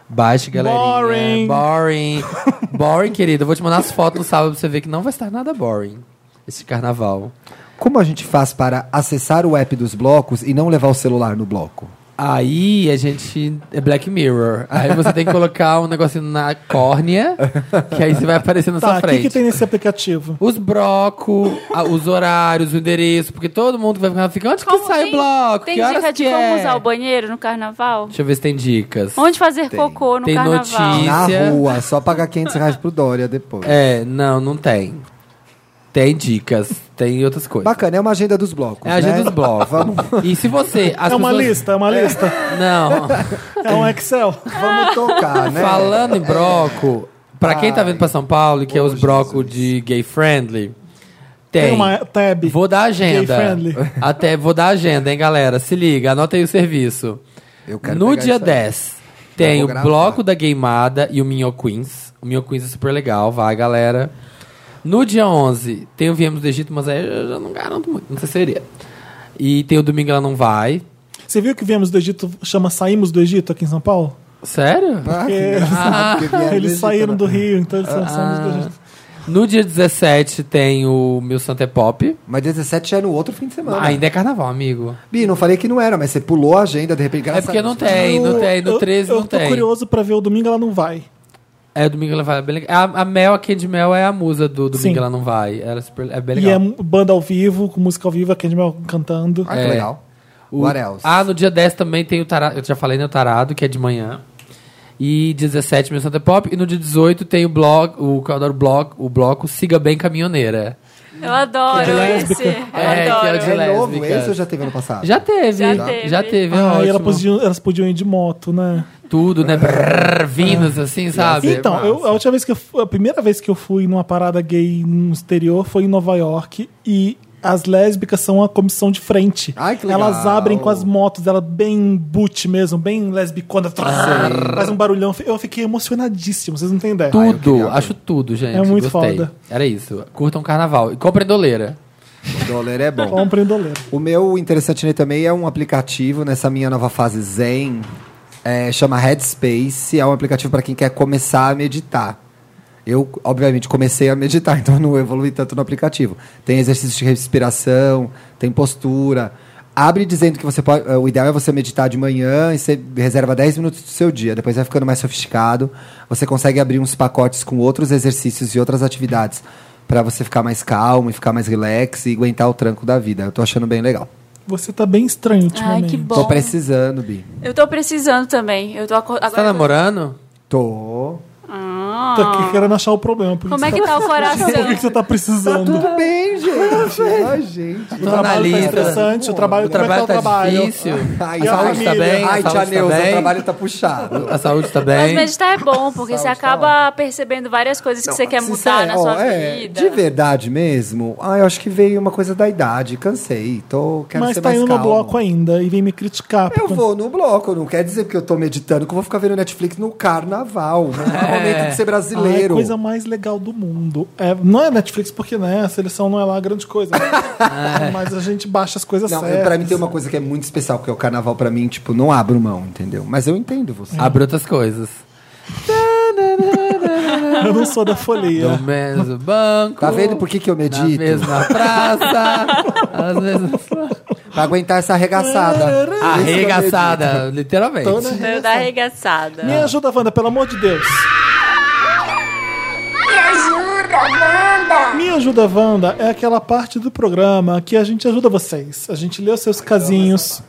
Baixe, galerinha. Boring. Boring. boring, querida. Eu vou te mandar as fotos no sábado pra você ver que não vai estar nada boring esse carnaval. Como a gente faz para acessar o app dos blocos e não levar o celular no bloco? Aí a gente. É Black Mirror. Aí você tem que colocar um negocinho na córnea, que aí você vai aparecer na Tá, sua o que, frente. que tem nesse aplicativo? Os brocos, a- os horários, o endereço, porque todo mundo vai ficar. Fica, onde que Como sai tem- o bloco? Tem que horas dica de que como é? usar o banheiro no carnaval? Deixa eu ver se tem dicas. Onde fazer cocô no Tem carnaval? notícia. Na Isso é- rua, só pagar 500 reais pro Dória depois. É, não, não tem. Tem dicas, tem outras coisas. Bacana, é uma agenda dos blocos. É a agenda né? dos blocos. E se você. as é uma pessoas- lista, é uma lista. Não. É um Excel. Vamos tocar, né? Falando em broco, pra quem tá vindo pra São Paulo, que é os brocos de gay friendly, tem. Tem uma tab. Vou dar a agenda. Gay friendly. Até vou dar a agenda, hein, galera? Se liga, anota aí o serviço. Eu quero no pegar dia isso aí. 10, tem vou o gravar. bloco da Gameada e o Minho Queens. O Minho Queens é super legal, vai, galera. No dia 11, tem o Viemos do Egito, mas aí eu já não garanto muito, não sei se seria. E tem o Domingo Ela Não Vai. Você viu que viemos do Egito, chama Saímos do Egito aqui em São Paulo? Sério? Ah, que É. engraçado, porque vieram eles desde saíram do Itália. Rio, então eles são Saímos Ah, do Egito. No dia 17 tem o Meu Santo é Pop. Mas 17 já é no outro fim de semana. Ainda é carnaval, amigo. Bi, não falei que não era, mas você pulou a agenda, de repente. É graças porque a não Deus. tem, não tem. No 13 eu, não eu tô tem. curioso pra ver o domingo, ela não vai. É, o Domingo Ela Vai é bem legal. A, a Mel, a Candy Mel, é a musa do Domingo Sim. Ela Não Vai. Ela é, super, é bem E é legal. m- banda ao vivo, com música ao vivo, a Candyman cantando. Ah, que É. legal. O- What else? Ah, no dia 10 também tem o Tarado. Eu já falei, né? O Tarado, que é de manhã. E 17, Meu Santo é Pop. E no dia 18 tem o bloco, o que eu adoro bloco, o bloco Siga Bem Caminhoneira. Eu adoro esse. Eu É, que é o adoro. de- é novo lésbicas. esse ou já teve ano passado? Já teve. Já teve. Já teve. é Ah, e elas ótimo. podiam, elas podiam ir de moto, né? Tudo, né? Brrr, Vinos, assim, sabe? Então, eu- a última vez que eu fu- a primeira vez que eu fui numa parada gay no exterior foi em Nova York e as lésbicas são a comissão de frente. Ai, que legal. Elas abrem com as motos, ela bem boot mesmo, bem lesbicona, faz um barulhão. Eu fiquei emocionadíssimo, vocês não têm ideia. Tudo, acho tudo, gente. É muito Gostei. foda. Era isso. Curtam carnaval. E comprem doleira. O dólar é bom. Comprem um doleiro. O meu interessante nele também é um aplicativo nessa minha nova fase Zen. é, chama Headspace. É um aplicativo para quem quer começar a meditar. Eu, obviamente, comecei a meditar, então não evolui tanto no aplicativo. Tem exercícios de respiração, tem postura. Abre dizendo que você pode. eh, O ideal é você meditar de manhã e você reserva 10 minutos do seu dia. Depois vai ficando mais sofisticado. Você consegue abrir uns pacotes com outros exercícios e outras atividades para você ficar mais calmo e ficar mais relax e aguentar o tranco da vida. Eu tô achando bem legal. Você tá bem estranho ultimamente. Ai, que Tô bom. precisando, Bi. Eu tô precisando também. Eu tô aco- Você tá agora. namorando? Tô. Tô aqui querendo achar o problema. por Como isso é que tá o coração? Por que que você tá precisando? Tudo bem, gente. Ai, gente. O trabalho tá analisa. estressante, o trabalho, O trabalho como é que tá o tá trabalho? difícil. Ai, A a saúde tá família? bem. Ai, A tia saúde tá Neuza, o trabalho bem. tá puxado. A saúde tá Mas bem. meditar é bom, porque você acaba percebendo várias coisas que você quer mudar Sincero, na ó, sua é, vida. De verdade mesmo? Ah, eu acho que veio uma coisa da idade. Cansei. Tô, quero Mas ser tá mais indo calmo. no bloco ainda e vem me criticar. por Eu conta- vou no bloco, não quer dizer que eu tô meditando, que eu vou ficar vendo Netflix no carnaval. Não é momento de ser Ai, brasileiro. coisa mais legal do mundo. É, não é Netflix, porque né, a seleção não é lá grande coisa. né? Mas a gente baixa as coisas Ah. Não, certas. pra mim tem uma coisa que é muito especial, que é o carnaval pra mim, tipo, não abro mão, entendeu? Mas eu entendo você. É. Abre outras coisas. um- Eu não sou da No folia. mesmo banco. Tá vendo por que, que eu Na medito? mesma praça. Às vezes... Pra aguentar essa arregaçada. Arregaçada, literalmente. Eu da arregaçada. Me ajuda, Wanda, pelo amor de Deus. Me ajuda, Wanda! Me ajuda, Wanda, é aquela parte do programa que a gente ajuda vocês. A gente lê os seus casinhos,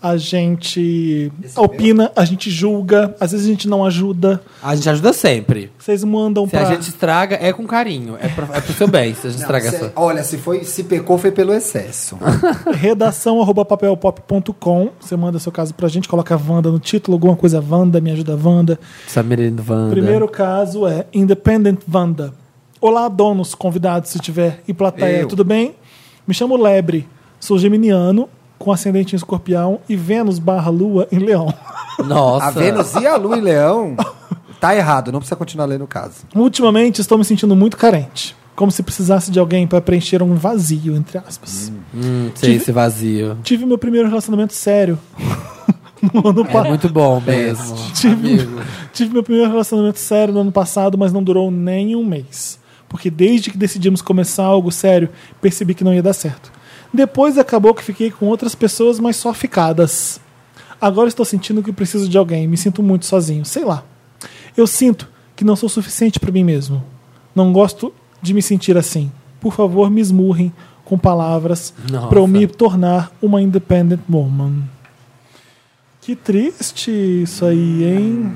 a gente é opina, a gente julga, às vezes a gente não ajuda. A gente ajuda sempre. Vocês mandam Se pra. a gente estraga, é com carinho. É, pra, é pro seu bem, se a gente estraga Se- essa. olha, se foi, se pecou foi pelo excesso. Redação arroba papelpop.com. Você manda seu caso pra gente, coloca Wanda no título, alguma coisa Wanda, me ajuda Wanda. Samirindo Wanda. Primeiro caso é Independent Wanda. Olá, donos, convidados, se tiver, e plateia, Eu. tudo bem? Me chamo Lebre, sou geminiano, com ascendente em escorpião e Vênus barra lua em leão. Nossa. A Vênus e a Lua e Leão tá errado, não precisa continuar lendo o caso. Ultimamente estou me sentindo muito carente, como se precisasse de alguém para preencher um vazio, entre aspas. Hum, sei, esse vazio. Tive meu primeiro relacionamento sério no ano É passado. muito bom mesmo. Tive, Amigo. tive meu primeiro relacionamento sério no ano passado, mas não durou nem um mês. Porque desde que decidimos começar algo sério, percebi que não ia dar certo. Depois acabou que fiquei com outras pessoas, mas só ficadas. Agora estou sentindo que preciso de alguém. Me sinto muito sozinho. Sei lá. Eu sinto que não sou suficiente para mim mesmo. Não gosto de me sentir assim. Por favor, me esmurrem com palavras Nossa. para eu me tornar uma independent woman. Que triste isso aí, hein?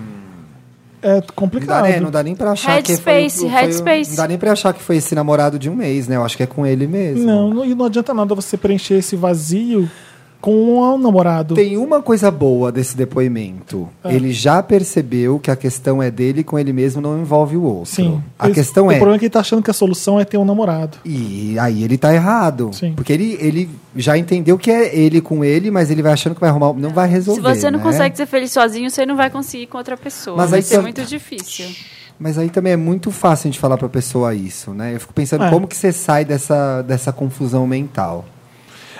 É Não complicado. dá, né? não dá nem pra achar que foi, Headspace, foi o- headspace. Não dá nem pra achar que foi esse namorado de um mês, né? Eu acho que é com ele mesmo. Não, não- e não adianta nada você preencher esse vazio com um namorado. Tem uma coisa boa desse depoimento. Ah. Ele já percebeu que a questão é dele com ele mesmo, não envolve o outro. Sim. A Esse- questão O é. problema é que ele tá achando que a solução é ter um namorado. E aí ele tá errado. Sim. Porque ele, ele já entendeu que é ele com ele, mas ele vai achando que vai arrumar. Não vai Se resolver. você não né? consegue ser feliz sozinho, você não vai conseguir com outra pessoa. Mas vai aí ser tam- muito difícil. Mas aí também é muito fácil a gente falar pra pessoa isso, né? Eu fico pensando É. como que você sai dessa, dessa confusão mental.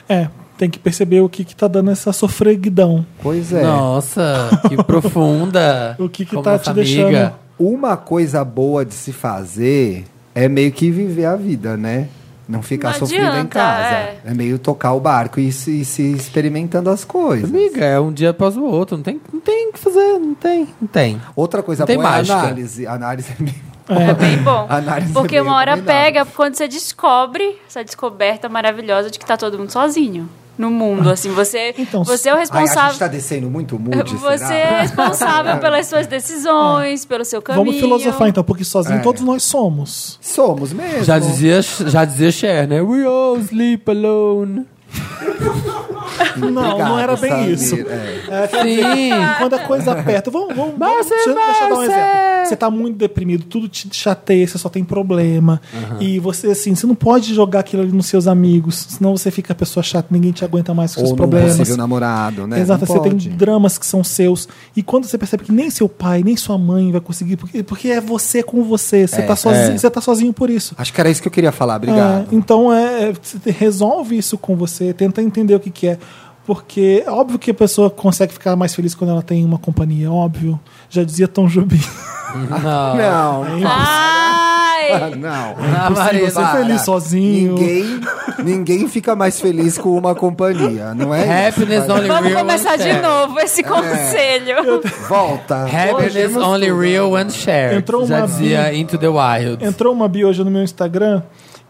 É, tem que perceber o que que tá dando essa sofreguidão. Pois é. Nossa, que profunda. O que que Como tá nossa te deixando? Uma coisa boa de se fazer é meio que viver a vida, né? Não ficar Não sofrendo em adianta, casa. é. É. meio tocar o barco e se, e se experimentando as coisas. Amiga, é um dia após o outro. Não tem, não tem o que fazer, não tem, não tem. Outra coisa Não tem boa mágica. é a análise. A análise é meio... É bem bom. Análise é Porque bem uma hora recomendada. pega quando você descobre essa descoberta maravilhosa de que tá todo mundo sozinho no mundo. Assim, você, Então, você é o Ai, Ah. a responsável. gente tá né? descendo muito o mood, você é será? responsável pelas suas decisões, Ah. pelo seu caminho. Vamos filosofar então, porque sozinho É. todos nós somos. Somos mesmo. Já dizia, já dizia Cher, né? We all sleep alone. Não, não era bem Samir. isso. É. É, quer dizer, Sim. quando a coisa aperta, vamos, vamos, vamos- deixa, deixa eu dar um exemplo. Você tá muito deprimido, tudo te chateia, você só tem problema. E você, assim, você não pode jogar aquilo ali nos seus amigos, senão você fica a pessoa chata, ninguém te aguenta mais com Ou seus num problemas. possível namorado, né? Exato, Não você tem pode. dramas que são seus. E quando você percebe que nem seu pai, nem sua mãe vai conseguir, porque, porque é você com você, você, É, tá sozinho, é. você tá sozinho por isso. Acho que era isso que eu queria falar, obrigado. É, então é, é, você resolve isso com você, tenta entender o que, que é. Porque é óbvio que a pessoa consegue ficar mais feliz quando ela tem uma companhia, óbvio. Já dizia Tom Jobim. Não. Não, Ai! não. Ah, Marina. Você é feliz sozinho. Ninguém, ninguém fica mais feliz com uma companhia, não é? isso? Happiness only Vamos real começar when de shared. novo esse conselho. Volta. Happiness Hoje- only real when shared. Entrou já uma dizia Into the Wild. Entrou uma bi hoje no meu Instagram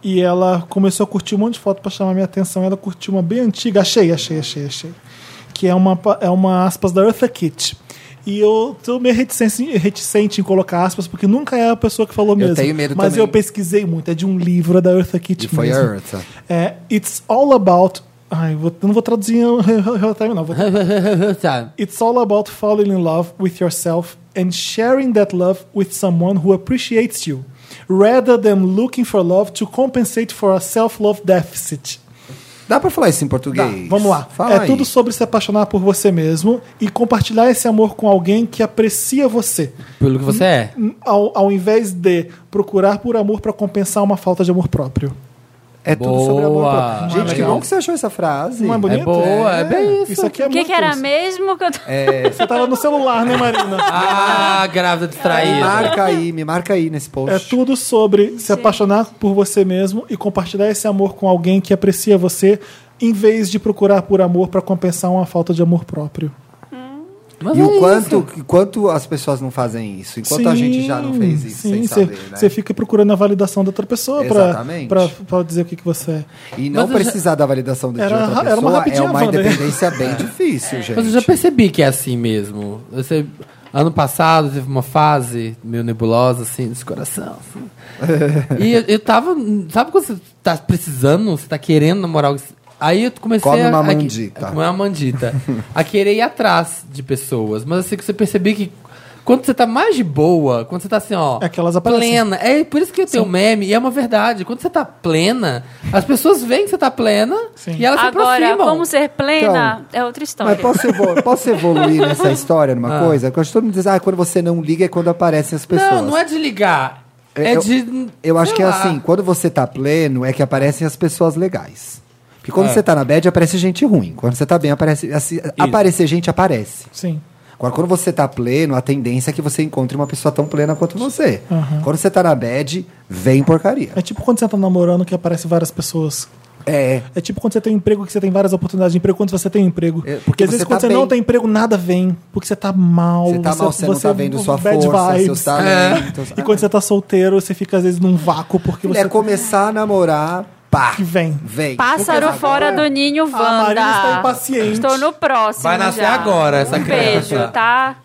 e ela começou a curtir um monte de foto pra chamar minha atenção. Ela curtiu uma bem antiga, achei, achei, achei, achei. Que é uma, pa- é uma aspas da Eartha Kitt. E eu tô meio reticente, reticente em colocar aspas, porque nunca é a pessoa que falou mesmo. tenho medo Mas também. eu pesquisei muito, é de um livro é da Eartha Kitt E foi a mesmo. Eartha. É, It's All About... Ai, vou, eu não vou traduzir em real time, não. Vou Sabe? It's all about falling in love with yourself and sharing that love with someone who appreciates you, rather than looking for love to compensate for a self-love deficit. Dá pra falar isso em português? Tá, vamos lá. Fala é aí. tudo sobre se apaixonar por você mesmo e compartilhar esse amor com alguém que aprecia você, Pelo que você é. Hum? ao, ao invés de procurar por amor para compensar uma falta de amor próprio. É tudo sobre amor. Boa. próprio. Gente, que Legal. bom que você achou essa frase. Não é bonito? É boa, é bem isso. Isso aqui é O que, muito que era isso. mesmo que eu tô... É, Você tava no celular, né, Marina? Ah, grávida me distraída. marca aí, me marca aí nesse post. É tudo sobre se apaixonar por você mesmo e compartilhar esse amor com alguém que aprecia você, em vez de procurar por amor para compensar uma falta de amor próprio. Mas E é o isso. quanto, quanto as pessoas não fazem isso? Enquanto a gente já não fez isso sem cê- saber, né? cê fica procurando a validação da outra pessoa para Exatamente. para dizer o que, que você é. E não Mas eu já- precisar da validação de Era outra ra- era uma pessoa é rapidinha, uma Wanda. independência bem difícil, gente. Mas eu já percebi que é assim mesmo. Você, ano passado teve uma fase meio nebulosa, assim, desse coração. assim. e eu, eu tava. Sabe quando você tá precisando, você tá querendo namorar alguém? Aí eu comecei Come a. uma a- mandita. a comer uma mandita. a querer ir atrás de pessoas. Mas assim que você percebi que. Quando você tá mais de boa, quando você tá assim, ó. É que elas aparecem. plena. É por isso que eu tenho um meme, e é uma verdade. Quando você tá plena, as pessoas veem que você tá plena Sim. e elas se Agora, aproximam. como ser plena é outra história. Mas posso, evol- posso evoluir Ah. nessa história numa coisa? Porque eu acho que todo mundo diz, ah, quando você não liga é quando aparecem as pessoas. Não, não é de ligar. É eu, de. Eu acho sei que é lá. assim, quando você tá pleno, é que aparecem as pessoas legais. Porque É. quando você tá na bad, aparece gente ruim. Quando você tá bem, aparece. assim, aparecer gente aparece. Sim. Agora, quando você tá pleno, a tendência é que você encontre uma pessoa tão plena quanto você. Quando você tá na bad, vem porcaria. É tipo quando você tá namorando que aparecem várias pessoas É. É tipo quando você tem um emprego que você tem várias oportunidades de emprego, quando você tem um emprego. É, porque às vezes você quando tá você não bem. tem emprego, nada vem. Porque você tá mal. Você tá mal, você, não tá vendo sua bad força, vibes. É. seus talentos. E quando você tá solteiro, você fica às vezes num vácuo porque você É começar a namorar, pá. que vem. Vem. Pássaro Porque fora agora- do ninho, A Wanda. Marina está impaciente. Estou no próximo Vai nascer já. agora essa um criança. beijo, tá?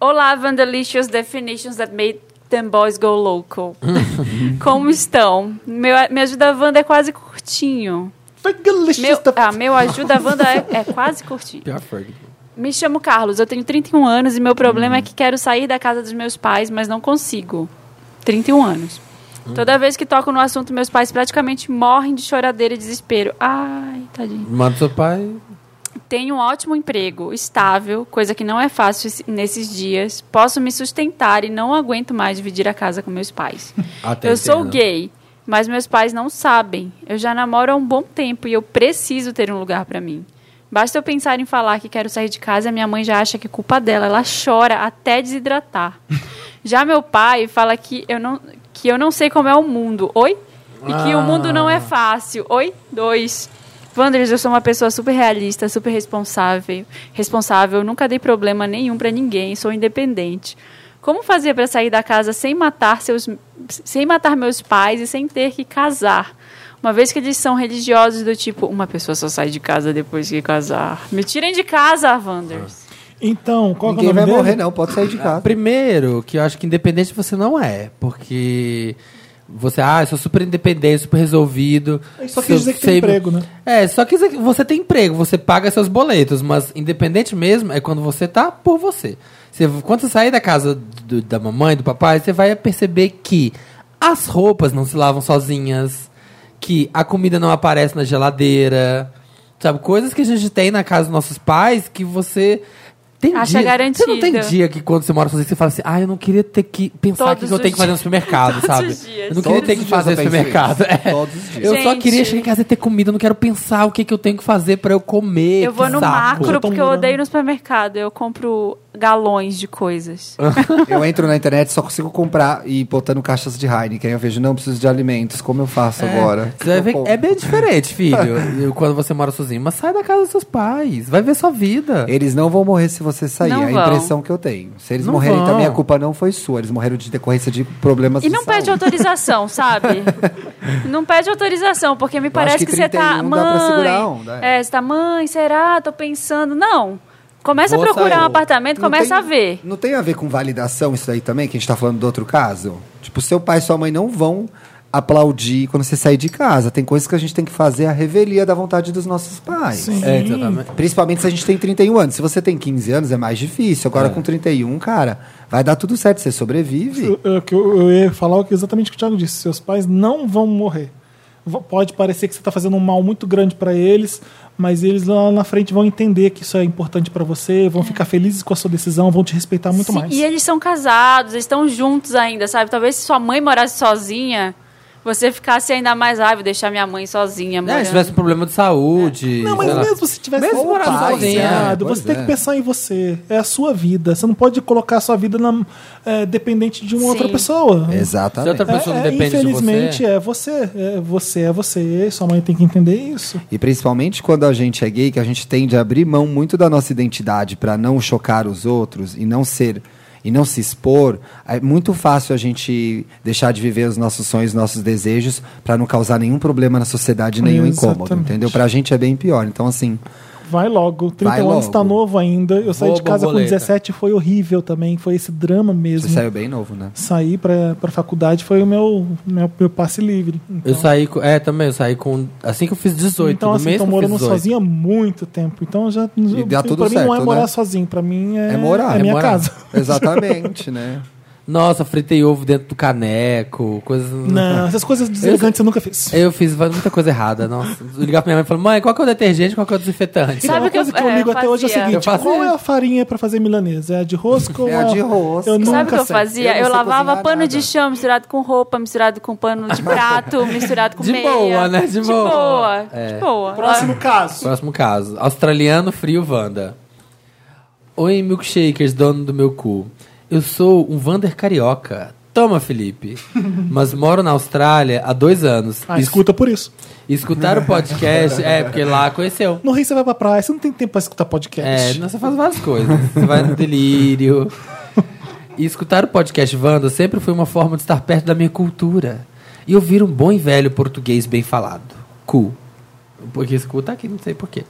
Olá, Vandalicious Definitions that made them boys go local. Como estão? Meu, me ajuda a Wanda é quase curtinho. Meu, ah, meu ajuda a Wanda é, é quase curtinho. Pior Ferg. Me chamo Carlos, eu tenho 31 anos e meu problema é que quero sair da casa dos meus pais, mas não consigo. 31 anos. Toda vez que toco no assunto, meus pais praticamente morrem de choradeira e desespero. Ai, tadinho. Manda seu pai. Tenho um ótimo emprego, estável, coisa que não é fácil es- nesses dias. Posso me sustentar e não aguento mais dividir a casa com meus pais. Até eu sou entendo. gay, mas meus pais não sabem. Eu já namoro há um bom tempo e eu preciso ter um lugar pra mim. Basta eu pensar em falar que quero sair de casa, minha mãe já acha que é culpa dela. Ela chora até desidratar. já meu pai fala que eu não, que eu não sei como é o mundo. Oi? E que o mundo não é fácil. Oi? Dois. Wanders, eu sou uma pessoa super realista, super responsável, responsável, nunca dei problema nenhum pra ninguém, sou independente. Como fazer pra sair da casa sem matar seus sem matar meus pais e sem ter que casar? Uma vez que eles são religiosos do tipo, uma pessoa só sai de casa depois que casar. Me tirem de casa, Wanders. Então, qual que é Ninguém o nome vai dele? morrer, não. Pode sair de casa. Primeiro, que eu acho que independente você não é, porque você, ah, eu sou super independente, super resolvido. Isso É só quer Seu- dizer que tem sei- emprego, né? É, só quer dizer que você tem emprego, você paga seus boletos, mas independente mesmo é quando você tá por você. Você- quando você sair da casa do- da mamãe, do papai, você vai perceber que as roupas não se lavam sozinhas, que a comida não aparece na geladeira, sabe? Coisas que a gente tem na casa dos nossos pais que você. Tem dia, Acha Você não tem garantido. dia que quando você mora sozinho, você fala assim, ah, eu não queria ter que pensar o Todos que que eu os tenho que dias. fazer no supermercado, Todos sabe? os dias. Eu não queria Todos ter os que dias eu fazer no penso supermercado. isso. É. Todos os dias. Eu só Gente. queria chegar em casa e ter comida, eu não quero pensar o que, que eu tenho que fazer pra eu comer. Eu vou que no saco. macro porque eu morando- odeio ir no supermercado, eu compro galões de coisas. Eu entro na internet, só consigo comprar e botando caixas de Heineken. Eu vejo, não preciso de alimentos. Como eu faço agora? Tipo, Você vai ver que Eu é bem diferente, filho, eu- quando você mora sozinho. Mas sai da casa dos seus pais, vai ver sua vida. Eles não vão morrer se você sair, Não é a vão. impressão que eu tenho. Se eles Não morrerem vão. também, a culpa não foi sua. Eles morreram de decorrência de problemas E de não saúde. pede autorização, sabe? não pede autorização, porque me parece que que, você tá. 31 dá pra Mãe. segurar a onda, é." é, você tá, mãe, será? Tô pensando. Não. Começa Vou a procurar sair. um apartamento, Não começa tem- a ver. Não tem a ver com validação isso aí também, que a gente tá falando do outro caso? Tipo, seu pai e sua mãe não vão aplaudir quando você sair de casa. Tem coisas que a gente tem que fazer à revelia da vontade dos nossos pais. É, exatamente. Principalmente se a gente tem 31 anos. Se você tem 15 anos, é mais difícil. Agora, com 31, cara, vai dar tudo certo. Você sobrevive. Eu, eu- que eu- eu ia falar o que exatamente o que o Thiago disse. Seus pais não vão morrer. V- Pode parecer que você está fazendo um mal muito grande para eles, mas eles lá na frente vão entender que isso é importante para você, vão ficar felizes com a sua decisão, vão te respeitar muito Sim, mais. E é eles são casados, eles estão juntos ainda, sabe? Talvez se sua mãe morasse sozinha, você ficasse ainda mais, ah, vou deixar minha mãe sozinha. É, morando." se tivesse um problema de É. saúde. Não, mas sei lá. mesmo se tivesse Mesmo um morando pai sozinho, é, separado, pois você tem é. que pensar em você. É a sua vida. Você não pode colocar a sua vida na- é, dependente de uma Sim. outra pessoa. Se Exatamente. outra pessoa não É, é, depende de infelizmente você. é você. É você é você. Sua mãe tem que entender isso. E principalmente quando a gente é gay, que a gente tende a abrir mão muito da nossa identidade para não chocar os outros e não ser e não se expor, é muito fácil a gente deixar de viver os nossos sonhos, nossos desejos, para não causar nenhum problema na sociedade, nenhum incômodo, Exatamente. entendeu? Pra gente é bem pior. Então, assim, Vai logo. 31 Vai anos logo. tá novo ainda. Eu saí Boa de casa borboleta. com 17 foi horrível também. Foi esse drama você mesmo. saiu bem novo, né? Sair pra, pra faculdade foi o meu, meu, meu passe livre. Eu saí com. É, também, eu saí com. Assim que eu fiz 18, então, no assim, mês tô que eu fiz morando 18. sozinho há muito tempo. Então já. E dá pra tudo mim não é certo, morar né? sozinho. Pra mim é, É morar, é é minha morar. casa. Exatamente, né? Nossa, fritei ovo dentro do caneco, coisas. Não, essas coisas deselegantes eu nunca fiz. Eu fiz muita coisa errada, nossa. Eu ligava pra minha mãe e falava, mãe, qual que é o detergente, qual que é o desinfetante? Sabe Sabe o uma que eu- coisa que eu, é, ligo até hoje é fazia. o seguinte: Eu fazia. qual é a farinha pra fazer milanesa? É a de rosca ou É a de rosca. Eu nunca Sabe o que eu sei. fazia? Eu não Eu, sei lavava cozinhar pano nada. de chão misturado com roupa, misturado com pano de prato, misturado com De meia. boa, né? De boa. boa. É. De boa. Próximo caso. Próximo caso. Australiano frio Wanda. Oi, milkshakers, dono do meu cu. Eu sou um Vander carioca, Toma, Felipe. Mas moro na Austrália há dois anos. Ah, E escuta por isso. Escutar o podcast é porque lá conheceu. No Rio você vai pra praia, você não tem tempo pra escutar É, podcast. não, você faz várias coisas. Você vai no delírio. E escutar o podcast Wanda sempre foi uma forma de estar perto da minha cultura. E ouvir um bom e velho português bem falado. Cool. Porque escuta aqui, não sei porquê.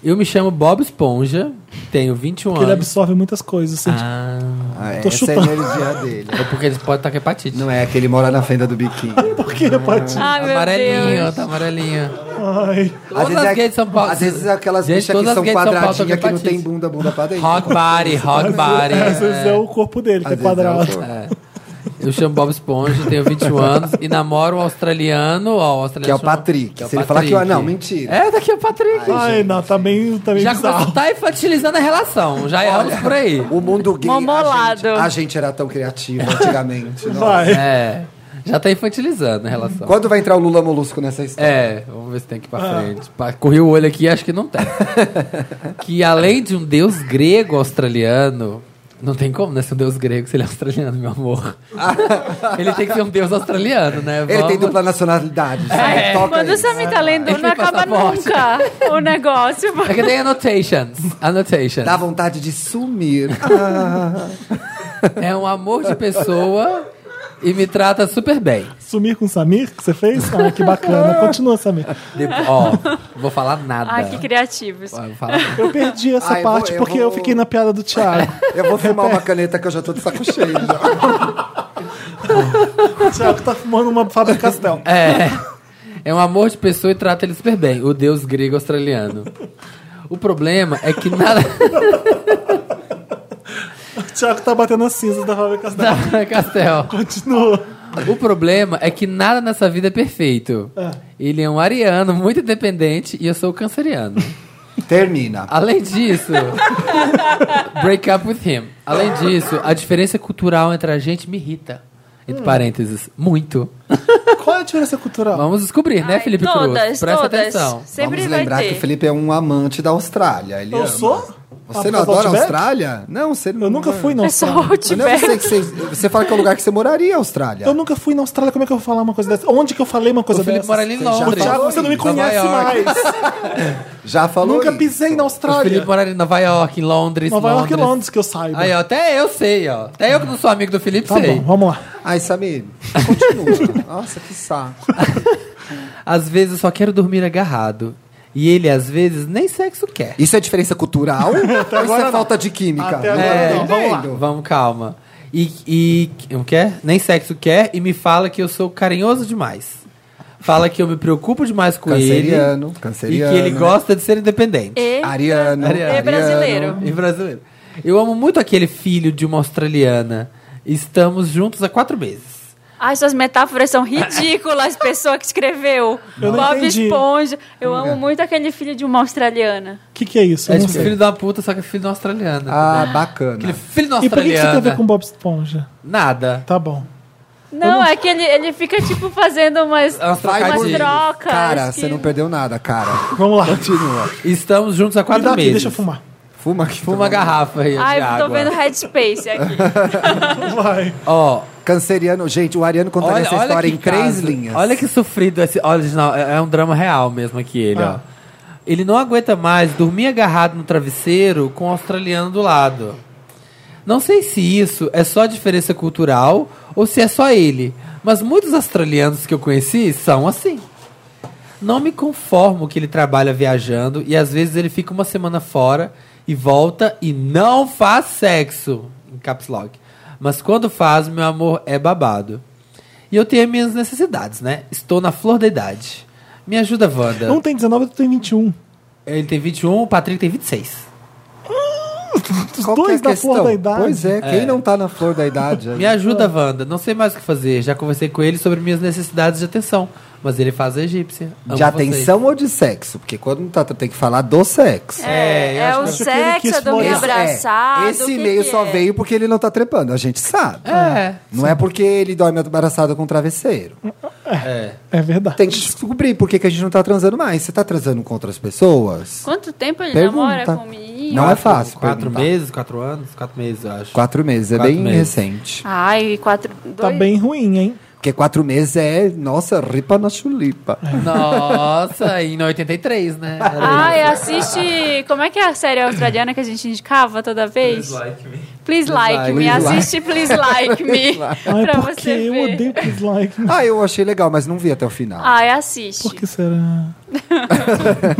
Eu me chamo Bob Esponja, tenho 21 é Porque ele anos. absorve muitas coisas. assim, tipo, Ah, Ah, Tô essa é a chutando. energia dele. é porque eles podem estar com hepatite. Não é aquele mora na fenda do biquíni. Por que, é Patinho? Ai, meu amarelinho, Deus. tá amarelinho. Ai. Todas as é- gays de São Paulo. às vezes é aquelas Gente, bichas todas que as são gays de São Paulo têm quadradinhas que não hepatite. tem bunda, bunda pra dentro. Rock body, rock body. Às vezes é é. o corpo dele, que Às é vezes quadrado. o- É. Eu chamo Bob Esponja, tenho 21 anos e namoro um australiano. Ó, o australiano Que é o chama- Patrick. que é o Se ele falar que eu- Patrick. não, mentira. É, daqui é o Patrick. Ai, não, tá bem, tá bem já bizarro. começou, tá infantilizando a relação. Já erramos por aí. O mundo gay. A Mamolado. gente, a gente era tão criativo antigamente. nossa. Vai. É. Já tá infantilizando a relação. Quando vai entrar o Lula Molusco nessa história? É, vamos ver se tem aqui pra Ah. frente. Pa- Corri o olho aqui acho que não tem. que além de um deus grego australiano. Não tem como, né? Ser um deus grego se ele é australiano, meu amor. ele tem que ser um deus australiano, né? Ele tem Vamos- É, dupla nacionalidade. sabe? Ai, Toca quando aí. você me tá lendo, Ele não tem acaba passaporte. nunca o negócio. É que tem annotations. Annotations. Dá vontade de sumir. Ah, É um amor de pessoa e me trata super bem. Sumir com o Samir, que você fez? Ah, que bacana. Continua, Samir. Depo- Ó, não vou falar nada. Ai, que criativos. Ó, eu vou falar nada. Eu perdi essa Ah, eu parte vou- eu porque eu vou- fiquei na piada do Thiago. eu vou fumar uma caneta que eu já tô de saco cheio. já. O Thiago tá fumando uma Fábio Castel. É. É um amor de pessoa e trata ele super bem. O deus grego australiano. O problema é que nada. O Thiago tá batendo as cinzas da Fábio Castel. Tá, Castel. Continua. O problema é que nada nessa vida é perfeito. Ele é um ariano muito independente e eu sou canceriano. Termina. Além disso, break up with him. Além disso, a diferença cultural entre a gente me irrita. Hum. Entre parênteses, muito. Qual é a diferença cultural? Vamos descobrir, né, Ai, Felipe Cruz? todas, Presta todas. atenção. Sempre Vamos vai lembrar ter. que o Felipe é um amante da Austrália. Ele Eu ama. sou? Ah, Você por não causa do adora a Outback? Austrália? Não, você um Eu nunca fui na É só Austrália. o Mas não é você, Tibete. que você, você fala que é o lugar que você moraria, Austrália. Eu nunca fui na Austrália, como é que eu vou falar uma coisa dessa? Onde que eu falei uma coisa O Felipe dessa? mora ali em já O Londres. Thiago, você não me Nova conhece York. mais. Já falou Nunca isso. pisei na O Austrália. Felipe mora ali em Nova York, em Londres. Nova York e Londres. Londres, que eu saiba. Aí, ó, até eu sei, ó. Até eu que não sou amigo do Felipe Tá sei. bom, vamos lá. Ai, Samir, continua. Nossa, que saco. Às vezes eu só quero dormir agarrado. E ele, às vezes, nem sexo quer. Isso é diferença cultural? Ou isso é falta de química? Até agora É, não, vamos vamos Vamos, calma. E, e não quer? Nem sexo quer e me fala que eu sou carinhoso demais. Fala que eu me preocupo demais com Canceriano, ele. canceriano, E que ele né? gosta de ser independente. E Ariano, Ariano. É brasileiro. E brasileiro. Eu amo muito aquele filho de uma australiana. Estamos juntos há quatro meses. Ai, suas metáforas são ridículas, pessoa que escreveu. Eu não Bob entendi. Esponja. Eu amo muito aquele filho de uma australiana. O que, que é isso? Eu É não tipo sei. filho da puta, só que é filho de uma australiana. Ah, Aquele bacana. filho de uma E por que que isso tem a australiana. ver com Bob Esponja? Nada. Tá bom. Não, é que ele, ele fica, tipo, fazendo umas, Umas Vai umas por- trocadilhas. trocas. Cara, que- você não perdeu nada, cara. Vamos lá. Continua. Estamos juntos há Me quatro dá aqui, meses. deixa eu fumar. Fuma aqui. Fuma uma garrafa aí Ai, de eu água. tô vendo Headspace aqui. Vai. Ó, Canceriano, gente, o Ariano contaria olha, essa olha história que em três caso. linhas. Olha que sofrido esse. Olha, não, é é um drama real mesmo aqui ele, Ah. ó. Ele não aguenta mais dormir agarrado no travesseiro com o australiano do lado. Não sei se isso é só diferença cultural ou se é só ele, mas muitos australianos que eu conheci são assim. Não me conformo que ele trabalha viajando e às vezes ele fica uma semana fora e volta e não faz sexo. Em caps lock. Mas quando faz, meu amor é babado. E eu tenho minhas necessidades, né? Estou na flor da idade. Me ajuda, Wanda. Um tem 19, outro tem 21. Ele tem 21, o Patrick tem 26. Os Qual que é dois a da questão? flor da idade. Pois é, quem não tá na flor da idade? Me ajuda, Wanda. Não sei mais o que fazer. Já conversei com ele sobre minhas necessidades de atenção. Mas ele faz a egípcia. Amo de vocês. atenção ou de sexo? Porque quando não tá, tem que falar do sexo. É, eu é acho o que- Acho que ele quis sexo, é do me florecer. abraçado. Esse o que e-mail que só é? veio porque ele não tá trepando, a gente sabe. É. Não é porque ele dorme abraçado com o um travesseiro. É. É verdade. Tem que descobrir por que, que a gente não tá transando mais. Você tá transando com outras pessoas? Quanto tempo ele Pergunta. namora com o menino? Não é fácil. Quatro perguntar. meses, quatro anos? Quatro meses, eu acho. Quatro meses, é Quatro bem meses. recente. Ai, quatro. Dois... Tá bem ruim, hein? Porque quatro meses é, nossa, ripa na chulipa. É. Nossa, em 83, né? Ai, assiste. Como é que é a série australiana que a gente indicava toda vez? Please Like Me. Please Like. Assiste Please Like Me. Ai, É pra porque você eu ver. odeio Please Like. Ah, eu achei legal, mas não vi até o final. Ai, assiste. Por que será?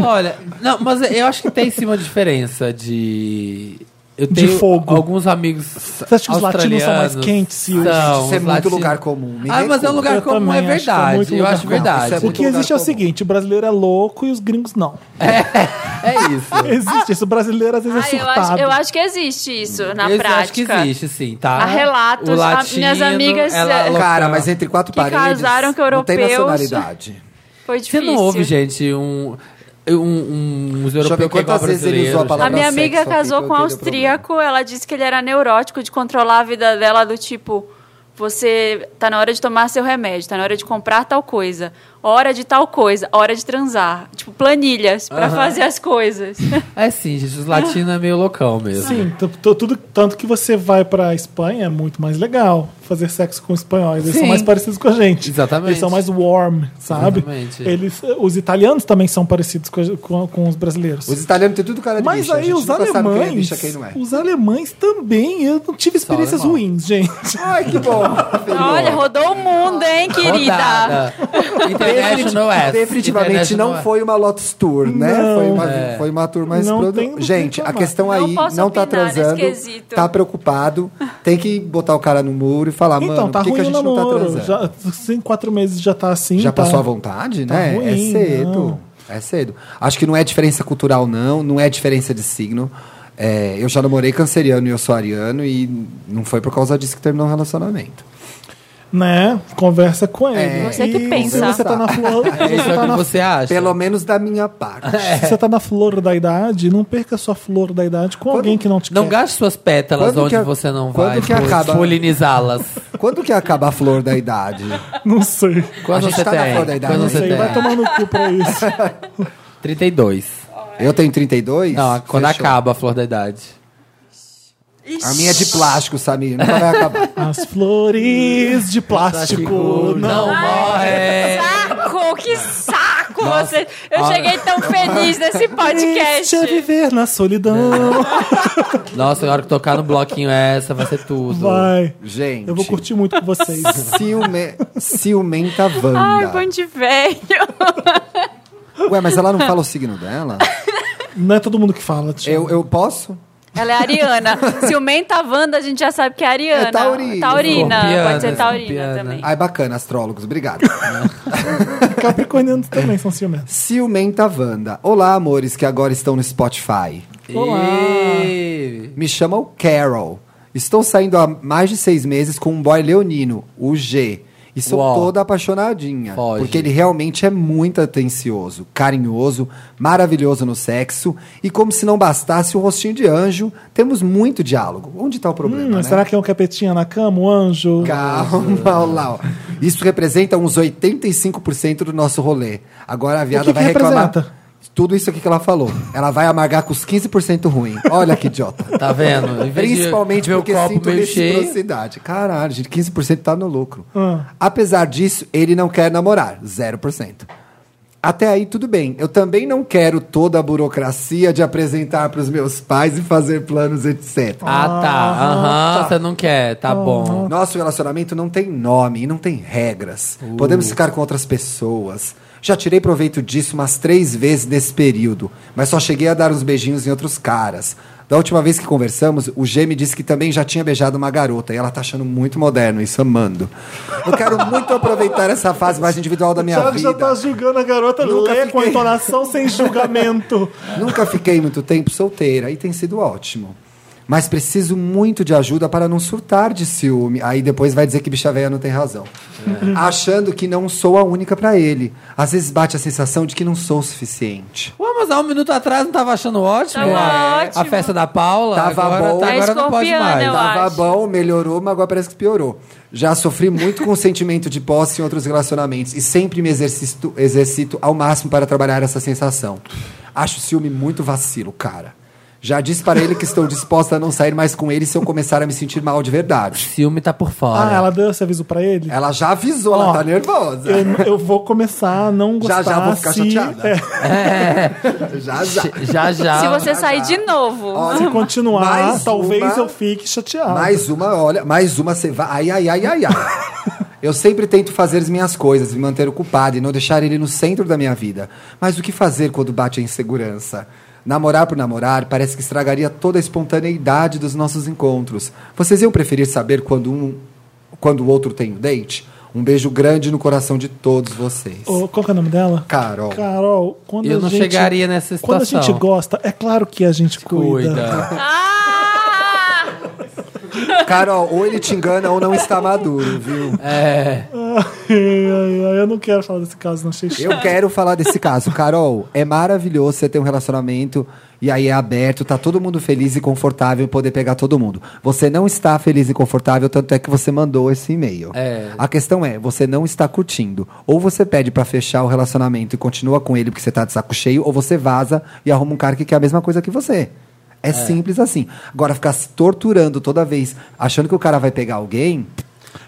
Olha, não, mas eu acho que tem sim uma diferença de. Eu De tenho fogo. alguns amigos. Você acha que os latinos são mais quentes, Sil? Não, Isso é os muito lugar comum, me Ah, mas é um recusa. lugar Eu comum, é também acho que é verdade. muito eu lugar acho comum. verdade. Isso é o que lugar existe é o comum. seguinte: o brasileiro é louco e os gringos não. É isso. Existe isso. O brasileiro às vezes é Ai, eu, surtado. acho, eu acho que existe isso na eu prática. acho que existe, sim, tá? Há relatos, O a- latino, minhas amigas, ela é eh, louca. Cara, mas é entre quatro Que paredes casaram com não tem europeus. nacionalidade. Foi Você difícil. não ouve, gente, um. Um, um, uns eu ver europeus que é igual quantas vezes ele brasileiro, usou a palavra A minha sexo amiga aqui, casou que eu com um tenho austríaco, ela disse que ele era neurótico de controlar a vida dela do tipo, você tá na hora de tomar seu remédio, tá na hora de comprar tal coisa, hora de tal coisa, hora de transar, tipo planilhas pra fazer as coisas. É sim, gente, os latinos é meio loucão mesmo. Sim, t- t- tudo, tanto que você vai pra Espanha é muito mais legal fazer sexo com espanhóis. Eles Sim. são mais parecidos com a gente. Exatamente. Eles são mais warm, sabe? Exatamente. Eles, os italianos também são parecidos com, a- com- com os brasileiros. Os italianos têm tudo cara de Mas bicha, a aí gente os nunca sabe quem é alemães, bicha, quem não é. os alemães também. Eu não tive experiências alemão. ruins, gente. Ai, que bom. Olha, rodou o mundo, hein, querida? Rodada. é. International S. Definitivamente International não S. foi uma Lotus Tour, né? Não. Foi, uma, É. foi uma tour mais Não produ- tem o que Gente, a reclamar. questão Não aí posso não tá opinar nesse transando, quesito. tá preocupado, tem que botar o cara no muro e falar, então, mano, tá por que, ruim que a o gente não tá namoro. transando? já, em quatro meses já tá assim. Já tá- passou à vontade, tá né? ruim, é cedo. não. É cedo. Acho que não é diferença cultural, não. Não é diferença de signo. É, eu já namorei canceriano e eu sou ariano. E não foi por causa disso que terminou o relacionamento. Né? Conversa com ele. É. Você que E pensa. Se você tá na flor, É isso você é o tá que na você acha. Pelo menos da minha parte. Se você tá na flor da idade, não perca sua flor da idade com alguém que não te Não quer. gaste suas pétalas Quando onde que a- você não quando vai que pol- acaba? polinizá-las. Quando que acaba a flor da idade? Não sei. Quando gente você tá na tem? flor da idade, Quando né? Não você sei. tem? Vai tomar no cu pra isso. 32. Eu tenho 32? Não, quando Fechou. acaba a flor da idade. A minha é de plástico, Samir. Nunca vai acabar. As flores de plástico. Não. morre! Saco, que saco você. Eu cheguei tão feliz nesse podcast. Este é viver na solidão. Nossa, na hora que tocar no bloquinho essa, vai ser tudo. Vai. Gente. Eu vou curtir muito com vocês. Ciume... Ciumenta Wanda. Ai, bom de velho. Ué, mas ela não fala o signo dela? Não é todo mundo que fala, tio. Eu, eu posso? Ela é ariana. Ciumenta a Wanda, a gente já sabe que é ariana. É taurina. Taurina, Escorpiana, pode ser taurina escorpiana. também. Ai, bacana, astrólogos. Obrigado. Capricornianos também são ciumentos. Ciumenta Wanda. Olá, amores que agora estão no Spotify. E... Me chamam Carol. Estou saindo há mais de seis meses com um boy leonino, o G. E sou Uau. toda apaixonadinha. Foge. Porque ele realmente é muito atencioso, carinhoso, maravilhoso no sexo. E como se não bastasse o rostinho de anjo, temos muito diálogo. Onde está o problema, Hum, né? será que é um capetinha na cama, um anjo? Calma, lá. ó. Isso representa uns 85% do nosso rolê. Agora a viada que vai que reclamar. representa? Tudo isso aqui que ela falou. Ela vai amargar com os 15% ruim. Olha que idiota. Tá vendo? Em vez de Principalmente ver o porque copo sinto meio cheio. reciprocidade. Caralho, gente, 15% tá no lucro. Ah. Apesar disso, ele não quer namorar. 0%. Até aí, tudo bem. Eu também não quero toda a burocracia de apresentar pros meus pais e fazer planos, etc. Ah, tá. Aham, você não quer. Tá bom. Nosso relacionamento não tem nome e não tem regras. Podemos ficar com outras pessoas. Já tirei proveito disso umas três vezes nesse período, mas só cheguei a dar uns beijinhos em outros caras. Da última vez que conversamos, o G me disse que também já tinha beijado uma garota e ela tá achando muito moderno isso, amando. Eu quero muito aproveitar essa fase mais individual da minha Já, vida. já tá julgando a garota Nunca lê com a fiquei. entonação sem julgamento. Nunca fiquei muito tempo solteira e tem sido ótimo. Mas preciso muito de ajuda para não surtar de ciúme. Aí depois vai dizer que bicha velha não tem razão. Achando que não sou a única para ele. Às vezes bate a sensação de que não sou o suficiente. Ué, mas há um minuto atrás não tava achando ótimo? É, Tava ótimo. É A festa da Paula? Tava agora, bom. tá- Tá agora não pode escorpiana, mais. eu Tá- Tava acho. bom, melhorou, mas agora parece que piorou. Já sofri muito com o sentimento de posse em outros relacionamentos e sempre me exercito, exercito ao máximo para trabalhar essa sensação. Acho o ciúme muito vacilo, cara. Já disse para ele que estou disposta a não sair mais com ele se eu começar a me sentir mal de verdade. Ciúme tá por fora. Ah, ela deu esse aviso pra ele? Ela já avisou, ela Ó, tá nervosa. Eu, eu vou começar a não Já, gostar. já vou ficar se- é, chateada. Já, já. Já, já. Se você sair de novo. Se continuar, Mais talvez uma- eu fique chateado. Mais uma, olha, mais uma você vai. Ai, ai, ai, ai, ai. Eu sempre tento fazer as minhas coisas, me manter ocupado e não deixar ele no centro da minha vida. Mas o que fazer quando bate a insegurança? Namorar por namorar parece que estragaria toda a espontaneidade dos nossos encontros. Vocês iam preferir saber quando um quando o outro tem um date? Um beijo grande no coração de todos vocês. Ô, qual que é o nome dela? Carol. Carol, quando Eu a não gente, chegaria nessa Quando a situação. gente gosta, é claro que a gente cuida. Cuida. Ah! Carol, ou ele te engana ou não está maduro, viu? É. Ai, ai, ai, eu não quero falar desse caso, não achei chato. Eu quero falar desse caso. Carol, é maravilhoso você ter um relacionamento e aí é aberto, tá todo mundo feliz e confortável em poder pegar todo mundo. Você não está feliz e confortável, tanto é que você mandou esse e-mail. É. A questão é, você não está curtindo. Ou você pede pra fechar o relacionamento e continua com ele porque você tá de saco cheio, ou você vaza e arruma um cara que quer a mesma coisa que você. É, simples assim. Agora, ficar se torturando toda vez, achando que o cara vai pegar alguém,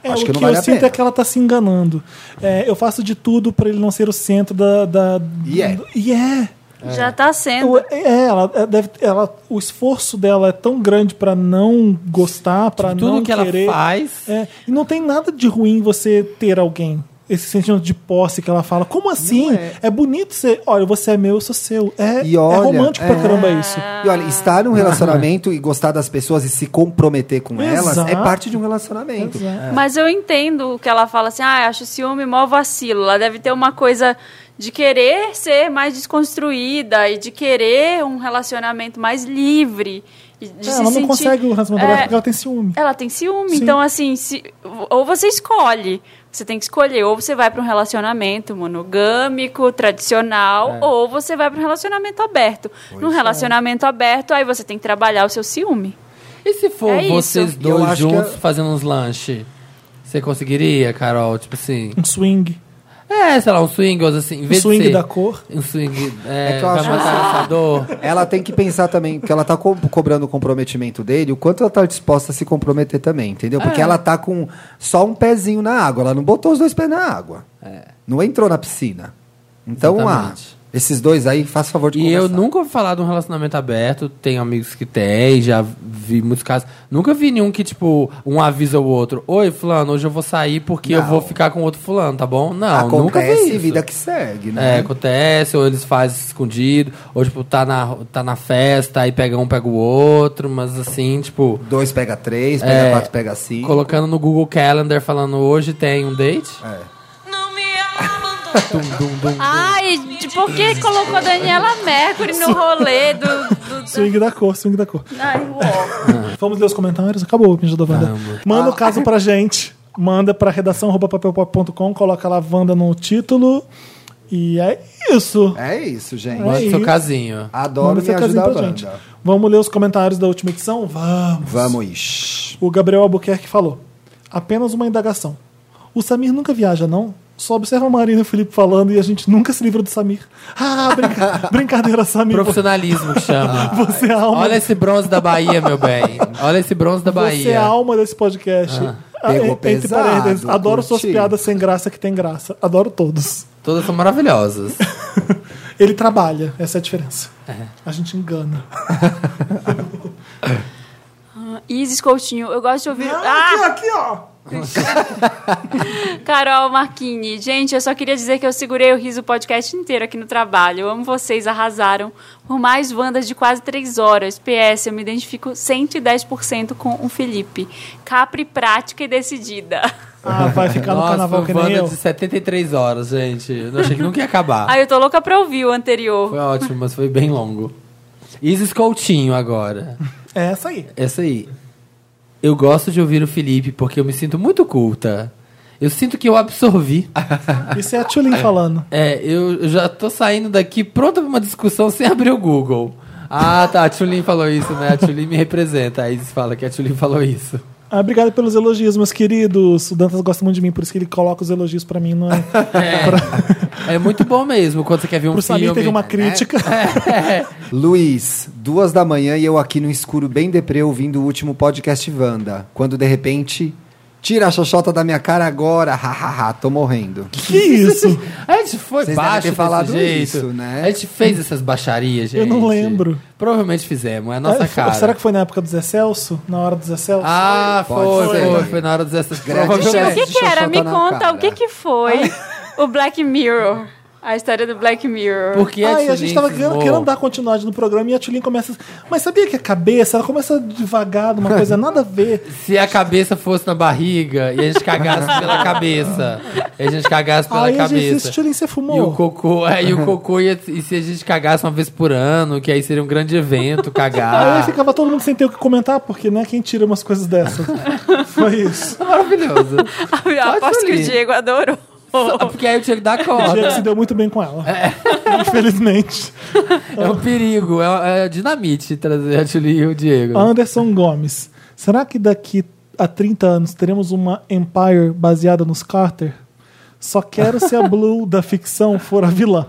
É, acho o que que, não vale eu a sinto pena. é que ela tá se enganando. É, eu faço de tudo pra ele não ser o centro da. da E é. E é. Já tá Eu- sendo. é, ela é, deve, ela, o esforço dela é tão grande pra não gostar, pra Tipo, Tudo não que ela querer. faz. É, e não tem nada de ruim você ter alguém. Esse sentimento de posse que ela fala. Como assim? É. bonito ser. Olha, você é meu, eu sou seu. É, E é olha, romântico é. pra caramba isso. Ah, E olha, estar num relacionamento e gostar das pessoas e se comprometer com elas é Exato. parte de um relacionamento. é- Mas eu entendo o que ela fala assim, ah, acho ciúme mó vacilo. Ela deve ter uma coisa de querer ser mais desconstruída e de querer um relacionamento mais livre. e de É, se ela não sentir- consegue o relacionamento aberto É, porque ela tem ciúme. Ela tem ciúme, Sim. então assim, se, ou você escolhe, você tem que escolher, ou você vai para um relacionamento monogâmico, tradicional, ou você vai para um relacionamento aberto. Num relacionamento aberto, aí você tem que trabalhar o seu ciúme. E se for É isso. vocês Eu dois acho que é- juntos eu- fazendo uns lanches? Você conseguiria, Carol? Tipo assim. Um swing. É, sei lá, um swing, ou assim. Em Um vez de swing ser- da cor. Um swing. É, É que eu vai acho- matar essa dor. Ela tem que pensar também que ela tá co- cobrando o comprometimento dele, o quanto ela tá disposta a se comprometer também, entendeu? É. Porque ela tá com só um pezinho na água, ela não botou os dois pés na água. Não entrou na piscina. Então, ah, É. Exatamente. esses dois aí, faz favor de E eu conversar. nunca ouvi falar de um relacionamento aberto. Tenho amigos que têm, já vi muitos casos. Nunca vi nenhum que, tipo, um avisa o outro: Oi, Fulano, hoje eu vou sair porque eu Não. vou ficar com outro Fulano, tá bom? Não, nunca vi. Acontece isso. vida que segue, É, né? acontece, ou eles fazem escondido, ou, tipo, tá na, tá na festa, aí pega um, pega o outro, mas assim, tipo. Dois pega três, pega É. quatro, pega cinco. Colocando no Google Calendar, falando hoje tem um date. É. Não me abandona. Dum, dum, dum. Ai, de- por que colocou a Daniela Mercury no rolê do. do, do... Swing da cor, swing da cor. Ai, uó. Ah. Vamos ler os comentários? Acabou, Pinja da Wanda. Manda o Ah. caso pra gente. Manda pra redação papelpop.com, coloca lá Wanda no título. E é isso. É isso, gente. É Manda isso. seu casinho. Ah, Adoro me seu casinho ajudar a pra gente. banda. Vamos ler os comentários da última edição? Vamos. Vamos. O Gabriel Albuquerque falou: apenas uma indagação. O Samir nunca viaja, não? Só observa a Marina e o Felipe falando e a gente nunca se livra do Samir. Ah, brinca- brincadeira, Samir. Profissionalismo que chama. Ah. Você é a alma Olha esse bronze da Bahia, meu bem. Olha esse bronze da Bahia. Você é a alma desse podcast. Ah, Pegou en- pesado, parênteses, adoro suas curti. piadas sem graça que tem graça. Adoro todos. Todas são maravilhosas. Ele trabalha, essa é a diferença. A gente engana. Isis Coutinho, eu gosto de ouvir. ah! Aqui, ó. Carol Marquini, gente, eu só queria dizer que eu segurei o riso o podcast inteiro aqui no trabalho. Eu amo vocês, arrasaram. Por mais Wandas de quase três horas. PS, eu me identifico 110% com o Felipe. Capri prática e decidida. Ah, vai ficar no Nossa, carnaval foi que um nem Wanda eu. de 73 horas, gente. Eu não achei que nunca ia acabar. Ah, eu tô louca pra ouvir o Foi anterior. ótimo, mas foi bem longo. Isis Coutinho agora. É essa aí. Essa aí. Eu gosto de ouvir o Felipe porque eu me sinto muito culta. Eu sinto que eu absorvi. Isso é a Tchulin falando. É, eu já tô saindo daqui pronta pra uma discussão sem abrir o Google. Ah, tá, a Tchulin falou isso, né? A Tchulin me representa. Aí eles falam que a Tchulin falou isso. Ah, obrigado pelos elogios, meus queridos. O Dantas gosta muito de mim, por isso que ele coloca os elogios pra mim. Não é? É, é muito bom mesmo quando você quer ver um Pro filme. Samir teve uma crítica. É, Luiz, duas da manhã e eu aqui no escuro bem deprê ouvindo o último podcast Wanda. Quando de repente, tira a xoxota da minha cara agora, hahaha, tô morrendo. Que isso? A gente foi Vocês devem baixo ter desse falado jeito. isso, né? A gente fez essas baixarias, gente. Eu não lembro. Provavelmente fizemos, é a nossa Ah, cara. Será que foi na época do Zé Celso? Na hora do Zé Celso? Ah, Pode foi, foi, ser. foi, na hora dos essas Grande O chance. provavelmente. que, que era? Xoxota Me na conta cara. o que, que foi o Black Mirror. A história do Black Mirror. Porque é Ai, a gente tava querendo, cismou. querendo dar continuidade no programa e a Tulin começa. assim, Mas sabia que a cabeça, ela começa devagar, de uma coisa nada a ver. Se a cabeça fosse na barriga e a gente cagasse pela cabeça. E a gente cagasse pela Aí a gente cabeça. disse, Tulin, E você o fumou? cocô, é, e o cocô ia, e se a gente cagasse uma vez por ano, que aí seria um grande evento, Aí cagar. ficava todo mundo sem ter o que comentar, porque, né, quem tira umas coisas dessas? foi isso. Maravilhoso. Eu aposto que o ler. Diego adorou. Só É Porque aí eu tinha que dar O Diego corda. se deu muito bem com ela. Infelizmente. É um perigo, é, é dinamite trazer a Julie e o Diego. Anderson Gomes. Será que daqui a 30 anos teremos uma Empire baseada nos Carter? Só quero se a Blue da ficção for a vilã,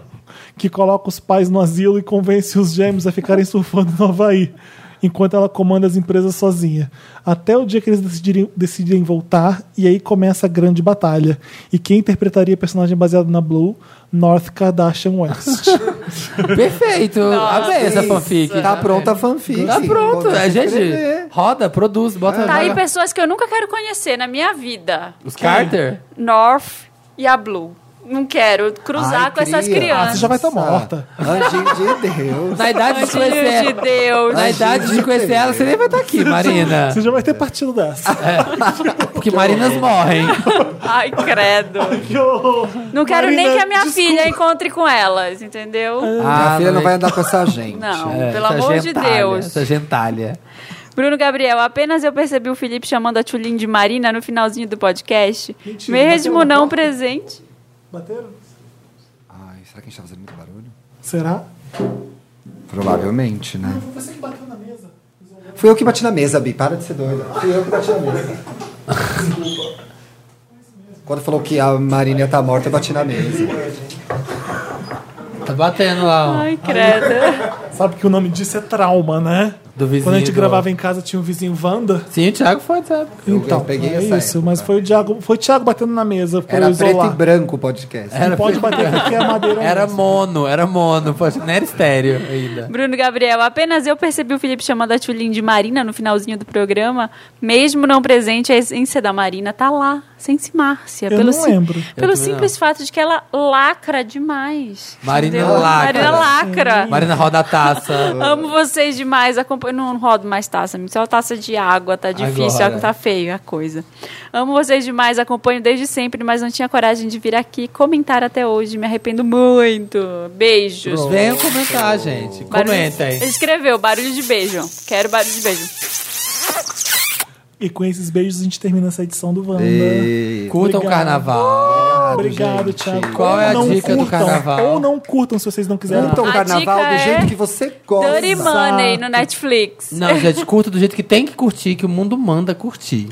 que coloca os pais no asilo e convence os gêmeos a ficarem surfando no Havaí, enquanto ela comanda as empresas sozinha. Até o dia que eles decidirem, decidirem voltar, e aí começa a grande batalha. E quem interpretaria a personagem baseada na Blue? North Kardashian West. Perfeito. Amei essa fanfic. Tá pronta a fanfic. Tá pronto. Pode A gente escrever. roda, produz, bota. Tá aí pessoas que eu nunca quero conhecer na minha vida. Os Carter? North e a Blue. Não quero cruzar Ai, com essas cria. Ah, você já crianças. vai estar morta. Anjinho de Deus. Ah, Na idade de conhecer Filho de ela. Deus. Na idade de conhecer ela, você nem vai estar aqui, Marina. Você já vai ter partido dessa. Porque Marinas morrem. Ai, credo. Não quero nem Marina, Ah. que a minha filha encontre com elas, entendeu? Minha filha não mas- vai andar com essa gente. Não, Ah, É, pelo essa amor de gentalha, Deus. Essa gentalha. Bruno Gabriel, apenas eu percebi o Felipe chamando a Tulin de Marina no finalzinho do podcast. Mentira, Mesmo bateu na não porta? presente. Bateram? Ai, será que a gente tá fazendo muito barulho? Será? Provavelmente, né? Você que bateu na mesa. Fui eu que bati na mesa, Bi. Para de ser doida. Fui eu que bati na mesa. Desculpa. Quando falou que a Marina tá morta, eu bati na mesa. Tá batendo lá. ó. Ai, credo. Sabe que o nome disso é trauma, né? Do vizinho Quando a gente do- gravava em casa tinha um vizinho Wanda. Sim, o Thiago foi, tá? sabe? Eu- eu então, peguei é essa isso, época. mas foi o Thiago, foi o Thiago batendo na mesa pra Era eu preto e isolar. branco o podcast. Não pode bater porque é madeira. Era mesmo. mono, era mono. poxa, Não era estéreo ainda. Bruno Gabriel, apenas eu percebi o Felipe chamando a Tulin de Marina no finalzinho do programa. Mesmo não presente, a essência da Marina tá lá, sem se Márcia. Eu não lembro. Eu Pelo também simples fato de que ela lacra demais. Marina entendeu? lacra. Marina lacra. Marina roda a taça. Amo vocês demais. Acompanho... Não rodo mais taça, amigo. só taça de água, tá difícil, Agora. tá feio a coisa. Amo vocês demais, acompanho desde sempre, mas não tinha coragem de vir aqui comentar até hoje. Me arrependo muito. Beijos. Venham comentar, gente. Barulho- Comentem. Ele escreveu barulho de beijo. Quero barulho de beijo. E com esses beijos a gente termina essa edição do Wanda. E... Curtam o Obrigado. carnaval. Obrigado, gente. Thiago. Qual Ou é a não dica do curtam, carnaval? Ou não curtam se vocês não quiserem. Curtam A o um carnaval dica do jeito é que você gosta. Dirty Money no Netflix. Não, gente, curta do jeito que tem que curtir, que o mundo manda curtir.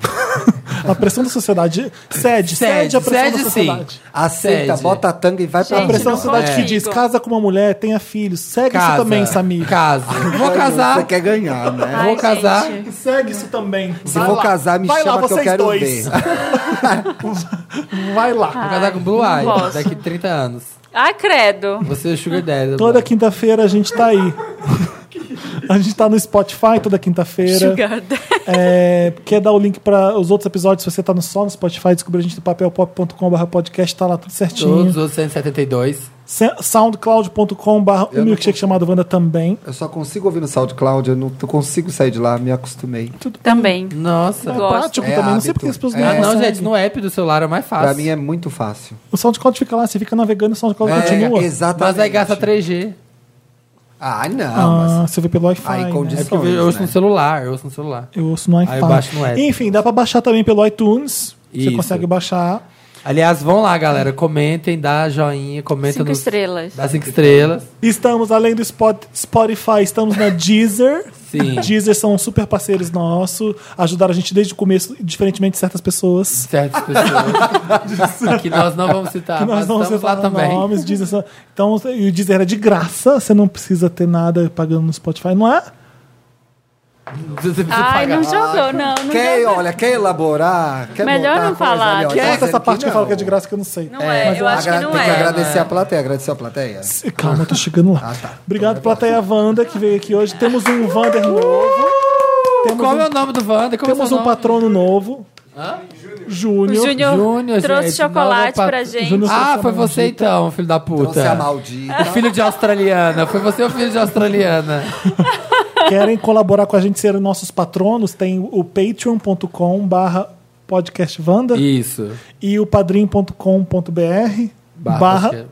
A pressão da sociedade cede, cede, a pressão da sim. sociedade. Aceita, Sede. bota a tanga e vai pra A Gente, pressão rua. da sociedade que consigo. diz: casa com uma mulher, tenha filhos. Segue Casa. isso também, Samir. Casa. Vou Você casar. quer ganhar, né? Ai, Vou casar. gente. Segue isso também. Se for casar, me Vai chama lá, que eu vocês quero dois. ver. Vai lá. Vou casar com Blue não Eye posso. daqui 30 anos. Ah, credo. Você é o Sugar Daddy. Toda quinta-feira a gente tá aí. A gente tá no Spotify toda quinta-feira. Sugar daddy. É, quer dar o link para os outros episódios? Se você tá no só no Spotify, descobrir a gente no papelpop.com.br podcast, tá lá tudo Todos os certinho. outros 172. Se- Soundcloud.com.br o um milkshake chamado Wanda também. Eu só consigo ouvir no SoundCloud, eu não eu consigo sair de lá, me acostumei. Também. Nossa. É prático É também, não sei hábito. porque as pessoas É. Ah, não não, conseguem. gente, no app do celular é mais fácil. Pra mim é muito fácil. Então O SoundCloud fica lá, você fica navegando e o SoundCloud É, continua. exatamente. Mas aí gasta 3G. Ah, não, Ah, mas. você vê pelo Wi-Fi. Aí, né? condições, É porque eu, eu ouço né? no celular, eu ouço no celular. Eu ouço no Aí eu Wi-Fi. baixo no app. Enfim, dá pra baixar também pelo iTunes. Você Isso. consegue baixar. Aliás, vão lá, galera. Comentem, dá joinha, comenta Cinco nos- estrelas. Dá cinco estrelas. Estamos, além do Spot- Spotify, estamos na Deezer. Sim. Deezer são super parceiros nossos. Ajudaram a gente desde o começo, diferentemente de certas pessoas. Certas pessoas. que nós não vamos citar, Nós Ah, mas não estamos lá separamos também. nomes, Deezer. são- Então, e o Deezer é de graça, você não precisa ter nada pagando no Spotify, não é? Você precisa Ai, pagar. não jogou, não. Ah. não Quer, jogou. olha, quer elaborar? Quer Melhor montar não coisa falar, ali, ó, que Corta é tá essa dizendo parte que eu não. falo que é de graça que eu não sei. Não é, eu acho que Agra- não tem que é. agradecer a plateia, agradecer a plateia. Calma, tô chegando Ah, lá. tá. Então Obrigado, plateia Wanda, que veio aqui hoje. Temos um Wander novo. Temos Qual um- é o nome do Wanda? Como Temos é o um nome? patrono novo. O Júnior. Júnior Júnior, trouxe gente, chocolate não é pra- pra gente. Júnior- Ah, foi você então, filho da puta. Trouxe a é maldita. É O filho de australiana. Foi você o filho de australiana? Querem colaborar com a gente, ser nossos patronos? Tem o patreon.com barra podcastvanda Isso. e o padrim.com.br Barra barra podcast-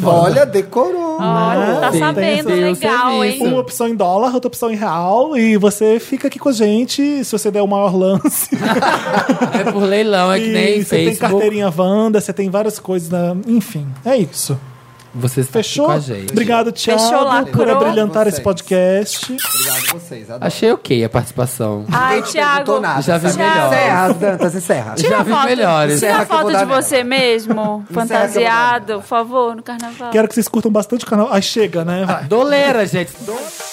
podcastvanda. Olha, decorou. Olha, tá Tem- sabendo, tem o legal, serviço. hein? Uma opção em dólar, outra opção em real. E você fica aqui com a gente se você der o maior lance. É por leilão, é que nem e você tem Facebook. carteirinha Wanda, você tem várias coisas. Na... Enfim, é isso. Você está Tá aqui Fechou? com a gente. Obrigado, Thiago, Fechou, por lacrou. abrilhantar esse Vocês. podcast. Obrigado a vocês, adoro. Achei ok a participação. Ai, Ninguém te perguntou Thiago, nada, Já vi sabe? melhor. Encerra as dantas, encerra. Já tira vi foto, melhores. Tira Encerra que eu foto vou de dar nela. você mesmo, fantasiado, por favor, no carnaval. Quero que vocês curtam bastante o canal. Aí chega, né? Vai. Doleira, gente. Doleira.